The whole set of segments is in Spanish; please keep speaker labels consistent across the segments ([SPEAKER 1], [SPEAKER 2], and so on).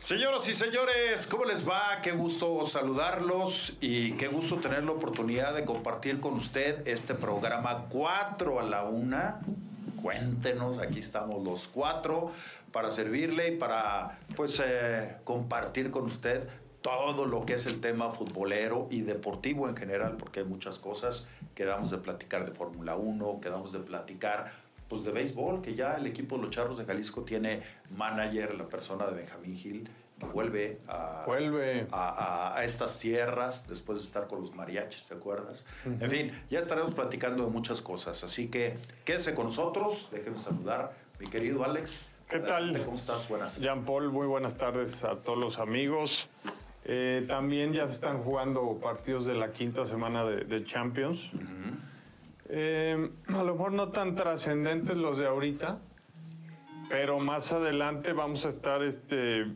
[SPEAKER 1] Señoras y señores, ¿cómo les va? Qué gusto saludarlos y qué gusto tener la oportunidad de compartir con usted este programa 4 a la 1. Cuéntenos, aquí estamos los cuatro para servirle y para pues eh, compartir con usted todo lo que es el tema futbolero y deportivo en general, porque hay muchas cosas. Quedamos de platicar de Fórmula 1, quedamos de platicar pues de béisbol, que ya el equipo de los Charros de Jalisco tiene manager, la persona de Benjamín Gil, que vuelve a,
[SPEAKER 2] Vuelve.
[SPEAKER 1] a, a- a estas tierras después de estar con los mariachis, ¿te acuerdas? En fin, ya estaremos platicando de muchas cosas, así que quédese con nosotros, déjeme saludar mi querido Alex.
[SPEAKER 2] ¿Qué tal?
[SPEAKER 1] Adelante, ¿Cómo estás? Buenas.
[SPEAKER 2] Jean Paul, muy buenas tardes a todos los amigos. Eh, también ya se están jugando partidos de la quinta semana de, de Champions. Eh, a lo mejor no tan trascendentes los de ahorita, pero más adelante vamos a estar este,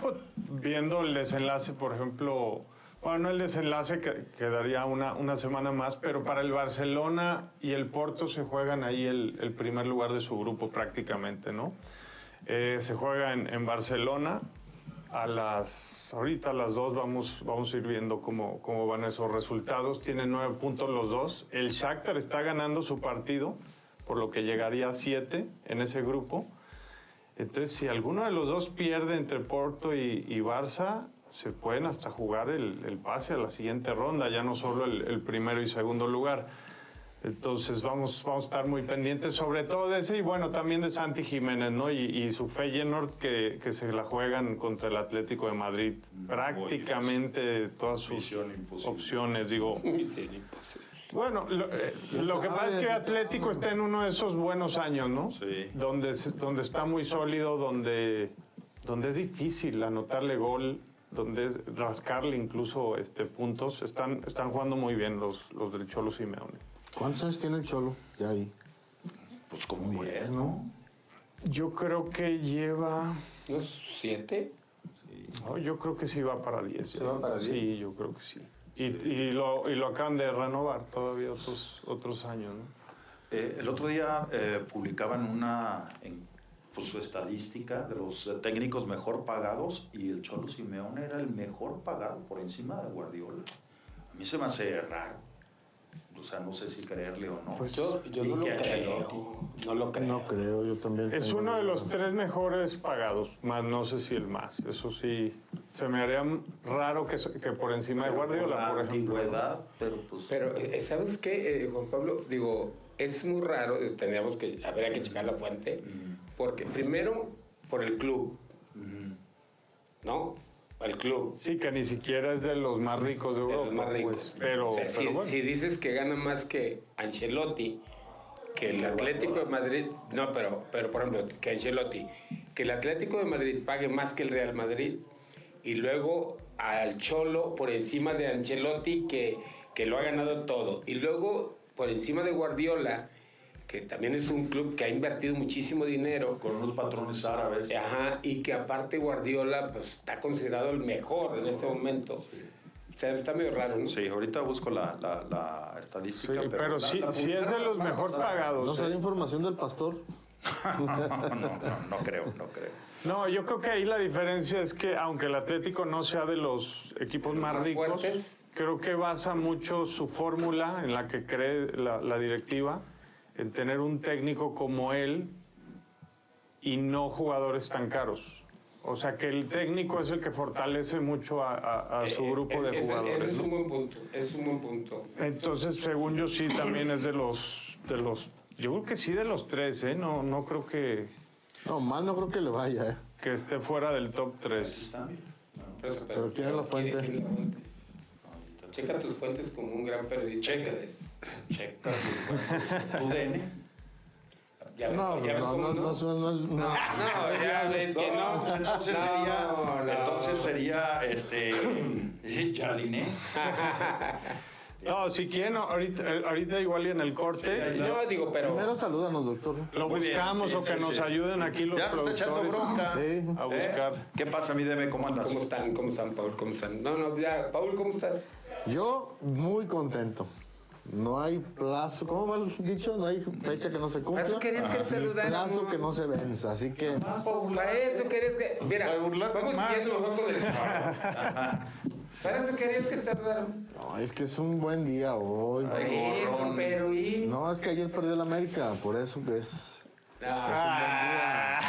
[SPEAKER 2] pues, viendo el desenlace, por ejemplo. Bueno, no el desenlace que quedaría una, una semana más, pero para el Barcelona y el Porto se juegan ahí el, el primer lugar de su grupo prácticamente, ¿no? Eh, se juega en, en Barcelona. A las, ahorita a las dos vamos, vamos a ir viendo cómo, cómo van esos resultados. Tienen nueve puntos los dos. El Shakhtar está ganando su partido, por lo que llegaría a siete en ese grupo. Entonces, si alguno de los dos pierde entre Porto y, y Barça, se pueden hasta jugar el, el pase a la siguiente ronda, ya no solo el, el primero y segundo lugar. Entonces vamos, vamos a estar muy pendientes, sobre todo de ese y bueno, también de Santi Jiménez, ¿no? Y, y su Feyenoord que, que se la juegan contra el Atlético de Madrid. Prácticamente todas sus
[SPEAKER 1] Misión imposible.
[SPEAKER 2] opciones, digo.
[SPEAKER 3] Miseria imposible.
[SPEAKER 2] Bueno, lo, eh, lo que pasa es que Atlético está en uno de esos buenos años, ¿no?
[SPEAKER 1] Sí.
[SPEAKER 2] Donde, se- donde está muy sólido, donde, donde es difícil anotarle gol, donde es rascarle incluso este, puntos. Están, están jugando muy bien los, los del Cholo Simeone.
[SPEAKER 4] ¿Cuántos años tiene el Cholo? Ya ahí.
[SPEAKER 1] Pues como 10, ¿no?
[SPEAKER 2] Yo creo que lleva...
[SPEAKER 3] ¿Unos siete?
[SPEAKER 2] no, yo creo que sí va para 10.
[SPEAKER 3] ¿Se va para 10?
[SPEAKER 2] Sí, yo creo que sí. Y, y lo, y lo acaban de renovar todavía otros, otros años, ¿no?
[SPEAKER 1] Eh, el otro día eh, publicaban una en, pues, su estadística de los eh, técnicos mejor pagados y el Cholo Simeone era el mejor pagado por encima de Guardiola. A mí se me hace raro. O sea, no sé si creerle o no.
[SPEAKER 2] Pues
[SPEAKER 3] Yo, yo
[SPEAKER 1] Y
[SPEAKER 3] no lo
[SPEAKER 1] que Ancelotti-
[SPEAKER 3] creo. No lo creo.
[SPEAKER 4] No creo, yo también.
[SPEAKER 2] Es
[SPEAKER 4] tengo-
[SPEAKER 2] uno de los tres mejores pagados, más no sé si el más. Eso sí, se me haría raro que, que por encima de
[SPEAKER 1] Pero
[SPEAKER 2] Guardiola,
[SPEAKER 1] por
[SPEAKER 2] por
[SPEAKER 1] la
[SPEAKER 2] ejemplo.
[SPEAKER 1] antigüedad, pero pues.
[SPEAKER 3] Pero, eh, ¿sabes qué, eh, Juan Pablo? Digo, es muy raro, eh, tendríamos que, habría que checar la fuente, porque primero, por el club,
[SPEAKER 1] mm,
[SPEAKER 3] ¿no? El club.
[SPEAKER 2] Sí, que ni siquiera es de los más ricos de
[SPEAKER 3] de
[SPEAKER 2] Europa.
[SPEAKER 3] los más ricos.
[SPEAKER 2] pues, pero,
[SPEAKER 3] O sea,
[SPEAKER 2] pero
[SPEAKER 3] si,
[SPEAKER 2] bueno.
[SPEAKER 3] si dices que gana más que Ancelotti, que el Atlético de Madrid, no, pero, pero por ejemplo, que Ancelotti, que el Atlético de Madrid pague más que el Real Madrid y luego al Cholo por encima de Ancelotti que, que lo ha ganado todo y luego por encima de Guardiola que también es un club que ha invertido muchísimo dinero
[SPEAKER 1] con unos patrones árabes.
[SPEAKER 3] Ajá, y que aparte Guardiola pues, está considerado el mejor en este momento. O sea, está medio raro, ¿no?
[SPEAKER 1] Sí, ahorita busco la, la- la
[SPEAKER 2] Sí,
[SPEAKER 1] estadística.
[SPEAKER 2] pero,
[SPEAKER 1] la-
[SPEAKER 2] sí,
[SPEAKER 1] la
[SPEAKER 2] sí es de
[SPEAKER 1] publicaron
[SPEAKER 2] los
[SPEAKER 1] la semana
[SPEAKER 2] mejor
[SPEAKER 1] pasada.
[SPEAKER 2] pagados.
[SPEAKER 4] ¿No
[SPEAKER 2] ¿eh?
[SPEAKER 4] sería información del pastor?
[SPEAKER 1] No, no, no, no creo, no creo.
[SPEAKER 2] No, yo creo que ahí la diferencia es que aunque el Atlético no sea de los equipos más,
[SPEAKER 3] más
[SPEAKER 2] ricos,
[SPEAKER 3] fuertes.
[SPEAKER 2] creo que basa mucho su fórmula en la que cree la, la directiva en tener un técnico como él y no jugadores tan caros. O sea que el técnico es el que fortalece mucho a, a- a su
[SPEAKER 3] Eh,
[SPEAKER 2] grupo
[SPEAKER 3] eh,
[SPEAKER 2] de
[SPEAKER 3] ese-
[SPEAKER 2] jugadores.
[SPEAKER 3] Ese es
[SPEAKER 2] ¿no?
[SPEAKER 3] un buen punto, ese es un buen punto.
[SPEAKER 2] Entonces, según yo sí también es de los de los yo creo que sí de los tres, ¿eh? No no creo que,
[SPEAKER 4] No, mal no creo que le vaya, ¿eh?
[SPEAKER 2] que esté fuera del top 3.
[SPEAKER 1] Está bien. No.
[SPEAKER 3] Pero,
[SPEAKER 4] Pero ¿quién es la fuente?
[SPEAKER 3] ¿quién es la fuente? Checa tus fuentes como un gran periodista. Checa. Checa tus fuentes.
[SPEAKER 1] Tu DN.
[SPEAKER 3] Ya ves-
[SPEAKER 4] No,
[SPEAKER 3] ya ves
[SPEAKER 4] no,
[SPEAKER 3] cómo
[SPEAKER 4] no, no, no, no, no.
[SPEAKER 3] No, ya ves que no.
[SPEAKER 1] pues entonces
[SPEAKER 3] No,
[SPEAKER 1] sería,
[SPEAKER 3] no.
[SPEAKER 1] entonces sería, este, Jardine.
[SPEAKER 2] No, si quieren ahorita, eh, ahorita igual y en el corte
[SPEAKER 1] Sí,
[SPEAKER 2] yo-
[SPEAKER 3] No, digo, pero.
[SPEAKER 4] Primero salúdanos, doctor.
[SPEAKER 2] lo
[SPEAKER 1] Muy bien,
[SPEAKER 2] buscamos
[SPEAKER 1] sí,
[SPEAKER 2] o que
[SPEAKER 1] sí,
[SPEAKER 2] nos
[SPEAKER 1] sí.
[SPEAKER 2] ayuden aquí los
[SPEAKER 1] Ya me está echando
[SPEAKER 2] productores
[SPEAKER 1] bronca.
[SPEAKER 4] Sí.
[SPEAKER 2] a buscar.
[SPEAKER 1] ¿Eh? ¿Qué pasa, mi DM? ¿Cómo andas?
[SPEAKER 3] ¿Cómo están? ¿Cómo están, Paul? ¿Cómo están? No, no, ya. Paul, ¿cómo estás?
[SPEAKER 4] Yo muy contento. No hay plazo. ¿Cómo va el dicho? No hay fecha que no se cumpla.
[SPEAKER 3] Eso querías que te saludara.
[SPEAKER 4] Plazo que no se venza. Así que.
[SPEAKER 3] Para eso querías que. Mira,
[SPEAKER 1] Para burlarte
[SPEAKER 3] vamos
[SPEAKER 1] más.
[SPEAKER 3] siguiendo mejor con el Para eso querías que te saludara.
[SPEAKER 4] No, es que es un buen día hoy.
[SPEAKER 1] Ay,
[SPEAKER 3] Eso,
[SPEAKER 1] gorrón.
[SPEAKER 3] pero y.
[SPEAKER 4] No, es que ayer perdió la América. Por eso que es.
[SPEAKER 3] Ah,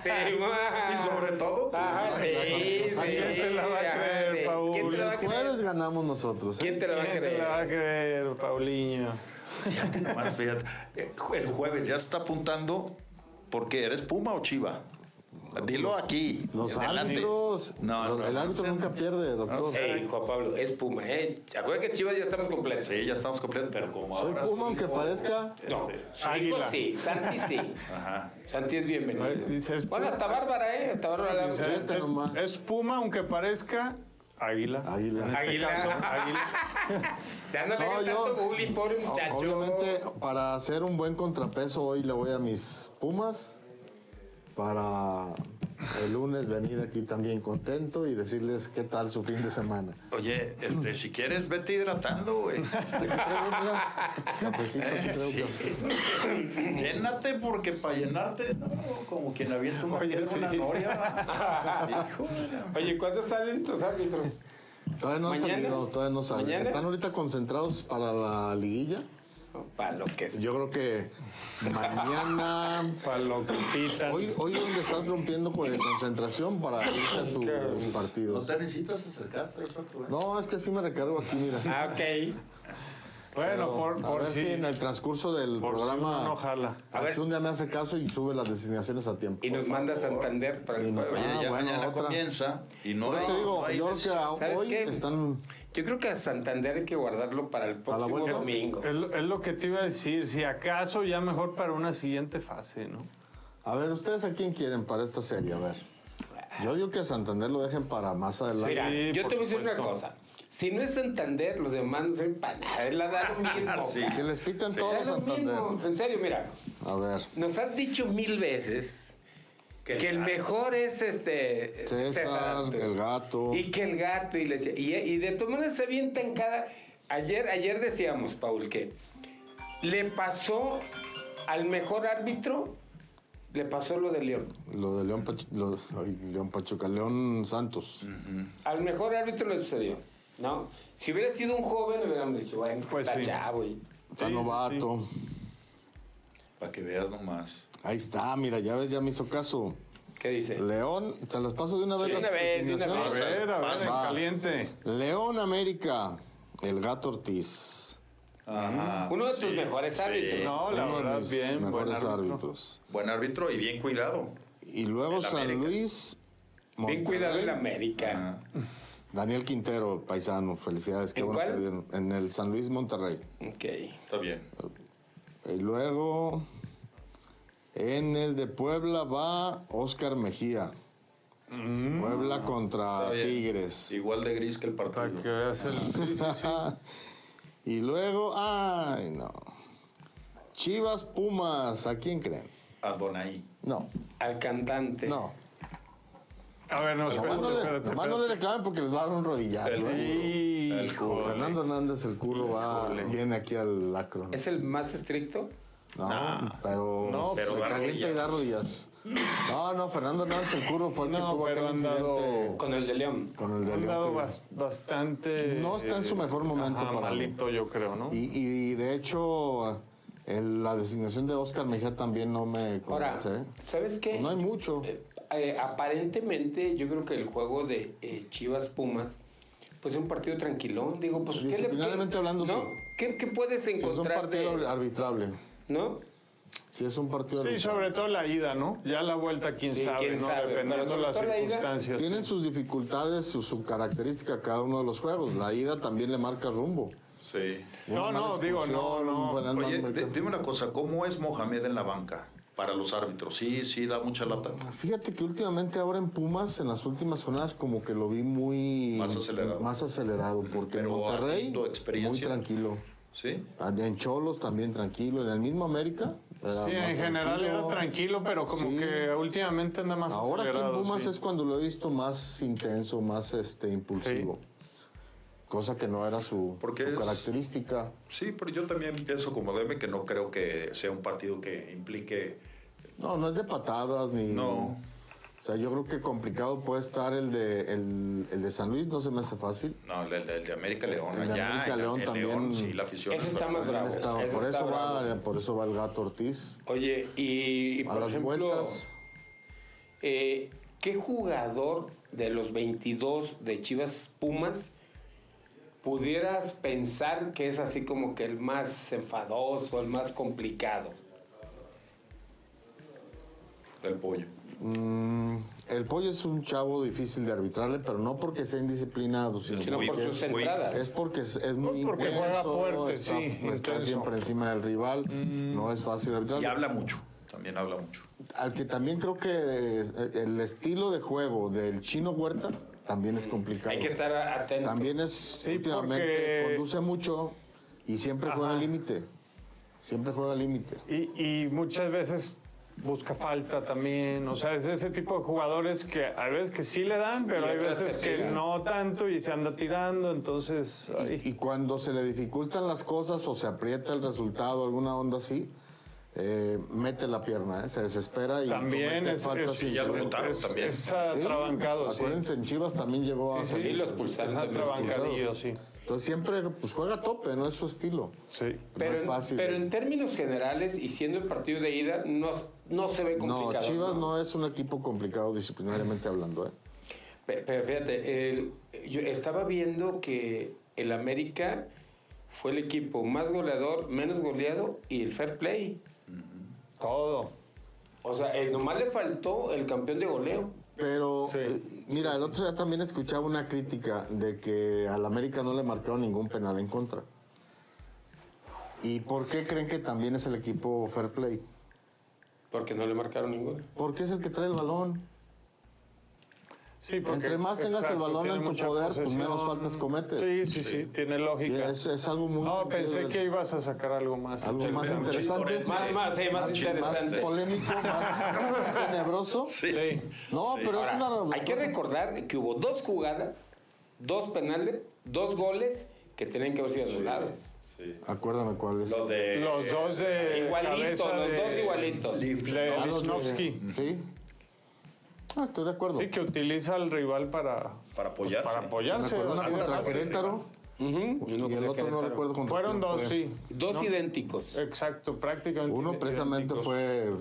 [SPEAKER 3] Simón.
[SPEAKER 1] Y sobre todo, pues,
[SPEAKER 3] Ajá, sí, sí.
[SPEAKER 2] ¿Quién te la va a
[SPEAKER 3] ajá,
[SPEAKER 2] creer,
[SPEAKER 3] sí.
[SPEAKER 2] Paul?
[SPEAKER 3] ¿Quién te la va a
[SPEAKER 4] El
[SPEAKER 3] creer?
[SPEAKER 4] jueves ganamos nosotros. ¿eh?
[SPEAKER 3] ¿Quién te la va a
[SPEAKER 2] ¿Quién te la va a
[SPEAKER 3] creer?
[SPEAKER 2] creer, Paulinho?
[SPEAKER 1] fíjate nomás, fíjate. Eh, El jueves ya está apuntando porque eres Puma o Chiva. Dilo aquí.
[SPEAKER 4] Los
[SPEAKER 1] adelante.
[SPEAKER 4] árbitros.
[SPEAKER 1] No,
[SPEAKER 4] los-
[SPEAKER 1] no,
[SPEAKER 4] el
[SPEAKER 1] no
[SPEAKER 4] árbitro
[SPEAKER 1] sé.
[SPEAKER 4] nunca pierde, doctor.
[SPEAKER 3] Ey, Juan Pablo, es Puma, ¿eh? Acuérdate que Chivas ya estamos completos.
[SPEAKER 1] Sí, ya estamos completos, pero como
[SPEAKER 4] Soy
[SPEAKER 1] ahora
[SPEAKER 4] Puma, aunque
[SPEAKER 1] subió-
[SPEAKER 4] parezca.
[SPEAKER 3] No,
[SPEAKER 2] Águila.
[SPEAKER 3] Águila. sí, Santi sí.
[SPEAKER 1] Ajá.
[SPEAKER 3] Santi es bienvenido.
[SPEAKER 2] Ay, dices-
[SPEAKER 3] bueno, hasta Bárbara, ¿eh? Hasta Bárbara. la-
[SPEAKER 4] Dices-
[SPEAKER 2] Es,
[SPEAKER 4] Fíjate nomás.
[SPEAKER 2] es puma, aunque parezca águila.
[SPEAKER 4] Águila.
[SPEAKER 2] En este
[SPEAKER 3] Águila.
[SPEAKER 2] caso, águila.
[SPEAKER 3] Ya no le
[SPEAKER 4] No,
[SPEAKER 3] hagas
[SPEAKER 4] yo-
[SPEAKER 3] tanto bullying, pobre muchacho.
[SPEAKER 4] Obviamente, para hacer un buen contrapeso, hoy le voy a mis Pumas. Para el lunes venir aquí también contento y decirles qué tal su fin de semana.
[SPEAKER 1] Oye, este, si quieres, vete hidratando, güey.
[SPEAKER 4] Aquí traigo, mira, cafecito, aquí traigo
[SPEAKER 1] Sí.
[SPEAKER 4] café.
[SPEAKER 1] pues, Llénate porque para llenarte, no, como quien avienta una
[SPEAKER 2] Oye,
[SPEAKER 1] piedra
[SPEAKER 2] sí.
[SPEAKER 1] una noria. Híjole.
[SPEAKER 3] Oye, ¿cuándo salen tus árbitros?
[SPEAKER 4] Todavía no han
[SPEAKER 3] ¿Mañana?
[SPEAKER 4] salido, todavía no salen.
[SPEAKER 3] ¿Mañana?
[SPEAKER 4] Están ahorita concentrados para la liguilla.
[SPEAKER 3] Para lo que es.
[SPEAKER 4] Yo creo que mañana.
[SPEAKER 2] Para lo que pitan.
[SPEAKER 4] Hoy, hoy es donde están rompiendo con concentración para irse a sus partidos.
[SPEAKER 1] te necesitas acercar, pero eso tú, ¿eh?
[SPEAKER 4] No, es que sí me recargo aquí, mira.
[SPEAKER 3] Ah, ok.
[SPEAKER 2] bueno, por,
[SPEAKER 4] a
[SPEAKER 2] por
[SPEAKER 4] ver si
[SPEAKER 2] si,
[SPEAKER 4] en el transcurso del
[SPEAKER 2] por si uno no
[SPEAKER 4] programa
[SPEAKER 2] jala.
[SPEAKER 3] A ver.
[SPEAKER 4] un día me hace caso y sube las designaciones a tiempo.
[SPEAKER 3] Y nos manda Santander para el jueves.
[SPEAKER 1] Oye,
[SPEAKER 4] Ah,
[SPEAKER 1] ya
[SPEAKER 4] bueno,
[SPEAKER 1] mañana
[SPEAKER 4] otra.
[SPEAKER 1] comienza y no,
[SPEAKER 4] Por eso te digo,
[SPEAKER 1] no hay
[SPEAKER 4] yo
[SPEAKER 1] des-
[SPEAKER 4] creo que
[SPEAKER 3] ¿Sabes
[SPEAKER 4] hoy
[SPEAKER 3] qué?
[SPEAKER 4] están
[SPEAKER 3] Yo creo que a Santander hay que guardarlo para el
[SPEAKER 4] la
[SPEAKER 3] próximo
[SPEAKER 4] vuelta.
[SPEAKER 3] domingo.
[SPEAKER 2] Es, lo- es lo que te iba a decir. Si acaso, ya mejor para una siguiente fase, ¿no?
[SPEAKER 4] A ver, ¿ustedes a quién quieren para esta serie? A ver. Yo digo que a Santander lo dejen para más adelante.
[SPEAKER 3] Mira,
[SPEAKER 2] Sí,
[SPEAKER 3] yo
[SPEAKER 2] por
[SPEAKER 3] te voy a decir una
[SPEAKER 2] supuesto.
[SPEAKER 3] cosa. Si no es Santander, los demás no sirven para nada. Es la da lo mismo.
[SPEAKER 1] Sí.
[SPEAKER 4] que les pitan
[SPEAKER 3] Da
[SPEAKER 4] todo
[SPEAKER 3] lo
[SPEAKER 4] Santander.
[SPEAKER 3] mismo. En serio, mira.
[SPEAKER 4] A ver.
[SPEAKER 3] Nos has dicho mil veces que, el mejor es este
[SPEAKER 4] César,
[SPEAKER 3] tú.
[SPEAKER 4] el gato.
[SPEAKER 3] Y que el gato. Y, le decía- y, y de todas maneras se avienta en cada... Ayer, ayer decíamos, Paul, que le pasó al mejor árbitro, le pasó lo de León.
[SPEAKER 4] Lo de León, Pachu- lo de- ay, León Pachuca, León Santos.
[SPEAKER 3] Al mejor árbitro le sucedió, ¿no? Si hubiera sido un joven, le hubiéramos dicho, bueno,
[SPEAKER 2] Pues
[SPEAKER 3] está
[SPEAKER 2] sí.
[SPEAKER 3] chavo. y-
[SPEAKER 4] Está
[SPEAKER 2] Sí,
[SPEAKER 4] novato.
[SPEAKER 1] Para que veas nomás.
[SPEAKER 4] Ahí está, mira, ya ves, ya me hizo caso.
[SPEAKER 3] ¿Qué dice?
[SPEAKER 4] León, se las paso de una vez.
[SPEAKER 3] Sí, de
[SPEAKER 4] las
[SPEAKER 3] una vez, de una
[SPEAKER 2] A
[SPEAKER 4] designaciones.
[SPEAKER 3] Pasa,
[SPEAKER 2] ver, a ver,
[SPEAKER 1] pasa.
[SPEAKER 2] en caliente.
[SPEAKER 4] León América, el gato Ortiz.
[SPEAKER 1] Ajá.
[SPEAKER 3] Uno de tus mejores árbitros.
[SPEAKER 2] No, la
[SPEAKER 4] Uno de
[SPEAKER 2] verdad,
[SPEAKER 4] mis
[SPEAKER 2] bien, buen
[SPEAKER 4] mejores
[SPEAKER 2] árbitro.
[SPEAKER 4] árbitros.
[SPEAKER 1] Buen árbitro y bien cuidado.
[SPEAKER 4] Y luego
[SPEAKER 1] El
[SPEAKER 4] San
[SPEAKER 1] América.
[SPEAKER 4] Luis.
[SPEAKER 3] Bien cuidado
[SPEAKER 4] Monterrey,
[SPEAKER 3] en América.
[SPEAKER 1] Ah,
[SPEAKER 4] Daniel Quintero, paisano, felicidades. qué
[SPEAKER 3] ¿En
[SPEAKER 4] bueno
[SPEAKER 3] cuál?
[SPEAKER 4] que perdieron. En el San Luis Monterrey.
[SPEAKER 3] Ok.
[SPEAKER 1] Está bien.
[SPEAKER 4] Y luego, en el de Puebla va Oscar Mejía.
[SPEAKER 2] Mm.
[SPEAKER 4] Puebla contra
[SPEAKER 1] Está bien.
[SPEAKER 4] Tigres.
[SPEAKER 1] Igual de gris que el
[SPEAKER 2] Para que
[SPEAKER 1] partido.
[SPEAKER 2] veas el. sí, sí, sí.
[SPEAKER 4] Y luego, ay no. Chivas Pumas, ¿a quién creen?
[SPEAKER 1] Adonai.
[SPEAKER 4] No,
[SPEAKER 3] Al cantante.
[SPEAKER 4] no.
[SPEAKER 2] A ver, no,
[SPEAKER 4] Nomás no
[SPEAKER 2] espérate,
[SPEAKER 4] le,
[SPEAKER 2] espérate.
[SPEAKER 4] nomás no
[SPEAKER 2] espérate.
[SPEAKER 4] le reclamen porque les va a dar un rodillazo. ¿eh?
[SPEAKER 2] Híjole.
[SPEAKER 4] Fernando Hernández, el curro va, viene aquí al lacro.
[SPEAKER 3] ¿Es el más estricto?
[SPEAKER 4] No, pero,
[SPEAKER 2] Ah, No,
[SPEAKER 4] se
[SPEAKER 1] pero da
[SPEAKER 4] calienta y da rodillas. No, no, Fernando Hernández, el curro fue el que
[SPEAKER 2] No,
[SPEAKER 4] tuvo
[SPEAKER 2] pero
[SPEAKER 4] aquel
[SPEAKER 2] han dado-
[SPEAKER 4] incidente
[SPEAKER 3] Con el de León.
[SPEAKER 4] con el de
[SPEAKER 2] Han
[SPEAKER 4] León.
[SPEAKER 2] dado
[SPEAKER 4] Tigre.
[SPEAKER 2] bas- bastante. eh,
[SPEAKER 4] No está en su mejor momento
[SPEAKER 2] ajá,
[SPEAKER 4] para mí.
[SPEAKER 2] malito, yo creo, ¿no?
[SPEAKER 4] Y, y de hecho, el- la designación de Oscar Mejía también no me
[SPEAKER 3] Ahora,
[SPEAKER 4] convence. ¿eh?
[SPEAKER 3] ¿sabes qué?
[SPEAKER 4] No hay mucho.
[SPEAKER 3] Eh, eh, aparentemente, yo creo que el juego de eh, Chivas Pumas, pues es un partido tranquilón. Digo, pues, ¿qué le
[SPEAKER 4] Disciplinariamente hablando,
[SPEAKER 3] ¿no?
[SPEAKER 4] sí.
[SPEAKER 3] ¿Qué, qué puedes
[SPEAKER 4] Si es un
[SPEAKER 3] encontrar?
[SPEAKER 4] partido arbitrable.
[SPEAKER 3] ¿No?
[SPEAKER 4] Si es un partido
[SPEAKER 2] Sí,
[SPEAKER 4] arbitrable.
[SPEAKER 2] sobre todo la ida, ¿no? Ya la vuelta, quién
[SPEAKER 3] Sí,
[SPEAKER 2] sabe,
[SPEAKER 3] quién
[SPEAKER 2] ¿no?
[SPEAKER 3] sabe, pero
[SPEAKER 2] Dependiendo
[SPEAKER 3] sobre
[SPEAKER 2] las
[SPEAKER 3] todo la ida.
[SPEAKER 2] circunstancias.
[SPEAKER 4] Tienen sus dificultades, su, su característica cada uno de los juegos. La ida también le marca rumbo.
[SPEAKER 1] Sí.
[SPEAKER 2] No,
[SPEAKER 4] Una
[SPEAKER 2] no,
[SPEAKER 4] mala
[SPEAKER 2] digo,
[SPEAKER 4] expulsión,
[SPEAKER 2] no, no.
[SPEAKER 4] un buen
[SPEAKER 1] Oye,
[SPEAKER 4] alma-
[SPEAKER 1] de- dime una cosa, ¿cómo es Mohamed en la banca? Para los árbitros. Sí, sí, da mucha lata.
[SPEAKER 4] Fíjate que últimamente ahora en Pumas, en las últimas jornadas, como que lo vi muy...
[SPEAKER 1] Más acelerado.
[SPEAKER 4] Más acelerado, porque en
[SPEAKER 1] Pero
[SPEAKER 4] Monterrey,
[SPEAKER 1] teniendo
[SPEAKER 4] muy
[SPEAKER 1] experiencia.
[SPEAKER 4] tranquilo. Ah,
[SPEAKER 1] ¿Sí?
[SPEAKER 4] En Cholos también tranquilo, en el mismo América. era
[SPEAKER 2] Sí,
[SPEAKER 4] más
[SPEAKER 2] en general
[SPEAKER 4] tranquilo.
[SPEAKER 2] era tranquilo, pero como
[SPEAKER 4] Sí.
[SPEAKER 2] que últimamente anda más
[SPEAKER 4] Ahora aquí en
[SPEAKER 2] acelerado,
[SPEAKER 4] Pumas
[SPEAKER 2] sí.
[SPEAKER 4] es cuando lo he visto más intenso, más este impulsivo. cosa que no era su,
[SPEAKER 1] Porque
[SPEAKER 4] su
[SPEAKER 1] es-
[SPEAKER 4] característica.
[SPEAKER 1] Sí, pero yo también pienso como Deme que no creo que sea un partido que implique.
[SPEAKER 4] No, no es de patadas ni.
[SPEAKER 1] No.
[SPEAKER 4] O sea, yo creo que complicado puede estar el de, el, el de San Luis, no se me hace fácil.
[SPEAKER 1] No, el, el- el de América León.
[SPEAKER 4] El de
[SPEAKER 1] allá,
[SPEAKER 4] América
[SPEAKER 1] el-
[SPEAKER 4] León
[SPEAKER 1] el
[SPEAKER 4] también.
[SPEAKER 1] sí, la afición.
[SPEAKER 3] Ese
[SPEAKER 1] es
[SPEAKER 3] está más
[SPEAKER 1] verdad.
[SPEAKER 3] bravo.
[SPEAKER 4] Está-
[SPEAKER 3] ese
[SPEAKER 4] por,
[SPEAKER 3] está
[SPEAKER 4] eso va,
[SPEAKER 3] bravo.
[SPEAKER 4] por eso va el gato Ortiz.
[SPEAKER 3] Oye, y, y
[SPEAKER 4] A
[SPEAKER 3] por
[SPEAKER 4] las
[SPEAKER 3] ejemplo,
[SPEAKER 4] vueltas.
[SPEAKER 3] eh, ¿qué jugador de los 22 de Chivas Pumas pudieras pensar que es así como que el más enfadoso, el más complicado?
[SPEAKER 1] El pollo.
[SPEAKER 4] Mm, el pollo es un chavo difícil de arbitrarle, pero no porque sea indisciplinado, sino
[SPEAKER 1] Sí,
[SPEAKER 3] Sino
[SPEAKER 1] Muy
[SPEAKER 3] por
[SPEAKER 1] bien,
[SPEAKER 3] sus
[SPEAKER 1] muy bien.
[SPEAKER 3] entradas.
[SPEAKER 4] Es porque es, es muy
[SPEAKER 2] Pues Porque
[SPEAKER 4] intenso,
[SPEAKER 2] juega fuerte,
[SPEAKER 4] está,
[SPEAKER 2] sí,
[SPEAKER 4] está
[SPEAKER 2] intenso. Mm.
[SPEAKER 4] siempre encima del rival, no es fácil arbitrar.
[SPEAKER 1] Y habla mucho. También habla mucho.
[SPEAKER 4] Al que también creo que eh, el estilo de juego del chino Huerta también es complicado.
[SPEAKER 3] Hay que estar atento.
[SPEAKER 4] También es últimamente
[SPEAKER 2] porque-
[SPEAKER 4] conduce mucho y siempre juega al límite. Siempre juega al límite.
[SPEAKER 2] Y, y muchas veces busca falta también. O sea, es ese tipo de jugadores que hay veces que sí le dan, pero
[SPEAKER 3] Y
[SPEAKER 2] hay
[SPEAKER 3] otras
[SPEAKER 2] veces
[SPEAKER 3] que
[SPEAKER 2] que
[SPEAKER 3] sí.
[SPEAKER 2] no tanto y se anda tirando. Entonces, ahí.
[SPEAKER 4] Y cuando se le dificultan las cosas o se aprieta el resultado, alguna onda así, eh, mete la pierna, eh, se desespera y
[SPEAKER 2] también
[SPEAKER 4] comete
[SPEAKER 2] es,
[SPEAKER 4] faltas
[SPEAKER 2] es-
[SPEAKER 4] sin
[SPEAKER 1] ya lo
[SPEAKER 4] querer.
[SPEAKER 1] notaron
[SPEAKER 2] es-
[SPEAKER 1] también.
[SPEAKER 2] es atrabancado, sí.
[SPEAKER 4] Acuérdense, en Chivas también llegó a
[SPEAKER 2] Sí, sí.
[SPEAKER 3] Sí,
[SPEAKER 4] salir.
[SPEAKER 3] los
[SPEAKER 2] Es
[SPEAKER 3] pulsaron de los
[SPEAKER 2] atrabancadillo, sí.
[SPEAKER 4] Entonces siempre pues, juega a tope, no es su estilo.
[SPEAKER 2] Sí.
[SPEAKER 4] no
[SPEAKER 3] Pero,
[SPEAKER 4] es fácil.
[SPEAKER 3] pero en términos generales y siendo el partido de ida, no, no se ve complicado.
[SPEAKER 4] no, Chivas no es un equipo complicado disciplinariamente hablando. ¿eh?
[SPEAKER 3] Pe- Pero fíjate, el- yo estaba viendo que el América fue el equipo más goleador, menos goleado y el fair play.
[SPEAKER 2] Todo.
[SPEAKER 3] O sea, el, nomás le faltó el campeón de goleo.
[SPEAKER 4] Pero
[SPEAKER 2] Sí.
[SPEAKER 4] eh, mira, el otro día también escuchaba una crítica de que al América no le marcaron ningún penal en contra. ¿Y por qué creen que también es el equipo fair play?
[SPEAKER 3] Porque no le marcaron ninguno.
[SPEAKER 4] Porque es el que trae el balón.
[SPEAKER 2] Sí, porque-
[SPEAKER 4] Entre más tengas el balón
[SPEAKER 2] tiene
[SPEAKER 4] en tu
[SPEAKER 2] mucha
[SPEAKER 4] poder, pues
[SPEAKER 2] posesión.
[SPEAKER 4] menos faltas cometes.
[SPEAKER 2] Sí, sí, sí, tiene
[SPEAKER 4] Y
[SPEAKER 2] lógica.
[SPEAKER 4] es, es algo muy...
[SPEAKER 2] No,
[SPEAKER 4] sencillo
[SPEAKER 2] pensé
[SPEAKER 4] del-
[SPEAKER 2] que ibas a sacar algo más.
[SPEAKER 4] Algo más
[SPEAKER 1] Mucho
[SPEAKER 4] interesante.
[SPEAKER 1] historia.
[SPEAKER 3] Más, más, eh, más
[SPEAKER 1] Más chistes.
[SPEAKER 4] más
[SPEAKER 3] interesante.
[SPEAKER 4] polémico, más tenebroso.
[SPEAKER 1] Sí.
[SPEAKER 2] Sí.
[SPEAKER 4] No, pero es
[SPEAKER 3] Ahora,
[SPEAKER 4] una...
[SPEAKER 3] hay que
[SPEAKER 4] cosa-
[SPEAKER 3] recordar que hubo dos jugadas, dos penales, dos goles que tenían que haber sido anulados.
[SPEAKER 1] sí.
[SPEAKER 4] Acuérdame cuál es.
[SPEAKER 1] Lo de.
[SPEAKER 2] Los dos de
[SPEAKER 3] Igualitos,
[SPEAKER 2] cabeza
[SPEAKER 3] los
[SPEAKER 2] de-
[SPEAKER 3] dos igualitos.
[SPEAKER 1] Lif-
[SPEAKER 2] de
[SPEAKER 1] ¿no?
[SPEAKER 4] Ah, los de-
[SPEAKER 2] Wisnowski.
[SPEAKER 4] Sí. Ah, estoy de acuerdo.
[SPEAKER 2] Sí, que utiliza al rival para,
[SPEAKER 1] Para apoyarse.
[SPEAKER 2] para
[SPEAKER 4] Me
[SPEAKER 2] apoyarse.
[SPEAKER 4] acuerdo
[SPEAKER 2] así
[SPEAKER 4] una
[SPEAKER 2] de
[SPEAKER 4] contra
[SPEAKER 2] fácil.
[SPEAKER 4] Querétaro
[SPEAKER 3] Ujú, y uno
[SPEAKER 4] y el
[SPEAKER 3] contra
[SPEAKER 4] otro no
[SPEAKER 3] Querétaro.
[SPEAKER 4] recuerdo Eh, contra
[SPEAKER 2] Fueron
[SPEAKER 4] quién
[SPEAKER 2] dos,
[SPEAKER 4] fue.
[SPEAKER 2] sí.
[SPEAKER 3] Dos
[SPEAKER 2] No,
[SPEAKER 3] idénticos.
[SPEAKER 2] Exacto, prácticamente.
[SPEAKER 4] eh. Uno precisamente
[SPEAKER 2] idénticos.
[SPEAKER 4] fue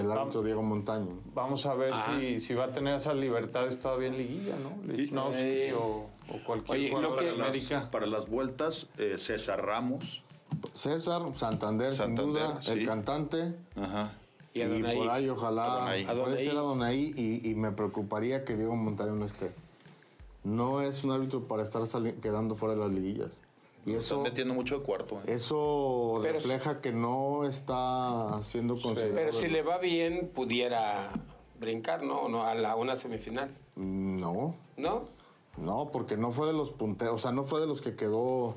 [SPEAKER 4] el árbitro Diego Montaño.
[SPEAKER 2] Vamos a ver si, si va a tener esas libertades todavía en liguilla, ¿no? Lichnowsky
[SPEAKER 3] Eh,
[SPEAKER 2] o, o cualquier
[SPEAKER 3] oye, lo
[SPEAKER 2] jugador
[SPEAKER 3] que-
[SPEAKER 2] de
[SPEAKER 1] Para las,
[SPEAKER 2] América.
[SPEAKER 1] para las vueltas, eh, César Ramos.
[SPEAKER 4] César, Santander, sin
[SPEAKER 1] Santander,
[SPEAKER 4] duda,
[SPEAKER 1] sí.
[SPEAKER 4] el cantante.
[SPEAKER 1] Ajá.
[SPEAKER 3] Y
[SPEAKER 4] Y,
[SPEAKER 3] Adonai.
[SPEAKER 4] por ahí ojalá
[SPEAKER 1] Adonai.
[SPEAKER 4] puede
[SPEAKER 3] Adonai.
[SPEAKER 4] ser Adonai y, y me preocuparía que Diego Montaño no esté. No es un árbitro para estar sali- quedando fuera de las liguillas. Y
[SPEAKER 1] Están
[SPEAKER 4] eso,
[SPEAKER 1] metiendo mucho de cuarto. ¿eh?
[SPEAKER 4] eso
[SPEAKER 3] Pero-
[SPEAKER 4] refleja que no está siendo considerado.
[SPEAKER 3] Pero si
[SPEAKER 4] el-
[SPEAKER 3] le va bien, pudiera brincar, ¿no? no a la una semifinal,
[SPEAKER 4] No,
[SPEAKER 3] ¿no?
[SPEAKER 4] no, porque no fue de los punteros, o sea, no fue de los que quedó.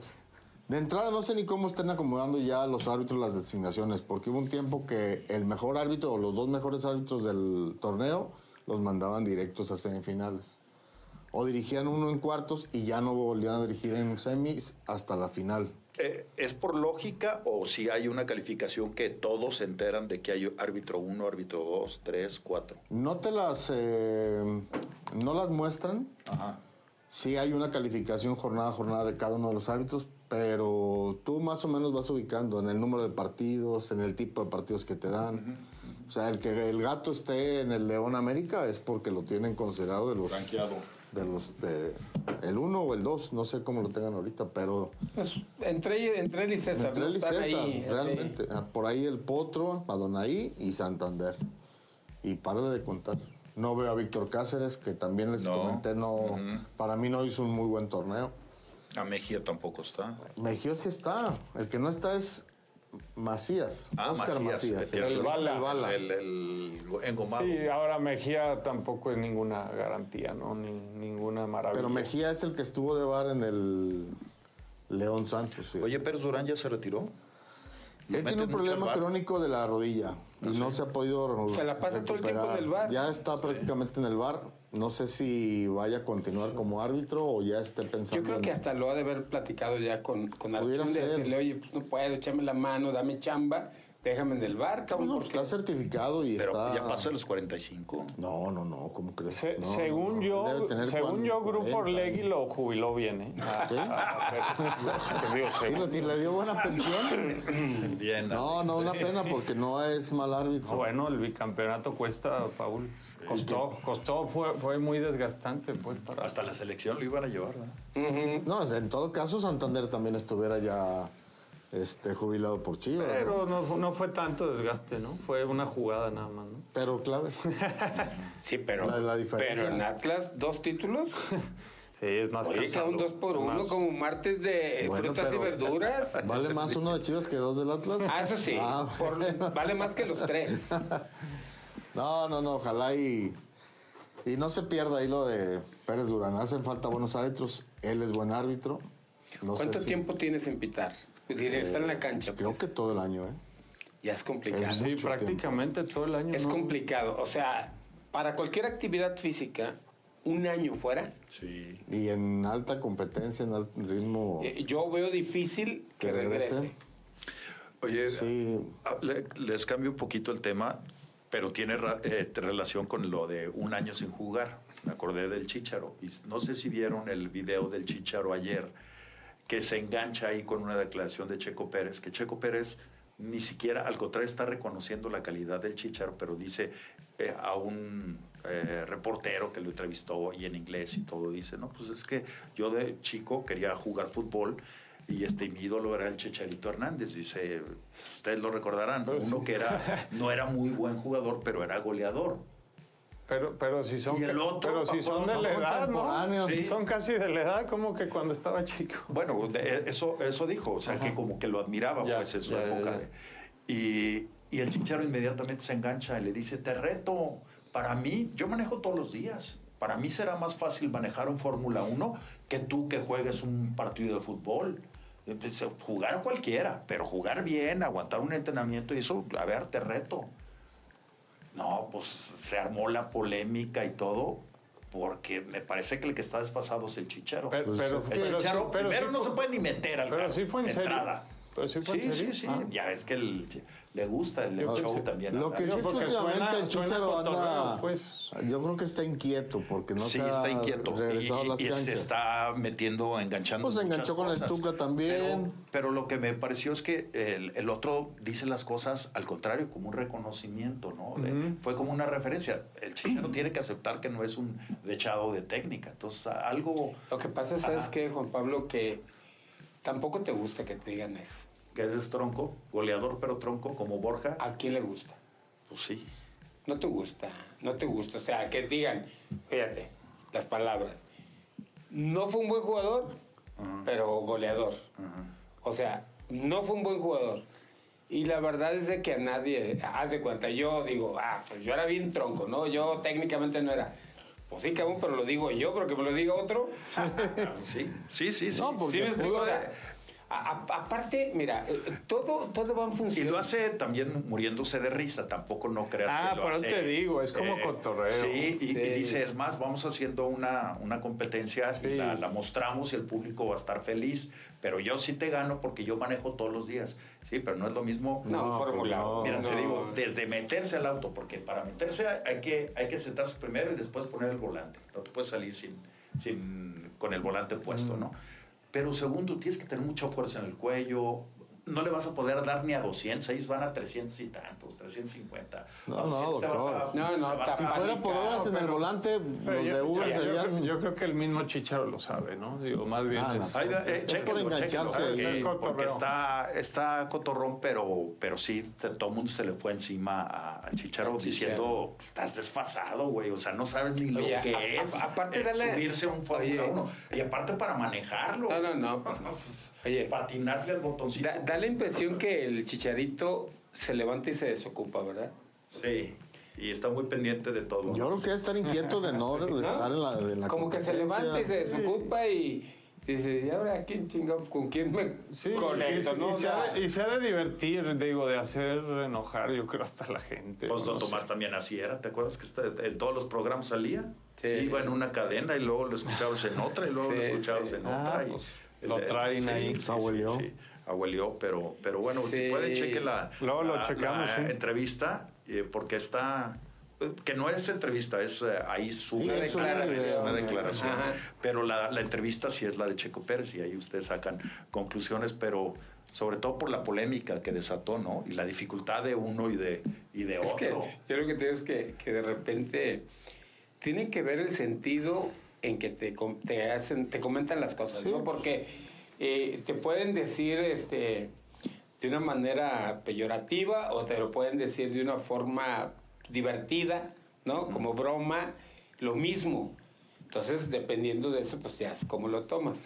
[SPEAKER 4] De entrada no sé ni cómo están acomodando ya los árbitros las designaciones, porque hubo un tiempo que el mejor árbitro o los dos mejores árbitros del torneo los mandaban directos a semifinales. O dirigían uno en cuartos y ya no volvían a dirigir en semis hasta la final.
[SPEAKER 1] Eh, ¿Es por lógica o si hay una calificación que todos se enteran de que hay árbitro 1, árbitro 2, 3, 4?
[SPEAKER 4] No te las, eh, no las muestran,
[SPEAKER 1] Ajá.
[SPEAKER 4] Sí hay una calificación jornada a jornada de cada uno de los árbitros, pero tú más o menos vas ubicando en el número de partidos, en el tipo de partidos que te dan. O sea, el que el gato esté en el León América es porque lo tienen considerado de los de los de el 1 o el 2, no sé cómo lo tengan ahorita, pero
[SPEAKER 3] Pues, entre, entre él y César.
[SPEAKER 4] entre
[SPEAKER 3] ¿no?
[SPEAKER 4] él y
[SPEAKER 3] Están
[SPEAKER 4] César,
[SPEAKER 3] ahí, este,
[SPEAKER 4] realmente, Ah, por ahí el Potro, Adonai y Santander. Y párale de contar. No veo a Víctor Cáceres, que también les
[SPEAKER 1] No.
[SPEAKER 4] comenté, no,
[SPEAKER 1] Ujú.
[SPEAKER 4] para mí no hizo un muy buen torneo.
[SPEAKER 1] A Mejía tampoco está.
[SPEAKER 4] Mejía sí está. El que no está es Macías.
[SPEAKER 1] Ah,
[SPEAKER 4] Oscar
[SPEAKER 1] Macías.
[SPEAKER 4] Macías.
[SPEAKER 1] eh,
[SPEAKER 4] el,
[SPEAKER 1] tienes
[SPEAKER 4] bala.
[SPEAKER 1] razón,
[SPEAKER 4] el Bala.
[SPEAKER 1] El, el go- engomado.
[SPEAKER 2] Sí, ahora Mejía tampoco es ninguna garantía, ¿no? Ni, ninguna maravilla.
[SPEAKER 4] Pero Mejía es el que estuvo de bar en el León Santos. sí.
[SPEAKER 1] Oye, Pérez Durán ya se retiró.
[SPEAKER 4] Él
[SPEAKER 1] Meten
[SPEAKER 4] tiene un
[SPEAKER 1] mucho al
[SPEAKER 4] problema
[SPEAKER 1] bar. Ah,
[SPEAKER 4] crónico de la rodilla y no se ha podido reno-
[SPEAKER 3] Se la pasa todo el tiempo
[SPEAKER 4] recuperar.
[SPEAKER 3] en el bar.
[SPEAKER 4] Ya está prácticamente en el bar. No sé si vaya a continuar como árbitro o ya esté pensando.
[SPEAKER 3] Yo creo
[SPEAKER 4] en-
[SPEAKER 3] que hasta lo ha de haber platicado ya con, con
[SPEAKER 4] Pudiera
[SPEAKER 3] Archón de
[SPEAKER 4] ser.
[SPEAKER 3] decirle, oye, pues no puedo, échame la mano, dame chamba, déjame en el bar, cabrón.
[SPEAKER 4] No, pues,
[SPEAKER 3] porque
[SPEAKER 4] está certificado y
[SPEAKER 1] Pero
[SPEAKER 4] está.
[SPEAKER 1] ya pasa los 45.
[SPEAKER 4] No, no, no, ¿cómo crees?
[SPEAKER 2] Se-
[SPEAKER 4] No,
[SPEAKER 2] según
[SPEAKER 4] no, no. Debe
[SPEAKER 2] yo,
[SPEAKER 4] tener
[SPEAKER 2] según
[SPEAKER 4] cuan-
[SPEAKER 2] yo, Grupo
[SPEAKER 4] 40.
[SPEAKER 2] Orlegui lo jubiló bien, ¿eh?
[SPEAKER 4] ¿Sí?
[SPEAKER 3] Ah,
[SPEAKER 2] Te digo,
[SPEAKER 4] ¿Sí
[SPEAKER 2] según-
[SPEAKER 4] lo- y le dio buena pensión?
[SPEAKER 1] Bien.
[SPEAKER 4] No, no, una pena porque no es mal árbitro.
[SPEAKER 2] Bueno, el bicampeonato cuesta, Paul. Costó, costó, fue, fue muy desgastante, pues, para.
[SPEAKER 1] Hasta la selección lo iban a llevar, ¿no?
[SPEAKER 4] No, en todo caso, Santander también estuviera ya este, jubilado por Chivas. ¿no?
[SPEAKER 2] Pero no, fu- no fue tanto desgaste, ¿no? Fue una jugada nada más, ¿no?
[SPEAKER 4] Pero clave.
[SPEAKER 3] Sí, pero,
[SPEAKER 4] La- la diferencia.
[SPEAKER 3] pero en Atlas, dos títulos.
[SPEAKER 2] Sí, es más
[SPEAKER 3] Oye,
[SPEAKER 2] cansado.
[SPEAKER 3] cabrón, dos por uno,
[SPEAKER 2] Más-
[SPEAKER 3] como martes de
[SPEAKER 4] Bueno,
[SPEAKER 3] frutas y
[SPEAKER 4] pero-
[SPEAKER 3] verduras.
[SPEAKER 4] ¿Vale más uno de Chivas que dos del Atlas?
[SPEAKER 3] Ah, eso sí,
[SPEAKER 4] Ah,
[SPEAKER 3] por- vale más que los tres.
[SPEAKER 4] No, no, no, ojalá y, y no se pierda ahí lo de Pérez Durán. Hacen falta buenos árbitros. Él es buen árbitro. No sé
[SPEAKER 3] ¿Cuánto
[SPEAKER 4] si- Eh,
[SPEAKER 3] tiempo tienes en pitar? Pues, Si está en la cancha,
[SPEAKER 4] Creo
[SPEAKER 3] pues,
[SPEAKER 4] que todo el año, ¿eh?
[SPEAKER 3] ya es complicado.
[SPEAKER 4] es
[SPEAKER 2] Sí,
[SPEAKER 4] mucho
[SPEAKER 2] prácticamente todo el año.
[SPEAKER 3] Es
[SPEAKER 2] ¿no?
[SPEAKER 3] complicado. O sea, para cualquier actividad física, un año fuera,
[SPEAKER 1] Sí.
[SPEAKER 4] Y en alta competencia, en alto ritmo.
[SPEAKER 3] eh, yo veo difícil que
[SPEAKER 4] Que regrese.
[SPEAKER 3] regrese.
[SPEAKER 1] Oye,
[SPEAKER 4] Sí.
[SPEAKER 1] a- Ah, le- les cambio un poquito el tema, pero tiene ra- eh, relación con lo de un año sin jugar. Me acordé del Chicharo. Y no sé si vieron el video del Chicharo ayer, que se engancha ahí con una declaración de Checo Pérez, que Checo Pérez ni siquiera, al contrario, está reconociendo la calidad del Chicharo, pero dice eh, a un eh, reportero que lo entrevistó y en inglés y todo, dice, no, pues es que yo de chico quería jugar fútbol. Y este mi ídolo era el Chicharito Hernández, dice, ustedes lo recordarán, uno que era, no era muy buen jugador, pero era goleador.
[SPEAKER 2] Pero, pero si son,
[SPEAKER 1] Y el otro,
[SPEAKER 2] pero si
[SPEAKER 1] papá,
[SPEAKER 2] son de
[SPEAKER 1] son
[SPEAKER 2] la edad, ¿no?
[SPEAKER 4] contemporáneos.
[SPEAKER 2] Si
[SPEAKER 1] Sí.
[SPEAKER 2] Son casi de la edad como que cuando estaba chico.
[SPEAKER 1] Bueno, de- eh, eso, eso dijo, o sea, que como que lo admiraba
[SPEAKER 2] Ya,
[SPEAKER 1] pues, en su
[SPEAKER 2] ya, ya,
[SPEAKER 1] época.
[SPEAKER 2] ya.
[SPEAKER 1] de- Y, y el chicharo inmediatamente se engancha y le dice, te reto, para mí, yo manejo todos los días. Para mí será más fácil manejar un Fórmula 1 que tú que juegues un partido de fútbol. Pues, Jugar cualquiera, pero jugar bien, aguantar un entrenamiento y eso, a ver, te reto. No, pues se armó la polémica y todo, porque me parece que el que está desfasado es el chicharo.
[SPEAKER 2] Pero,
[SPEAKER 4] Pues
[SPEAKER 2] pero,
[SPEAKER 4] es que-
[SPEAKER 1] El
[SPEAKER 2] pero,
[SPEAKER 1] Chicharo
[SPEAKER 2] pero
[SPEAKER 1] primero
[SPEAKER 2] sí-
[SPEAKER 1] no se puede ni meter al
[SPEAKER 2] pero
[SPEAKER 1] carro
[SPEAKER 2] sí fue en
[SPEAKER 1] de
[SPEAKER 2] serio.
[SPEAKER 1] entrada.
[SPEAKER 2] Pero sí fue en
[SPEAKER 1] sí,
[SPEAKER 2] serio.
[SPEAKER 1] sí, sí.
[SPEAKER 2] Ah.
[SPEAKER 1] Ya es que el- le gusta el
[SPEAKER 2] Yo
[SPEAKER 1] show
[SPEAKER 2] pensé-
[SPEAKER 1] también.
[SPEAKER 4] Lo
[SPEAKER 1] a-
[SPEAKER 4] que sí
[SPEAKER 2] Digo,
[SPEAKER 4] es que
[SPEAKER 2] porque
[SPEAKER 4] últimamente
[SPEAKER 2] suena-
[SPEAKER 4] el
[SPEAKER 2] suena
[SPEAKER 4] Chicharo anda.
[SPEAKER 2] cotorreo, pues.
[SPEAKER 4] Yo creo que está inquieto porque no
[SPEAKER 1] sí,
[SPEAKER 4] se ha
[SPEAKER 1] está inquieto.
[SPEAKER 4] regresado a las
[SPEAKER 1] Y, y se
[SPEAKER 4] canchas.
[SPEAKER 1] está metiendo, enganchando.
[SPEAKER 4] Pues se
[SPEAKER 1] muchas
[SPEAKER 4] enganchó con el
[SPEAKER 1] cosas.
[SPEAKER 4] Tuca también.
[SPEAKER 1] Pero, pero lo que me pareció es que el, el otro dice las cosas al contrario, como un reconocimiento, ¿no? Le-
[SPEAKER 2] Ujú.
[SPEAKER 1] Fue como una referencia. El chicharo tiene que aceptar que no es un dechado de técnica. Entonces, a- algo
[SPEAKER 3] Lo que pasa, ¿sabes qué, Juan Pablo? Que tampoco te gusta que te digan eso.
[SPEAKER 1] que es tronco, goleador pero tronco, como Borja,
[SPEAKER 3] ¿A quién le gusta?
[SPEAKER 1] pues sí.
[SPEAKER 3] No te gusta, no te gusta. O sea, que digan, fíjate, las palabras. No fue un buen jugador, pero goleador. O sea, no fue un buen jugador. Y la verdad es de que a nadie, haz de cuenta, yo digo, ah, pues yo era bien tronco, ¿no? Yo técnicamente no era. Pues sí, cabrón, pero lo digo yo, porque me lo diga otro.
[SPEAKER 1] Sí, sí, sí. sí.
[SPEAKER 4] No,
[SPEAKER 3] Sí,
[SPEAKER 2] pues,
[SPEAKER 4] porque
[SPEAKER 3] me explico,
[SPEAKER 4] pudo-
[SPEAKER 3] o sea, a- a- aparte, mira, eh, eh, todo, todo va en
[SPEAKER 1] Y
[SPEAKER 3] función.
[SPEAKER 1] lo hace también muriéndose de risa, tampoco no creas
[SPEAKER 2] Ah,
[SPEAKER 1] que lo
[SPEAKER 2] pero
[SPEAKER 1] hace, eh,
[SPEAKER 2] te digo, es como cotorreo.
[SPEAKER 1] Sí, y,
[SPEAKER 3] Sí.
[SPEAKER 1] y dice, es más, vamos haciendo una, una competencia y
[SPEAKER 2] Sí.
[SPEAKER 1] la, la mostramos y el público va a estar feliz, pero yo sí te gano porque yo manejo todos los días. Sí, pero no es lo mismo...
[SPEAKER 3] No,
[SPEAKER 4] No,
[SPEAKER 3] Fórmula
[SPEAKER 4] no.
[SPEAKER 3] uno,
[SPEAKER 1] Mira,
[SPEAKER 3] no.
[SPEAKER 1] te digo, desde meterse al auto, porque para meterse hay que, hay que sentarse primero y después poner el volante. No te puedes salir sin, sin, con el volante
[SPEAKER 4] Mm.
[SPEAKER 1] puesto, ¿no? Pero segundo, tienes que tener mucha fuerza en el cuello. No le vas a poder dar ni a 200, ellos van a 300 y tantos, 350.
[SPEAKER 4] No,
[SPEAKER 1] A
[SPEAKER 4] no,
[SPEAKER 1] 200 te vas a-
[SPEAKER 4] doctor.
[SPEAKER 3] No, no,
[SPEAKER 1] te vas a-
[SPEAKER 3] si
[SPEAKER 4] Si fuera por
[SPEAKER 3] Pánico,
[SPEAKER 4] horas en el
[SPEAKER 2] pero-
[SPEAKER 4] volante,
[SPEAKER 2] Pero
[SPEAKER 4] los
[SPEAKER 2] yo-
[SPEAKER 4] de Uber
[SPEAKER 2] yo- yo creo-
[SPEAKER 4] serían.
[SPEAKER 2] Yo, creo que el mismo Chicharo lo sabe, ¿no? Digo, más bien
[SPEAKER 4] Ah, no.
[SPEAKER 2] es...
[SPEAKER 1] Ahí va, eh,
[SPEAKER 4] Es por
[SPEAKER 1] chéquenlo,
[SPEAKER 4] engancharse
[SPEAKER 1] chéquenlo,
[SPEAKER 2] ahí.
[SPEAKER 1] sí,
[SPEAKER 2] Cotorreo.
[SPEAKER 1] porque está, está cotorrón, pero, pero sí, te- todo el mundo se le fue encima a, a Chicharo
[SPEAKER 3] Al Chicharo.
[SPEAKER 1] diciendo, estás desfasado, güey, o sea, no sabes ni lo
[SPEAKER 3] Oye,
[SPEAKER 1] que
[SPEAKER 3] a- a-
[SPEAKER 1] es
[SPEAKER 3] aparte
[SPEAKER 1] eh,
[SPEAKER 3] dale-
[SPEAKER 1] subirse a un Fórmula
[SPEAKER 3] Oye.
[SPEAKER 1] 1. Y aparte para manejarlo.
[SPEAKER 3] No, no, no.
[SPEAKER 1] es-
[SPEAKER 3] Oye.
[SPEAKER 1] patinarle al botoncito.
[SPEAKER 3] Da, da la impresión que el chicharito se levanta y se desocupa, ¿verdad?
[SPEAKER 1] Sí, y está muy pendiente de todo.
[SPEAKER 4] Yo creo que es estar inquieto de no estar en la, en la
[SPEAKER 3] Como que se
[SPEAKER 4] competencia.
[SPEAKER 3] levanta y se desocupa y, Dice, ¿y ahora quién chingado con quién me
[SPEAKER 2] Sí,
[SPEAKER 3] conecto?
[SPEAKER 2] y,
[SPEAKER 3] no?
[SPEAKER 2] y
[SPEAKER 3] O
[SPEAKER 2] se ha,
[SPEAKER 3] sea,
[SPEAKER 2] de- y se ha de divertir, digo, de hacer enojar, yo creo, hasta la gente.
[SPEAKER 1] Pues
[SPEAKER 2] no
[SPEAKER 1] Don
[SPEAKER 2] sé.
[SPEAKER 1] Tomás también así era, ¿te acuerdas que está- en todos los programas salía?
[SPEAKER 3] Sí.
[SPEAKER 1] Iba en una cadena y luego lo escuchabas en otra y luego lo
[SPEAKER 3] Sí,
[SPEAKER 1] escuchabas
[SPEAKER 3] sí.
[SPEAKER 1] en
[SPEAKER 2] Ah,
[SPEAKER 1] otra. y-
[SPEAKER 2] pues, lo traen ahí. pues,
[SPEAKER 4] Abuelió.
[SPEAKER 1] Abuelió, pero, pero bueno, si
[SPEAKER 3] Sí.
[SPEAKER 1] pueden cheque la,
[SPEAKER 2] Luego lo
[SPEAKER 1] la-
[SPEAKER 2] checamos,
[SPEAKER 1] la
[SPEAKER 2] sí.
[SPEAKER 1] entrevista, eh, porque está... eh, Que no es entrevista, es eh, ahí su
[SPEAKER 4] Sí,
[SPEAKER 1] Es
[SPEAKER 4] es una
[SPEAKER 1] una
[SPEAKER 4] declaración.
[SPEAKER 1] declaración.
[SPEAKER 3] Ajá.
[SPEAKER 1] Pero la, la entrevista sí es la de Checo Pérez y ahí ustedes sacan conclusiones, pero sobre todo por la polémica que desató, ¿no? Y la dificultad de uno y de, y de
[SPEAKER 3] es que
[SPEAKER 1] otro.
[SPEAKER 3] yo lo que te digo es que, que de repente tiene que ver el sentido en que te, com- te hacen, te comentan las cosas,
[SPEAKER 4] Sí,
[SPEAKER 3] ¿no?
[SPEAKER 4] pues.
[SPEAKER 3] Porque eh, te pueden decir este, de una manera peyorativa o te lo pueden decir de una forma divertida, ¿no? Como broma, lo mismo. Entonces, dependiendo de eso, pues ya es cómo lo tomas.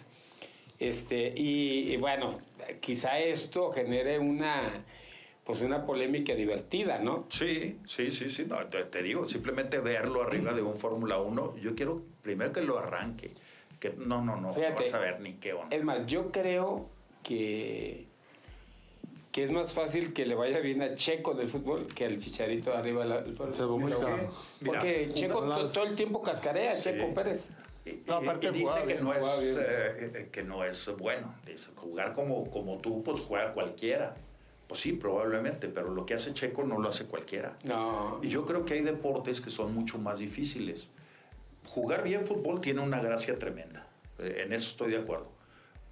[SPEAKER 3] Este, y, y bueno, quizá esto genere una, pues una polémica divertida, ¿no?
[SPEAKER 1] Sí, sí, sí, sí. No, te, te digo, simplemente verlo arriba de un Fórmula 1, yo quiero primero que lo arranque. Que, no, no, no,
[SPEAKER 3] Fíjate.
[SPEAKER 1] no vas a ver ni qué
[SPEAKER 2] eh,
[SPEAKER 1] onda.
[SPEAKER 3] Es más, yo creo que, que es más fácil que le vaya bien a Checo del fútbol que al Chicharito de arriba del fútbol.
[SPEAKER 4] Se vomita.
[SPEAKER 1] Mira,
[SPEAKER 3] Porque
[SPEAKER 1] una-
[SPEAKER 3] Checo to-
[SPEAKER 4] las-
[SPEAKER 3] todo el tiempo cascarea,
[SPEAKER 1] Sí.
[SPEAKER 3] Checo Pérez.
[SPEAKER 1] Y, y-
[SPEAKER 2] No, aparte
[SPEAKER 1] y dice
[SPEAKER 2] jugaba
[SPEAKER 1] que
[SPEAKER 2] bien,
[SPEAKER 1] no, es,
[SPEAKER 2] jugaba bien.
[SPEAKER 1] eh, eh, que no es bueno. Dice, jugar como, como tú, pues juega cualquiera. Pues sí, probablemente, pero lo que hace Checo no lo hace cualquiera.
[SPEAKER 3] No.
[SPEAKER 1] Y yo creo que hay deportes que son mucho más difíciles. Jugar bien fútbol tiene una gracia tremenda. Eh, En eso estoy de acuerdo.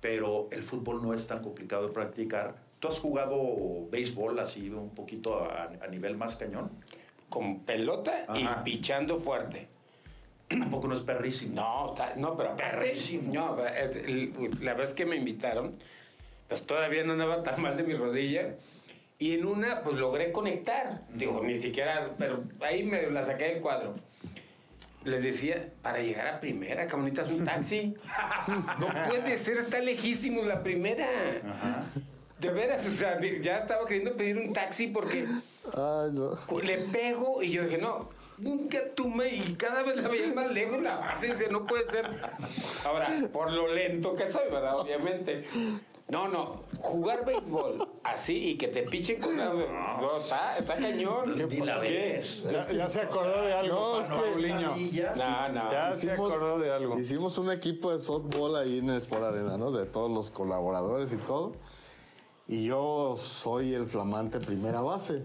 [SPEAKER 1] Pero el fútbol no es tan complicado de practicar. ¿Tú has jugado béisbol así un poquito a, a nivel más cañón?
[SPEAKER 3] Con pelota
[SPEAKER 1] Ajá.
[SPEAKER 3] y pichando fuerte.
[SPEAKER 1] Tampoco no es perrísimo.
[SPEAKER 3] No, ta- no, pero aparte-
[SPEAKER 1] Perrísimo.
[SPEAKER 3] No, eh, el- la vez que me invitaron, pues todavía no andaba tan mal de mi rodilla. Y en una, pues logré conectar. Digo, ni siquiera, pero ahí me la saqué del cuadro. Les decía, para llegar a primera, cabrón, necesitas un taxi. No puede ser, está lejísimos la primera. De veras, o sea, ya estaba queriendo pedir un taxi porque
[SPEAKER 4] Ay, no.
[SPEAKER 3] le pego y yo dije, no, nunca tume y cada vez la veía más lejos la base, y decía, no puede ser. Ahora, por lo lento que soy, ¿verdad? Obviamente. No, no, jugar béisbol así y que te pichen con la... No, está, está cañón.
[SPEAKER 1] Ni la
[SPEAKER 2] ¿Qué?
[SPEAKER 1] ves.
[SPEAKER 2] Ya, ya se acordó de algo,
[SPEAKER 4] No, es que-
[SPEAKER 2] Paulinho.
[SPEAKER 1] Maravillas.
[SPEAKER 3] No, no.
[SPEAKER 2] Ya se
[SPEAKER 4] Hicimos-
[SPEAKER 2] acordó de algo.
[SPEAKER 4] Hicimos un equipo de softball ahí en Sport Arena, ¿no? De todos los colaboradores y todo. Y yo soy el flamante primera base.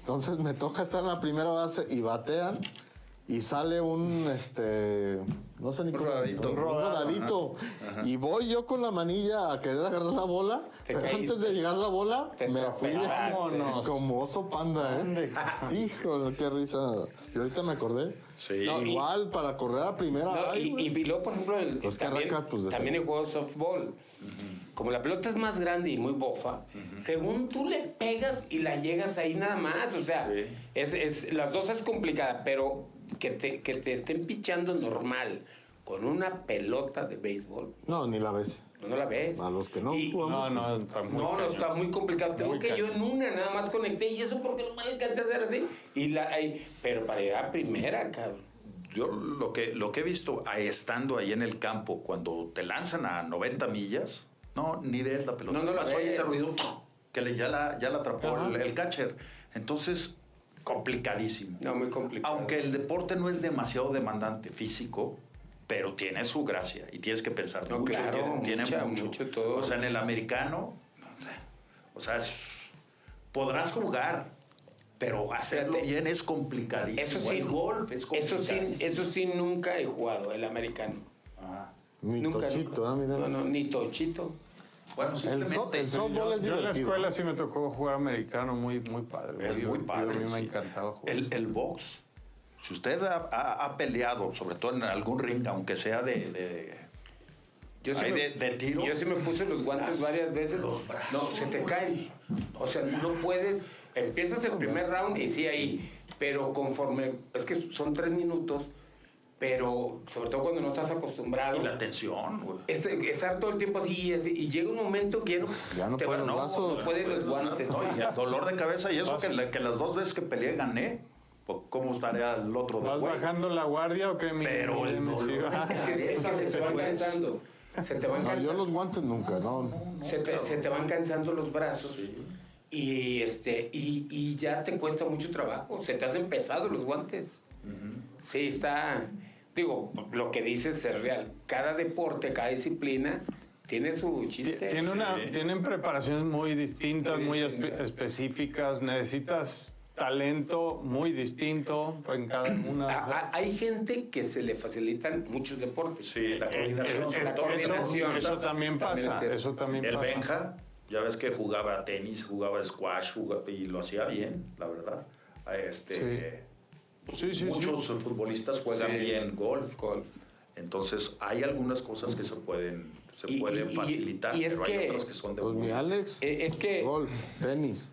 [SPEAKER 4] Entonces me toca estar en la primera base y batean. Y sale un, este, no sé ni
[SPEAKER 1] Un
[SPEAKER 4] cómo.
[SPEAKER 1] rodadito.
[SPEAKER 4] un rodadito. Y voy yo con la manilla a querer agarrar la bola.
[SPEAKER 3] Te
[SPEAKER 4] pero
[SPEAKER 3] caíste.
[SPEAKER 4] antes de llegar la bola,
[SPEAKER 3] Te
[SPEAKER 4] me fui
[SPEAKER 3] tropezaste.
[SPEAKER 4] como, como oso panda, ¿eh? Híjole, qué risa. Y ahorita me acordé.
[SPEAKER 1] Sí.
[SPEAKER 3] No, y-
[SPEAKER 4] Igual, para correr a primera.
[SPEAKER 3] No,
[SPEAKER 4] ay,
[SPEAKER 3] y,
[SPEAKER 4] güey.
[SPEAKER 3] y Biló, por ejemplo, el-
[SPEAKER 4] Los que
[SPEAKER 3] también,
[SPEAKER 4] arrancan, pues, de
[SPEAKER 3] también
[SPEAKER 4] ser.
[SPEAKER 3] el juego de softball. Como la pelota es más grande y muy bofa, según tú le pegas y la llegas ahí nada más. O sea,
[SPEAKER 1] Sí.
[SPEAKER 3] es, es- las dos es complicada, pero que te, que te estén pichando normal con una pelota de béisbol, pues
[SPEAKER 4] No, ni la ves.
[SPEAKER 3] no la ves.
[SPEAKER 4] A los que no pues,
[SPEAKER 3] Y-
[SPEAKER 4] jugamos.
[SPEAKER 2] No, no, está muy
[SPEAKER 3] no, no,
[SPEAKER 2] cañón.
[SPEAKER 3] está muy complicado. Tengo
[SPEAKER 2] Muy
[SPEAKER 3] que yo
[SPEAKER 2] cañón.
[SPEAKER 3] en una nada más conecté y eso porque no me alcancé a hacer así. Y la, ahí- pero para llegar a primera, cabrón.
[SPEAKER 1] Yo lo que, lo que he visto ah, estando ahí en el campo, cuando te lanzan a 90 millas, no, ni ves la pelota.
[SPEAKER 3] No, no la
[SPEAKER 1] Más oye
[SPEAKER 3] ves.
[SPEAKER 1] ese ruido que le, ya, la, ya la atrapó
[SPEAKER 2] Ajá.
[SPEAKER 1] el, el catcher. Entonces, complicadísimo.
[SPEAKER 3] No, muy complicado.
[SPEAKER 1] Aunque el deporte no es demasiado demandante físico, pero tiene su gracia y tienes que pensar
[SPEAKER 3] No,
[SPEAKER 1] mucho.
[SPEAKER 3] claro,
[SPEAKER 1] tiene, tiene
[SPEAKER 3] mucha,
[SPEAKER 1] mucho.
[SPEAKER 3] mucho todo.
[SPEAKER 1] O sea, en el americano, o sea, es- podrás jugar. Pero hacerlo
[SPEAKER 3] Fíjate,
[SPEAKER 1] bien es complicadísimo.
[SPEAKER 3] Eso sí,
[SPEAKER 1] el golf es
[SPEAKER 3] eso sí,
[SPEAKER 1] complicadísimo.
[SPEAKER 3] eso sí nunca he jugado, el americano.
[SPEAKER 1] Ah.
[SPEAKER 4] Ni
[SPEAKER 3] nunca,
[SPEAKER 4] tochito,
[SPEAKER 3] nunca.
[SPEAKER 4] ah, mira.
[SPEAKER 3] No, no, ni tochito.
[SPEAKER 1] Bueno,
[SPEAKER 4] El, so-
[SPEAKER 1] simplemente.
[SPEAKER 4] el softball
[SPEAKER 2] Yo,
[SPEAKER 4] es
[SPEAKER 2] yo en la
[SPEAKER 4] divertido.
[SPEAKER 2] escuela sí me tocó jugar americano, muy, muy padre.
[SPEAKER 1] es muy
[SPEAKER 2] divertido,
[SPEAKER 1] padre.
[SPEAKER 2] A mí me
[SPEAKER 1] sí.
[SPEAKER 2] encantaba jugar.
[SPEAKER 1] El, el box. Si usted ha, ha- ha peleado, sobre todo en algún ring, aunque sea de. de-
[SPEAKER 3] Yo
[SPEAKER 1] Ay,
[SPEAKER 3] me-
[SPEAKER 1] de- de tiro.
[SPEAKER 3] Yo sí me puse los guantes
[SPEAKER 1] Las-
[SPEAKER 3] varias veces.
[SPEAKER 1] los brazos,
[SPEAKER 3] no, se te
[SPEAKER 1] güey.
[SPEAKER 3] caen. O sea, no puedes. Empiezas el primer round y sí ahí. Pero conforme. Es que son tres minutos. Pero sobre todo cuando no estás acostumbrado.
[SPEAKER 1] y la tensión, güey.
[SPEAKER 3] es- estar todo el tiempo así y, así, y llega un momento que ya no,
[SPEAKER 4] Ya no puedes
[SPEAKER 3] vas-
[SPEAKER 4] los brazos.
[SPEAKER 3] no puedes los guantes.
[SPEAKER 1] No, y el dolor de cabeza, y eso que, la- que las dos veces que peleé gané. Pues, ¿Cómo estaría el otro de
[SPEAKER 2] ¿Vas
[SPEAKER 1] güey?
[SPEAKER 2] bajando la guardia o qué? mi-
[SPEAKER 1] Pero
[SPEAKER 2] mi-
[SPEAKER 1] el
[SPEAKER 2] mi-
[SPEAKER 1] dolor.
[SPEAKER 2] sí, va.
[SPEAKER 3] Es que, es que se están
[SPEAKER 1] Pues,
[SPEAKER 3] cansando. se te van
[SPEAKER 4] No, yo
[SPEAKER 3] cansando,
[SPEAKER 4] los guantes nunca, no.
[SPEAKER 3] se te, se te van cansando los brazos y, este, y, y ya te cuesta mucho trabajo, se te hacen pesados los guantes. Sí, está, digo, lo que dices es real. Cada deporte, cada disciplina tiene su
[SPEAKER 2] Ti-
[SPEAKER 3] chiste.
[SPEAKER 2] tiene una- tienen preparaciones muy distintas,
[SPEAKER 3] Muy
[SPEAKER 2] muy
[SPEAKER 3] distintas.
[SPEAKER 2] espe- específicas. Necesitas talento muy distinto en cada una.
[SPEAKER 3] A- a- hay gente que se le facilitan muchos deportes.
[SPEAKER 1] Sí, la
[SPEAKER 4] Eh,
[SPEAKER 1] coordinación.
[SPEAKER 2] Eso-
[SPEAKER 1] sobre
[SPEAKER 3] la
[SPEAKER 1] todo.
[SPEAKER 3] coordinación.
[SPEAKER 2] eso también
[SPEAKER 3] También es
[SPEAKER 2] pasa.
[SPEAKER 3] cierto.
[SPEAKER 2] eso también
[SPEAKER 1] El
[SPEAKER 2] pasa.
[SPEAKER 1] Benja, ya ves que jugaba tenis, jugaba squash jugaba- y lo hacía bien, la verdad. Este,
[SPEAKER 2] Sí, sí,
[SPEAKER 1] muchos futbolistas juegan
[SPEAKER 3] Sí.
[SPEAKER 1] bien golf.
[SPEAKER 3] Golf.
[SPEAKER 1] Entonces hay algunas cosas que se pueden, se
[SPEAKER 3] Y-
[SPEAKER 1] pueden
[SPEAKER 3] y- y-
[SPEAKER 1] facilitar,
[SPEAKER 3] y es
[SPEAKER 1] pero hay
[SPEAKER 3] que-
[SPEAKER 1] otras que son de
[SPEAKER 4] Pues mi Alex,
[SPEAKER 3] Eh, es que
[SPEAKER 4] golf, tenis,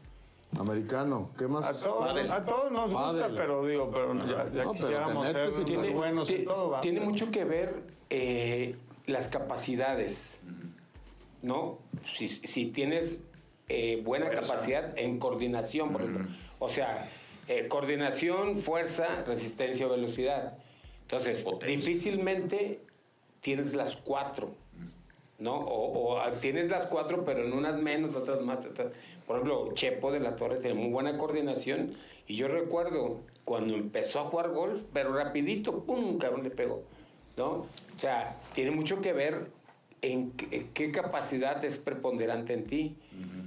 [SPEAKER 4] americano, ¿qué más?
[SPEAKER 2] A todos,
[SPEAKER 1] Pádel.
[SPEAKER 2] a todos nos gusta,
[SPEAKER 4] Pádel.
[SPEAKER 2] pero digo, pero ya, ya
[SPEAKER 4] No, pero
[SPEAKER 2] quisiéramos
[SPEAKER 4] tenerte sí
[SPEAKER 2] ser
[SPEAKER 4] tiene-
[SPEAKER 2] muy buenos
[SPEAKER 3] ti-
[SPEAKER 2] en todo. ¿va?
[SPEAKER 3] tiene mucho que ver eh, las capacidades, ¿no? Si, si tienes eh, buena
[SPEAKER 1] Fuerza.
[SPEAKER 3] capacidad en coordinación, por ejemplo. O sea, eh, coordinación, fuerza, resistencia o velocidad. Entonces,
[SPEAKER 1] Potencia.
[SPEAKER 3] difícilmente tienes las cuatro, ¿no? O, o, ah, tienes las cuatro, pero en unas menos, otras más. otras- Por ejemplo, Chepo de la Torre tiene muy buena coordinación. Y yo recuerdo cuando empezó a jugar golf, pero rapidito, ¡pum! Cabrón le pegó, ¿no? O sea, tiene mucho que ver en qué, en qué capacidad es preponderante en ti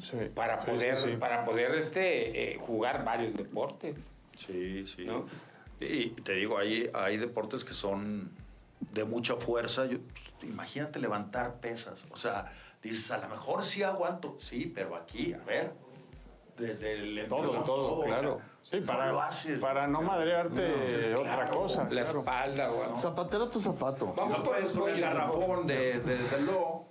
[SPEAKER 2] Sí,
[SPEAKER 3] para
[SPEAKER 2] sí,
[SPEAKER 3] poder,
[SPEAKER 2] sí, sí.
[SPEAKER 3] Para poder este, eh, jugar varios deportes,
[SPEAKER 1] Sí, sí.
[SPEAKER 3] ¿no?
[SPEAKER 1] Y te digo, hay, hay deportes que son de mucha fuerza. Yo- imagínate levantar pesas. O sea, dices, a lo mejor sí aguanto. Sí, pero aquí, a ver. Desde el
[SPEAKER 2] Todo, todo, claro. Sí, para,
[SPEAKER 1] no lo haces.
[SPEAKER 2] para no madrearte
[SPEAKER 1] Entonces,
[SPEAKER 2] otra
[SPEAKER 1] claro,
[SPEAKER 2] cosa.
[SPEAKER 3] La
[SPEAKER 2] Ah, claro.
[SPEAKER 3] espalda o algo.
[SPEAKER 4] Zapatero a tu zapato.
[SPEAKER 3] Vamos
[SPEAKER 1] No
[SPEAKER 3] por
[SPEAKER 1] puedes
[SPEAKER 3] los
[SPEAKER 1] con el
[SPEAKER 3] pollos.
[SPEAKER 1] garrafón de, de, de lo.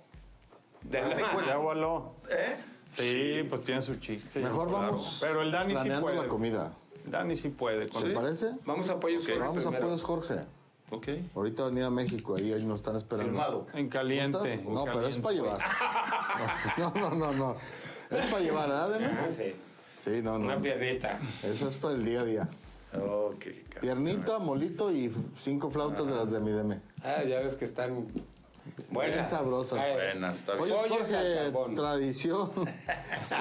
[SPEAKER 3] De la-
[SPEAKER 1] Ay, pues,
[SPEAKER 2] Ya voló.
[SPEAKER 1] ¿Eh?
[SPEAKER 2] Sí, pues tiene su chiste.
[SPEAKER 4] Mejor
[SPEAKER 1] claro.
[SPEAKER 4] vamos
[SPEAKER 2] Pero el Dani sí
[SPEAKER 4] planeando
[SPEAKER 2] puede.
[SPEAKER 4] la comida.
[SPEAKER 2] Dani sí puede. con-
[SPEAKER 4] ¿Te parece?
[SPEAKER 3] Vamos a apoyos.
[SPEAKER 1] Ok,
[SPEAKER 4] Vamos a
[SPEAKER 3] primero.
[SPEAKER 4] Pueblos Jorge.
[SPEAKER 1] Ok.
[SPEAKER 4] Ahorita venía a México, ahí, ahí nos están esperando.
[SPEAKER 1] Firmado.
[SPEAKER 2] En
[SPEAKER 4] ¿Estás?
[SPEAKER 2] caliente. en
[SPEAKER 4] No, pero es
[SPEAKER 2] caliente.
[SPEAKER 4] para llevar. No, no, no, no. Es para llevar, ¿verdad, Deme?
[SPEAKER 3] Ah, sí.
[SPEAKER 4] Sí, no,
[SPEAKER 3] Una
[SPEAKER 4] no.
[SPEAKER 3] piernita.
[SPEAKER 4] Eso es para el día a día.
[SPEAKER 1] Ok.
[SPEAKER 4] Piernita, molito y cinco flautas de las de mi Deme.
[SPEAKER 3] Ah, ya ves que están
[SPEAKER 4] Bien
[SPEAKER 3] buenas.
[SPEAKER 4] sabrosas.
[SPEAKER 3] Ay,
[SPEAKER 1] Buena, está bien.
[SPEAKER 4] Pollos
[SPEAKER 3] Pollos al
[SPEAKER 4] Jorge,
[SPEAKER 3] carbón.
[SPEAKER 4] tradición.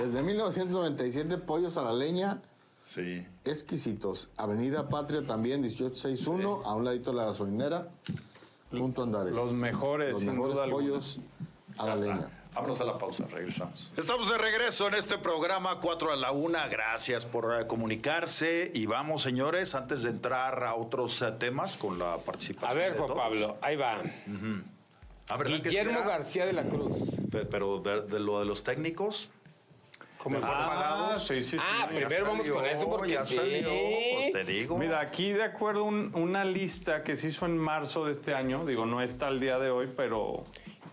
[SPEAKER 4] Desde 1997, pollos a la leña,
[SPEAKER 1] Sí.
[SPEAKER 4] exquisitos. Avenida Patria también, 1861, a un ladito de la gasolinera, junto a Andares.
[SPEAKER 2] Los mejores,
[SPEAKER 4] Los
[SPEAKER 2] sin
[SPEAKER 4] mejores
[SPEAKER 2] duda alguna.
[SPEAKER 4] pollos a la leña.
[SPEAKER 1] Vámonos a la pausa, regresamos. Estamos de regreso en este programa 4 a la 1. Gracias por eh, comunicarse. Y vamos, señores, antes de entrar a otros eh, temas con la participación.
[SPEAKER 3] A ver,
[SPEAKER 1] de
[SPEAKER 3] Juan
[SPEAKER 1] todos.
[SPEAKER 3] Pablo, ahí va.
[SPEAKER 1] Ah, ¿verdad que
[SPEAKER 3] Guillermo
[SPEAKER 1] sí era?
[SPEAKER 3] García de la Cruz.
[SPEAKER 1] Ah, Pe- Pero de, de lo de los técnicos.
[SPEAKER 3] ¿Cómo
[SPEAKER 1] mejor
[SPEAKER 2] Ah,
[SPEAKER 1] pagados.
[SPEAKER 2] sí, sí, sí.
[SPEAKER 3] Ah,
[SPEAKER 1] Ya
[SPEAKER 3] primero vamos
[SPEAKER 1] salió,
[SPEAKER 3] con eso porque
[SPEAKER 1] ya
[SPEAKER 3] sí.
[SPEAKER 1] salió, pues te digo.
[SPEAKER 2] Mira, aquí de acuerdo un- una lista que se hizo en marzo de este año, digo, no está al día de hoy, pero,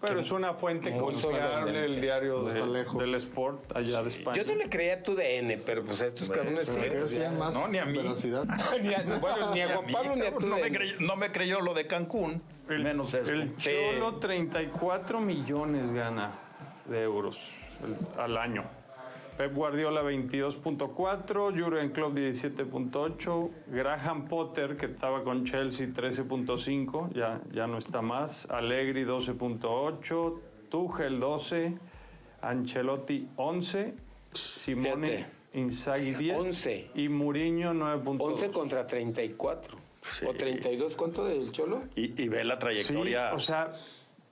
[SPEAKER 2] pero es una fuente
[SPEAKER 3] muy
[SPEAKER 2] confiable
[SPEAKER 3] sorprendente.
[SPEAKER 2] el diario
[SPEAKER 4] No
[SPEAKER 2] de-
[SPEAKER 4] está lejos.
[SPEAKER 2] del sport allá de España.
[SPEAKER 3] Yo no le creía a tu DN, pero pues a estos cabrones sí.
[SPEAKER 4] ¿Pero qué decían más
[SPEAKER 1] No, ni a mí.
[SPEAKER 4] veracidad?
[SPEAKER 3] Ni a- bueno, ni a Juan Pablo ni a tu
[SPEAKER 1] no, me
[SPEAKER 3] DN.
[SPEAKER 1] creyó, no me creyó lo de Cancún,
[SPEAKER 2] El-
[SPEAKER 1] menos eso.
[SPEAKER 2] El
[SPEAKER 3] Sí.
[SPEAKER 2] Cholo 34 millones gana de euros el- al año. Pep Guardiola 22.4, Jurgen Klopp 17.8, Graham Potter que estaba con Chelsea 13.5, ya, ya no está más, Allegri 12.8, Tuchel 12, Ancelotti 11, Simone
[SPEAKER 3] Fíjate.
[SPEAKER 2] Inzaghi 10
[SPEAKER 3] 11.
[SPEAKER 2] y Mourinho 9.2.
[SPEAKER 3] 11 contra 34.
[SPEAKER 1] Sí.
[SPEAKER 3] ¿O 32? ¿Cuánto del Cholo?
[SPEAKER 1] Y, y ve la
[SPEAKER 2] Sí,
[SPEAKER 1] trayectoria.
[SPEAKER 2] o sea,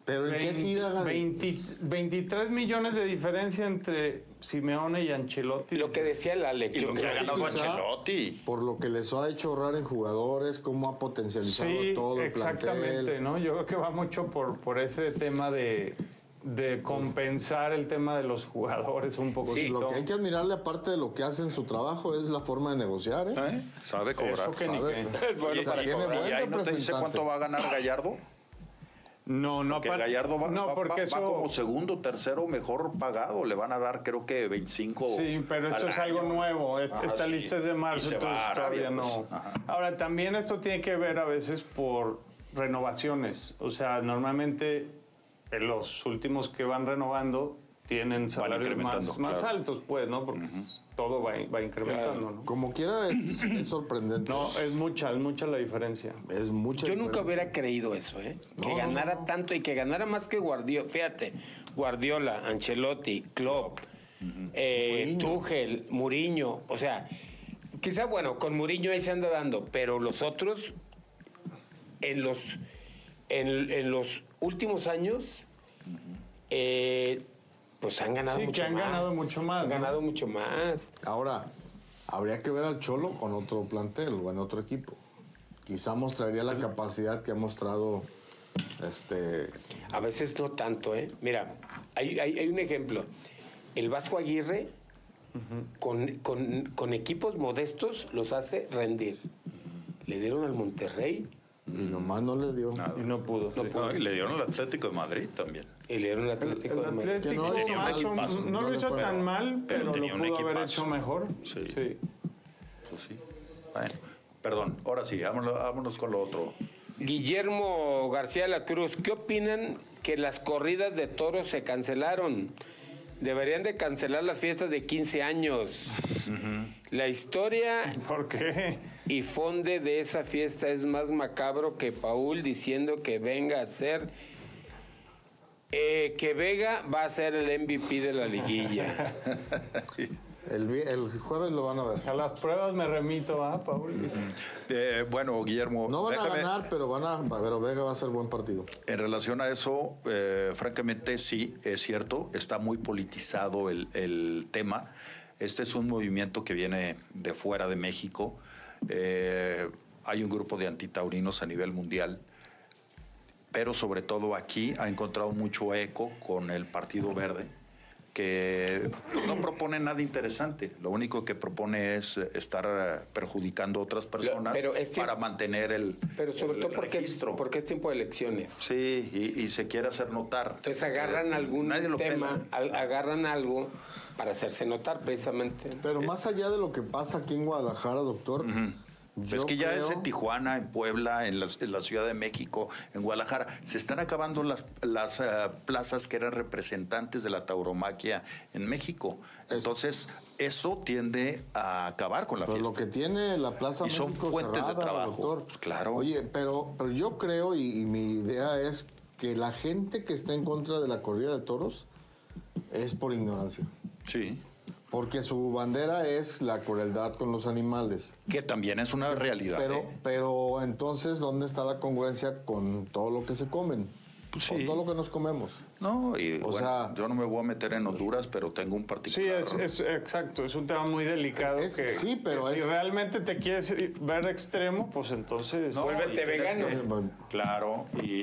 [SPEAKER 4] ¿Pero en qué gira, Gaby?
[SPEAKER 2] 20 23 millones de diferencia entre Simeone y Ancelotti.
[SPEAKER 3] Lo que decía el Alex.
[SPEAKER 1] y lo que ha ganado
[SPEAKER 4] quizá-
[SPEAKER 1] Ancelotti.
[SPEAKER 4] Por lo que les ha hecho ahorrar en jugadores, cómo ha potencializado
[SPEAKER 2] Sí,
[SPEAKER 4] todo el
[SPEAKER 2] exactamente,
[SPEAKER 4] plantel.
[SPEAKER 2] ¿no? Yo creo que va mucho por, por ese tema de, de compensar el tema de los jugadores un poco.
[SPEAKER 3] Sí,
[SPEAKER 4] Pues Lo que hay que admirarle, aparte de lo que hacen su trabajo, es la forma de negociar. ¿eh?
[SPEAKER 1] ¿Eh? Sabe cobrar.
[SPEAKER 2] Eso que ni
[SPEAKER 4] Sabe.
[SPEAKER 2] qué.
[SPEAKER 3] Es bueno
[SPEAKER 1] Oye,
[SPEAKER 3] para
[SPEAKER 1] y-
[SPEAKER 4] tiene
[SPEAKER 3] cobrar.
[SPEAKER 1] ¿Y ahí no te dice
[SPEAKER 4] representante.
[SPEAKER 1] cuánto va a ganar Gallardo?
[SPEAKER 2] No, no,
[SPEAKER 1] Que
[SPEAKER 2] aparte-
[SPEAKER 1] Gallardo va,
[SPEAKER 2] no,
[SPEAKER 1] va-
[SPEAKER 2] porque
[SPEAKER 1] va- va
[SPEAKER 2] eso-
[SPEAKER 1] como segundo, tercero mejor pagado. Le van a dar, creo que 25.
[SPEAKER 2] Sí, pero esto
[SPEAKER 1] al
[SPEAKER 2] es algo
[SPEAKER 1] año.
[SPEAKER 2] nuevo. Et-
[SPEAKER 1] Ajá,
[SPEAKER 2] Esta
[SPEAKER 1] sí.
[SPEAKER 2] lista es de
[SPEAKER 1] Y
[SPEAKER 2] marzo,
[SPEAKER 1] se
[SPEAKER 2] entonces
[SPEAKER 1] va a Arabia,
[SPEAKER 2] todavía no.
[SPEAKER 1] pues. Ajá.
[SPEAKER 2] Ahora, también esto tiene que ver a veces por renovaciones. O sea, normalmente eh, los últimos que van renovando tienen salarios
[SPEAKER 5] incrementando,
[SPEAKER 2] más, más
[SPEAKER 5] claro.
[SPEAKER 2] altos, pues, ¿no? Porque todo va, va incrementando, ¿no?
[SPEAKER 4] Como quiera, es, es sorprendente.
[SPEAKER 2] No, es mucha, es mucha la diferencia.
[SPEAKER 4] es mucho.
[SPEAKER 3] Yo nunca hubiera creído eso, ¿eh? Que
[SPEAKER 4] No, no,
[SPEAKER 3] ganara
[SPEAKER 4] no.
[SPEAKER 3] tanto y que ganara más que Guardiola. Fíjate, Guardiola, Ancelotti, Klopp, eh, Tuchel, Muriño. O sea, quizá, bueno, con Muriño ahí se anda dando, pero los otros, en los, en, en los últimos años, eh, pues han ganado
[SPEAKER 2] Sí, que
[SPEAKER 3] mucho
[SPEAKER 2] han
[SPEAKER 3] más.
[SPEAKER 2] ganado mucho más,
[SPEAKER 3] Han
[SPEAKER 2] ¿no?
[SPEAKER 3] ganado mucho más.
[SPEAKER 4] Ahora, habría que ver al Cholo con otro plantel o en otro equipo. Quizá mostraría la capacidad que ha mostrado este.
[SPEAKER 3] A veces no tanto, ¿eh? Mira, hay, hay- hay un ejemplo. El Vasco Aguirre, con, con- con equipos modestos, los hace rendir. Le dieron al Monterrey
[SPEAKER 4] Y nomás no le dio.
[SPEAKER 2] Y no pudo. sí.
[SPEAKER 5] No, y le dieron al Atlético de Madrid también.
[SPEAKER 3] y le dieron al
[SPEAKER 2] El-
[SPEAKER 3] Atlético
[SPEAKER 2] el
[SPEAKER 3] de Madrid.
[SPEAKER 2] Atlético
[SPEAKER 4] Que no
[SPEAKER 2] hizo
[SPEAKER 4] tenía un
[SPEAKER 2] mal, son-
[SPEAKER 5] equipazo,
[SPEAKER 2] no
[SPEAKER 4] no
[SPEAKER 2] lo
[SPEAKER 4] le
[SPEAKER 2] hizo
[SPEAKER 4] fue-
[SPEAKER 2] tan mal,
[SPEAKER 5] pero
[SPEAKER 2] pero,
[SPEAKER 5] tenía
[SPEAKER 2] lo
[SPEAKER 5] un
[SPEAKER 2] pudo haber
[SPEAKER 5] equipazo.
[SPEAKER 2] hecho mejor.
[SPEAKER 5] Sí.
[SPEAKER 2] sí.
[SPEAKER 5] Pues sí.
[SPEAKER 1] Bueno, perdón, ahora sí, vámonos, vámonos con lo otro.
[SPEAKER 3] Guillermo García de la Cruz, ¿qué opinan que las corridas de toros se cancelaron? Deberían de cancelar las fiestas de 15 años. La historia
[SPEAKER 2] ¿Por qué?
[SPEAKER 3] Y fonde de esa fiesta es más macabro que Paul diciendo que venga a ser. eh, que Vega va a ser el MVP de la liguilla.
[SPEAKER 4] El, vi- el jueves lo van a ver.
[SPEAKER 2] A las pruebas me remito, ¿ah, Paul?
[SPEAKER 1] Eh, bueno, Guillermo,
[SPEAKER 4] No van
[SPEAKER 1] déjame-
[SPEAKER 4] a ganar, pero van a. Pero Vega va a ser buen partido.
[SPEAKER 1] En relación a eso, eh, francamente sí, es cierto, está muy politizado el, el tema. Este es un movimiento que viene de fuera de México. Eh, hay un grupo de antitaurinos a nivel mundial, pero sobre todo aquí ha encontrado mucho eco con el Partido Verde, que no propone nada interesante. Lo único que propone es eh, estar eh, perjudicando a otras personas
[SPEAKER 3] pero es que-
[SPEAKER 1] para mantener el,
[SPEAKER 3] Pero sobre
[SPEAKER 1] el
[SPEAKER 3] todo porque es,
[SPEAKER 1] registro.
[SPEAKER 3] porque es tiempo de elecciones.
[SPEAKER 1] Sí, y, y se quiere hacer notar. Eh,
[SPEAKER 3] Entonces agarran algún
[SPEAKER 1] Nadie lo
[SPEAKER 3] tema,
[SPEAKER 1] pela.
[SPEAKER 3] al- agarran algo para hacerse notar precisamente.
[SPEAKER 4] Pero
[SPEAKER 1] Eh.
[SPEAKER 4] más allá de lo que pasa aquí en Guadalajara, doctor. yo
[SPEAKER 1] es que ya es
[SPEAKER 4] creo-
[SPEAKER 1] en Tijuana, en Puebla, en, las- en la Ciudad de México, en Guadalajara. Se están acabando las, las eh, plazas que eran representantes de la tauromaquia en México. Entonces, eso tiende a acabar con la
[SPEAKER 4] Pero
[SPEAKER 1] fiesta.
[SPEAKER 4] pues, lo que tiene la Plaza
[SPEAKER 1] Y son
[SPEAKER 4] México
[SPEAKER 1] fuentes de
[SPEAKER 4] cerrada,
[SPEAKER 1] trabajo,
[SPEAKER 4] doctor.
[SPEAKER 1] pues claro.
[SPEAKER 4] Oye, pero, pero yo creo y, y mi idea es que la gente que está en contra de la corrida de toros es por ignorancia.
[SPEAKER 1] Sí.
[SPEAKER 4] Porque su bandera es la crueldad con los animales.
[SPEAKER 1] Que también es una realidad.
[SPEAKER 4] Pero,
[SPEAKER 1] ¿eh?
[SPEAKER 4] pero entonces, ¿dónde está la congruencia con todo lo que se comen?
[SPEAKER 1] Pues
[SPEAKER 4] Con
[SPEAKER 1] sí.
[SPEAKER 4] todo lo que nos comemos.
[SPEAKER 1] No, y
[SPEAKER 4] o
[SPEAKER 1] bueno,
[SPEAKER 4] sea-
[SPEAKER 1] yo no me voy a meter en Honduras, pero tengo un
[SPEAKER 2] Sí,
[SPEAKER 1] particular.
[SPEAKER 2] es, es- exacto, es un tema muy delicado.
[SPEAKER 4] Es-
[SPEAKER 2] que,
[SPEAKER 4] sí, pero
[SPEAKER 2] que si
[SPEAKER 4] es-
[SPEAKER 2] realmente te quieres ir- ver extremo, pues entonces...
[SPEAKER 1] No,
[SPEAKER 3] Vuélvete
[SPEAKER 1] y tienes
[SPEAKER 3] vegano.
[SPEAKER 1] que-
[SPEAKER 4] Eh, bueno,
[SPEAKER 1] Claro, y,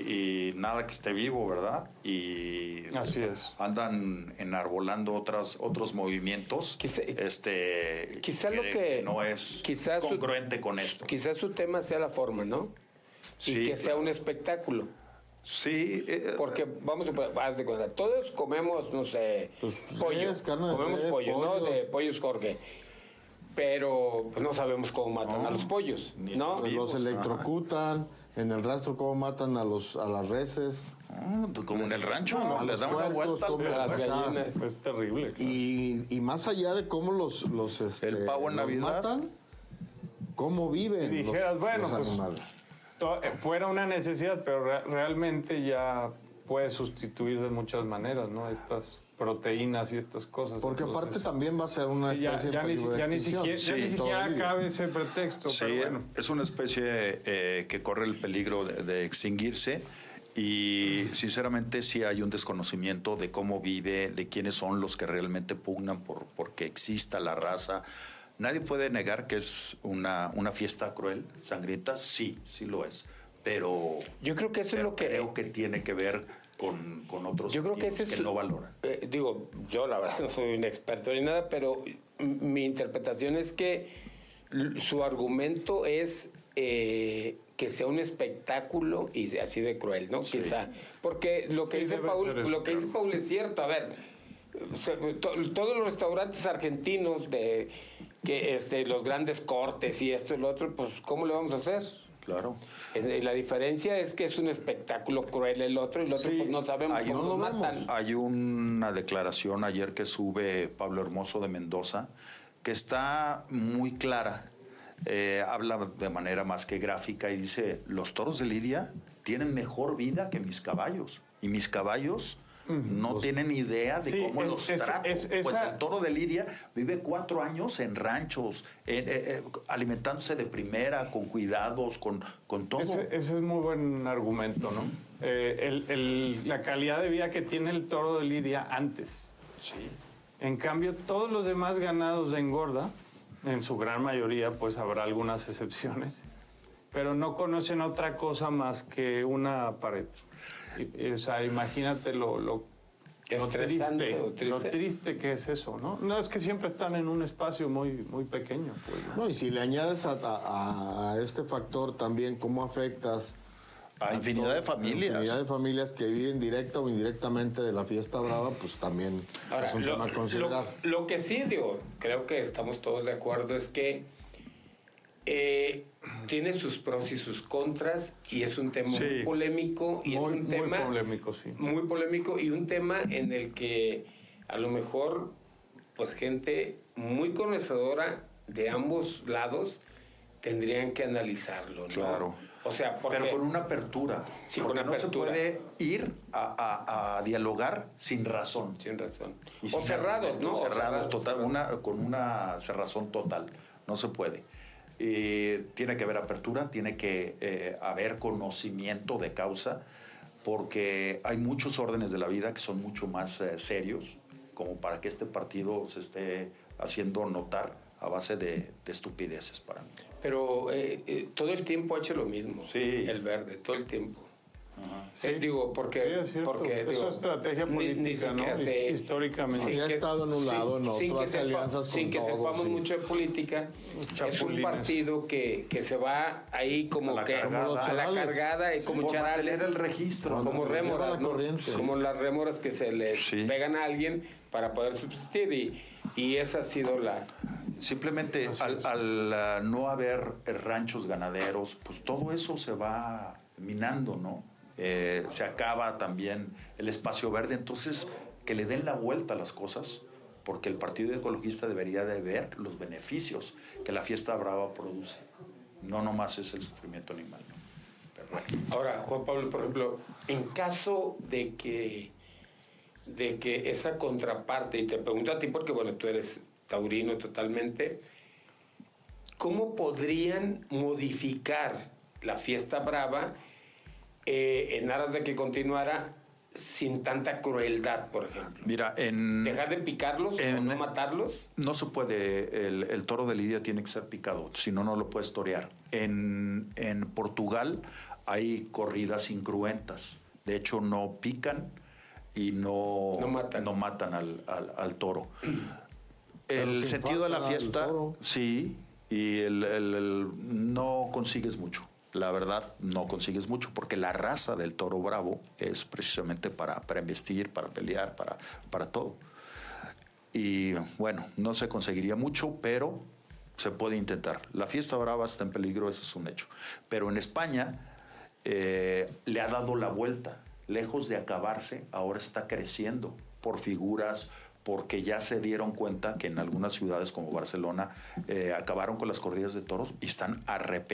[SPEAKER 1] y nada que esté vivo, ¿verdad? Y
[SPEAKER 2] Así es.
[SPEAKER 1] andan enarbolando otras, otros movimientos
[SPEAKER 3] Quizá-
[SPEAKER 1] este,
[SPEAKER 3] quizá lo que-
[SPEAKER 1] no es
[SPEAKER 3] quizá su-
[SPEAKER 1] congruente con esto.
[SPEAKER 3] Quizás su tema sea la forma, ¿no?
[SPEAKER 1] Sí,
[SPEAKER 3] y que sea
[SPEAKER 1] claro.
[SPEAKER 3] un espectáculo.
[SPEAKER 1] Sí, eh,
[SPEAKER 3] Porque vamos a suponer, haz de cuenta, todos comemos, no sé,
[SPEAKER 4] Pues,
[SPEAKER 3] pollo.
[SPEAKER 4] res, carne de
[SPEAKER 3] comemos
[SPEAKER 4] res,
[SPEAKER 3] pollo, ¿no?
[SPEAKER 4] pollos.
[SPEAKER 3] De pollos Jorge. Pero pues, no sabemos cómo matan
[SPEAKER 1] No,
[SPEAKER 3] a los pollos,
[SPEAKER 1] ni
[SPEAKER 3] ¿no?
[SPEAKER 1] vivos,
[SPEAKER 4] Pues los
[SPEAKER 1] ajá.
[SPEAKER 4] electrocutan, en el rastro cómo matan a, los, a las reses.
[SPEAKER 1] ah, como en el rancho,
[SPEAKER 4] a
[SPEAKER 1] ¿no? Les
[SPEAKER 4] los
[SPEAKER 1] dan una
[SPEAKER 4] puercos,
[SPEAKER 1] vuelta.
[SPEAKER 4] como
[SPEAKER 1] les-
[SPEAKER 4] a
[SPEAKER 3] Las
[SPEAKER 4] o sea,
[SPEAKER 3] gallinas.
[SPEAKER 2] Es terrible. claro.
[SPEAKER 4] Y, y más allá de cómo los, los, este,
[SPEAKER 1] El pavo en
[SPEAKER 4] los
[SPEAKER 1] Navidad.
[SPEAKER 4] matan, cómo viven
[SPEAKER 2] Y dijeras,
[SPEAKER 4] los,
[SPEAKER 2] bueno,
[SPEAKER 4] los
[SPEAKER 2] pues,
[SPEAKER 4] animales.
[SPEAKER 2] To- eh, fuera una necesidad, pero re- realmente ya puede sustituir de muchas maneras, ¿no? Estas proteínas y estas cosas.
[SPEAKER 4] Porque aparte
[SPEAKER 2] entonces,
[SPEAKER 4] también va a ser una
[SPEAKER 2] ya,
[SPEAKER 4] especie
[SPEAKER 2] ya
[SPEAKER 4] en
[SPEAKER 2] ni, si-
[SPEAKER 4] peligro de
[SPEAKER 2] ya ni
[SPEAKER 4] extinción.
[SPEAKER 2] siquiera, ya ni
[SPEAKER 4] Todo
[SPEAKER 2] siquiera
[SPEAKER 4] el día.
[SPEAKER 2] cabe ese pretexto,
[SPEAKER 1] Sí, eh.
[SPEAKER 2] pero bueno.
[SPEAKER 1] es una especie eh, que corre el peligro de, de extinguirse y sinceramente sí hay un desconocimiento de cómo vive, de quiénes son los que realmente pugnan por porque exista la raza. Nadie puede negar que es una, una fiesta cruel, sangrienta, sí, sí lo es, pero,
[SPEAKER 3] Yo creo que eso es
[SPEAKER 1] pero
[SPEAKER 3] lo que.
[SPEAKER 1] creo que tiene que ver con, con otros
[SPEAKER 3] Yo creo que
[SPEAKER 1] motivos
[SPEAKER 3] ese es-
[SPEAKER 1] no valoran.
[SPEAKER 3] eh, digo, yo la verdad no soy un experto ni nada, pero m- mi interpretación es que l- su argumento es eh, que sea un espectáculo y así de cruel, ¿no? Quizá. Porque lo que
[SPEAKER 2] Sí,
[SPEAKER 3] dice
[SPEAKER 2] debe ser
[SPEAKER 3] Paul,
[SPEAKER 2] eso,
[SPEAKER 3] lo que dice Paul es cierto, a ver. se- to- Todos los restaurantes argentinos de que este, los grandes cortes y esto y lo otro, pues ¿cómo le vamos a hacer?
[SPEAKER 1] Claro.
[SPEAKER 3] Eh, La diferencia es que es un espectáculo cruel el otro y el otro
[SPEAKER 2] Sí.
[SPEAKER 3] pues no sabemos
[SPEAKER 1] Ahí
[SPEAKER 3] cómo
[SPEAKER 1] no
[SPEAKER 3] lo
[SPEAKER 4] lo
[SPEAKER 3] matan.
[SPEAKER 4] vemos.
[SPEAKER 1] Hay una declaración ayer que sube Pablo Hermoso de Mendoza que está muy clara. Eh, habla de manera más que gráfica y dice, los toros de Lidia tienen mejor vida que mis caballos. Y mis caballos no tienen idea de
[SPEAKER 2] Sí,
[SPEAKER 1] cómo
[SPEAKER 2] es-
[SPEAKER 1] los
[SPEAKER 2] es-
[SPEAKER 1] trato.
[SPEAKER 2] es- esa-
[SPEAKER 1] pues el toro de Lidia vive cuatro años en ranchos, en- eh, eh, alimentándose de primera, con cuidados, con, con todo.
[SPEAKER 2] Ese, eh, ese es muy buen argumento, ¿no? Eh, el- el- la calidad de vida que tiene el toro de Lidia antes.
[SPEAKER 1] Sí.
[SPEAKER 2] En cambio, todos los demás ganados de engorda, en su gran mayoría, pues habrá algunas excepciones, pero no conocen otra cosa más que una pared. Y- y, o sea, imagínate lo, lo, lo
[SPEAKER 3] Estresante
[SPEAKER 2] triste,
[SPEAKER 3] o
[SPEAKER 2] lo
[SPEAKER 3] triste.
[SPEAKER 2] triste que es eso, ¿no? No es que siempre están en un espacio muy, muy pequeño. Pues, ¿no?
[SPEAKER 4] No, y si le añades a, a- a este factor también cómo afectas
[SPEAKER 1] A infinidad de familias.
[SPEAKER 4] infinidad de familias que viven directa o indirectamente de la fiesta brava, pues también
[SPEAKER 3] Ahora,
[SPEAKER 4] es un
[SPEAKER 3] lo,
[SPEAKER 4] tema a considerar.
[SPEAKER 3] lo- lo que sí digo, creo que estamos todos de acuerdo, es que eh, tiene sus pros y sus contras y es un tema muy
[SPEAKER 2] Sí.
[SPEAKER 3] polémico y
[SPEAKER 2] Muy-
[SPEAKER 3] es un
[SPEAKER 2] muy
[SPEAKER 3] tema
[SPEAKER 2] polémico, sí.
[SPEAKER 3] muy polémico y un tema en el que a lo mejor pues gente muy conocedora de ambos lados tendrían que analizarlo, ¿no?
[SPEAKER 1] Claro.
[SPEAKER 3] O sea, porque
[SPEAKER 1] Pero con una apertura.
[SPEAKER 3] Sí, con
[SPEAKER 1] porque
[SPEAKER 3] una
[SPEAKER 1] no
[SPEAKER 3] apertura.
[SPEAKER 1] se puede ir a, a- a dialogar sin razón.
[SPEAKER 3] sin razón.
[SPEAKER 1] Y
[SPEAKER 3] O
[SPEAKER 1] sin
[SPEAKER 3] cerrados,
[SPEAKER 1] argumentos,
[SPEAKER 3] ¿no? O
[SPEAKER 1] Cerrados, total, una- con una cerrazón total. No se puede. Eh, tiene que haber apertura, tiene que eh, haber conocimiento de causa, porque hay muchos órdenes de la vida que son mucho más eh, serios, como para que este partido se esté haciendo notar a base de, de estupideces para mí.
[SPEAKER 3] Pero eh, eh, todo el tiempo ha hecho lo mismo.
[SPEAKER 1] Sí.
[SPEAKER 3] El verde, todo el tiempo. Eh, digo, porque.
[SPEAKER 2] Sí, es cierto.
[SPEAKER 3] porque
[SPEAKER 2] Es
[SPEAKER 3] digo,
[SPEAKER 2] su estrategia
[SPEAKER 3] ni-
[SPEAKER 2] política,
[SPEAKER 3] ni siquiera
[SPEAKER 2] ¿no?
[SPEAKER 3] sé-
[SPEAKER 2] His- históricamente.
[SPEAKER 4] Sí, ha estado en un lado, en
[SPEAKER 3] sin
[SPEAKER 4] otro,
[SPEAKER 3] que
[SPEAKER 4] hace alianzas con
[SPEAKER 3] Sin que
[SPEAKER 4] todos,
[SPEAKER 3] sepamos
[SPEAKER 4] sí.
[SPEAKER 3] mucho de política, es un
[SPEAKER 2] chapulines.
[SPEAKER 3] partido que, que se va ahí como
[SPEAKER 1] A la
[SPEAKER 3] que.
[SPEAKER 1] cargada. Como los
[SPEAKER 3] a la
[SPEAKER 4] charales.
[SPEAKER 3] cargada, y como
[SPEAKER 1] Por
[SPEAKER 3] charales.
[SPEAKER 1] mantener el registro.
[SPEAKER 3] Como
[SPEAKER 4] Se les lleva
[SPEAKER 3] rémoras,
[SPEAKER 4] la
[SPEAKER 3] ¿no?
[SPEAKER 4] corriente.
[SPEAKER 3] como las rémoras que se le
[SPEAKER 1] Sí.
[SPEAKER 3] pegan a alguien para poder subsistir. Y, y esa ha sido la.
[SPEAKER 1] Simplemente al, al, ah, no haber eh, ranchos ganaderos, pues todo eso se va minando, ¿no? Eh, se acaba también el espacio verde, entonces que le den la vuelta a las cosas, porque el Partido Ecologista debería de ver los beneficios que la fiesta brava produce. No nomás es el sufrimiento animal. ¿no?
[SPEAKER 3] Ahora, Juan Pablo, por ejemplo, en caso de que, de que esa contraparte, y te pregunto a ti porque, bueno, tú eres taurino totalmente, ¿cómo podrían modificar la fiesta brava eh, en aras de que continuara sin tanta crueldad, por ejemplo?
[SPEAKER 1] Mira, en...
[SPEAKER 3] ¿Dejar de picarlos o
[SPEAKER 1] Mm. En-
[SPEAKER 3] no matarlos?
[SPEAKER 1] No se puede, el, el toro de Lidia tiene que ser picado, si no, no lo puedes torear. En, en Portugal hay corridas incruentas, de hecho no pican y no,
[SPEAKER 3] No matan.
[SPEAKER 1] matan al, al- al toro.
[SPEAKER 4] Pero
[SPEAKER 1] El
[SPEAKER 4] sin
[SPEAKER 1] sentido de la
[SPEAKER 4] falta al
[SPEAKER 1] fiesta,
[SPEAKER 4] toro.
[SPEAKER 1] sí, y el- el- el- no consigues mucho. La verdad, no consigues mucho porque la raza del toro bravo es precisamente para, para investir, para pelear, para, para todo. Y bueno, no se conseguiría mucho, pero se puede intentar. La fiesta brava está en peligro, eso es un hecho. Pero en España eh, le ha dado la vuelta. Lejos de acabarse, ahora está creciendo por figuras, porque ya se dieron cuenta que en algunas ciudades como Barcelona eh, acabaron con las corridas de toros y están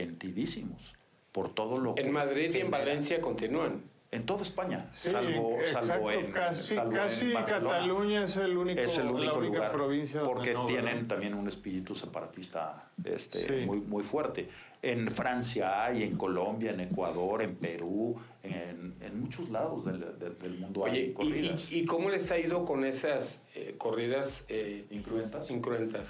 [SPEAKER 1] arrepentidísimos por todo lo que...
[SPEAKER 3] En Madrid y en
[SPEAKER 1] genera.
[SPEAKER 3] Valencia continúan.
[SPEAKER 1] En toda España,
[SPEAKER 2] Sí,
[SPEAKER 1] salvo,
[SPEAKER 2] exacto,
[SPEAKER 1] salvo en
[SPEAKER 2] casi,
[SPEAKER 1] salvo en
[SPEAKER 2] casi
[SPEAKER 1] Barcelona
[SPEAKER 2] Cataluña es el único,
[SPEAKER 1] es el
[SPEAKER 2] la
[SPEAKER 1] único
[SPEAKER 2] única
[SPEAKER 1] lugar
[SPEAKER 2] provincia donde
[SPEAKER 1] porque
[SPEAKER 2] no,
[SPEAKER 1] tienen
[SPEAKER 2] ¿verdad?
[SPEAKER 1] también un espíritu separatista este,
[SPEAKER 2] Sí.
[SPEAKER 1] muy, muy fuerte. En Francia hay, en Colombia, en Ecuador, en Perú, en, en muchos lados del, del- del mundo
[SPEAKER 3] Oye,
[SPEAKER 1] hay
[SPEAKER 3] y-
[SPEAKER 1] corridas.
[SPEAKER 3] y, y cómo les ha ido con esas eh, corridas eh,
[SPEAKER 1] ¿Incruentas?
[SPEAKER 3] incruentas?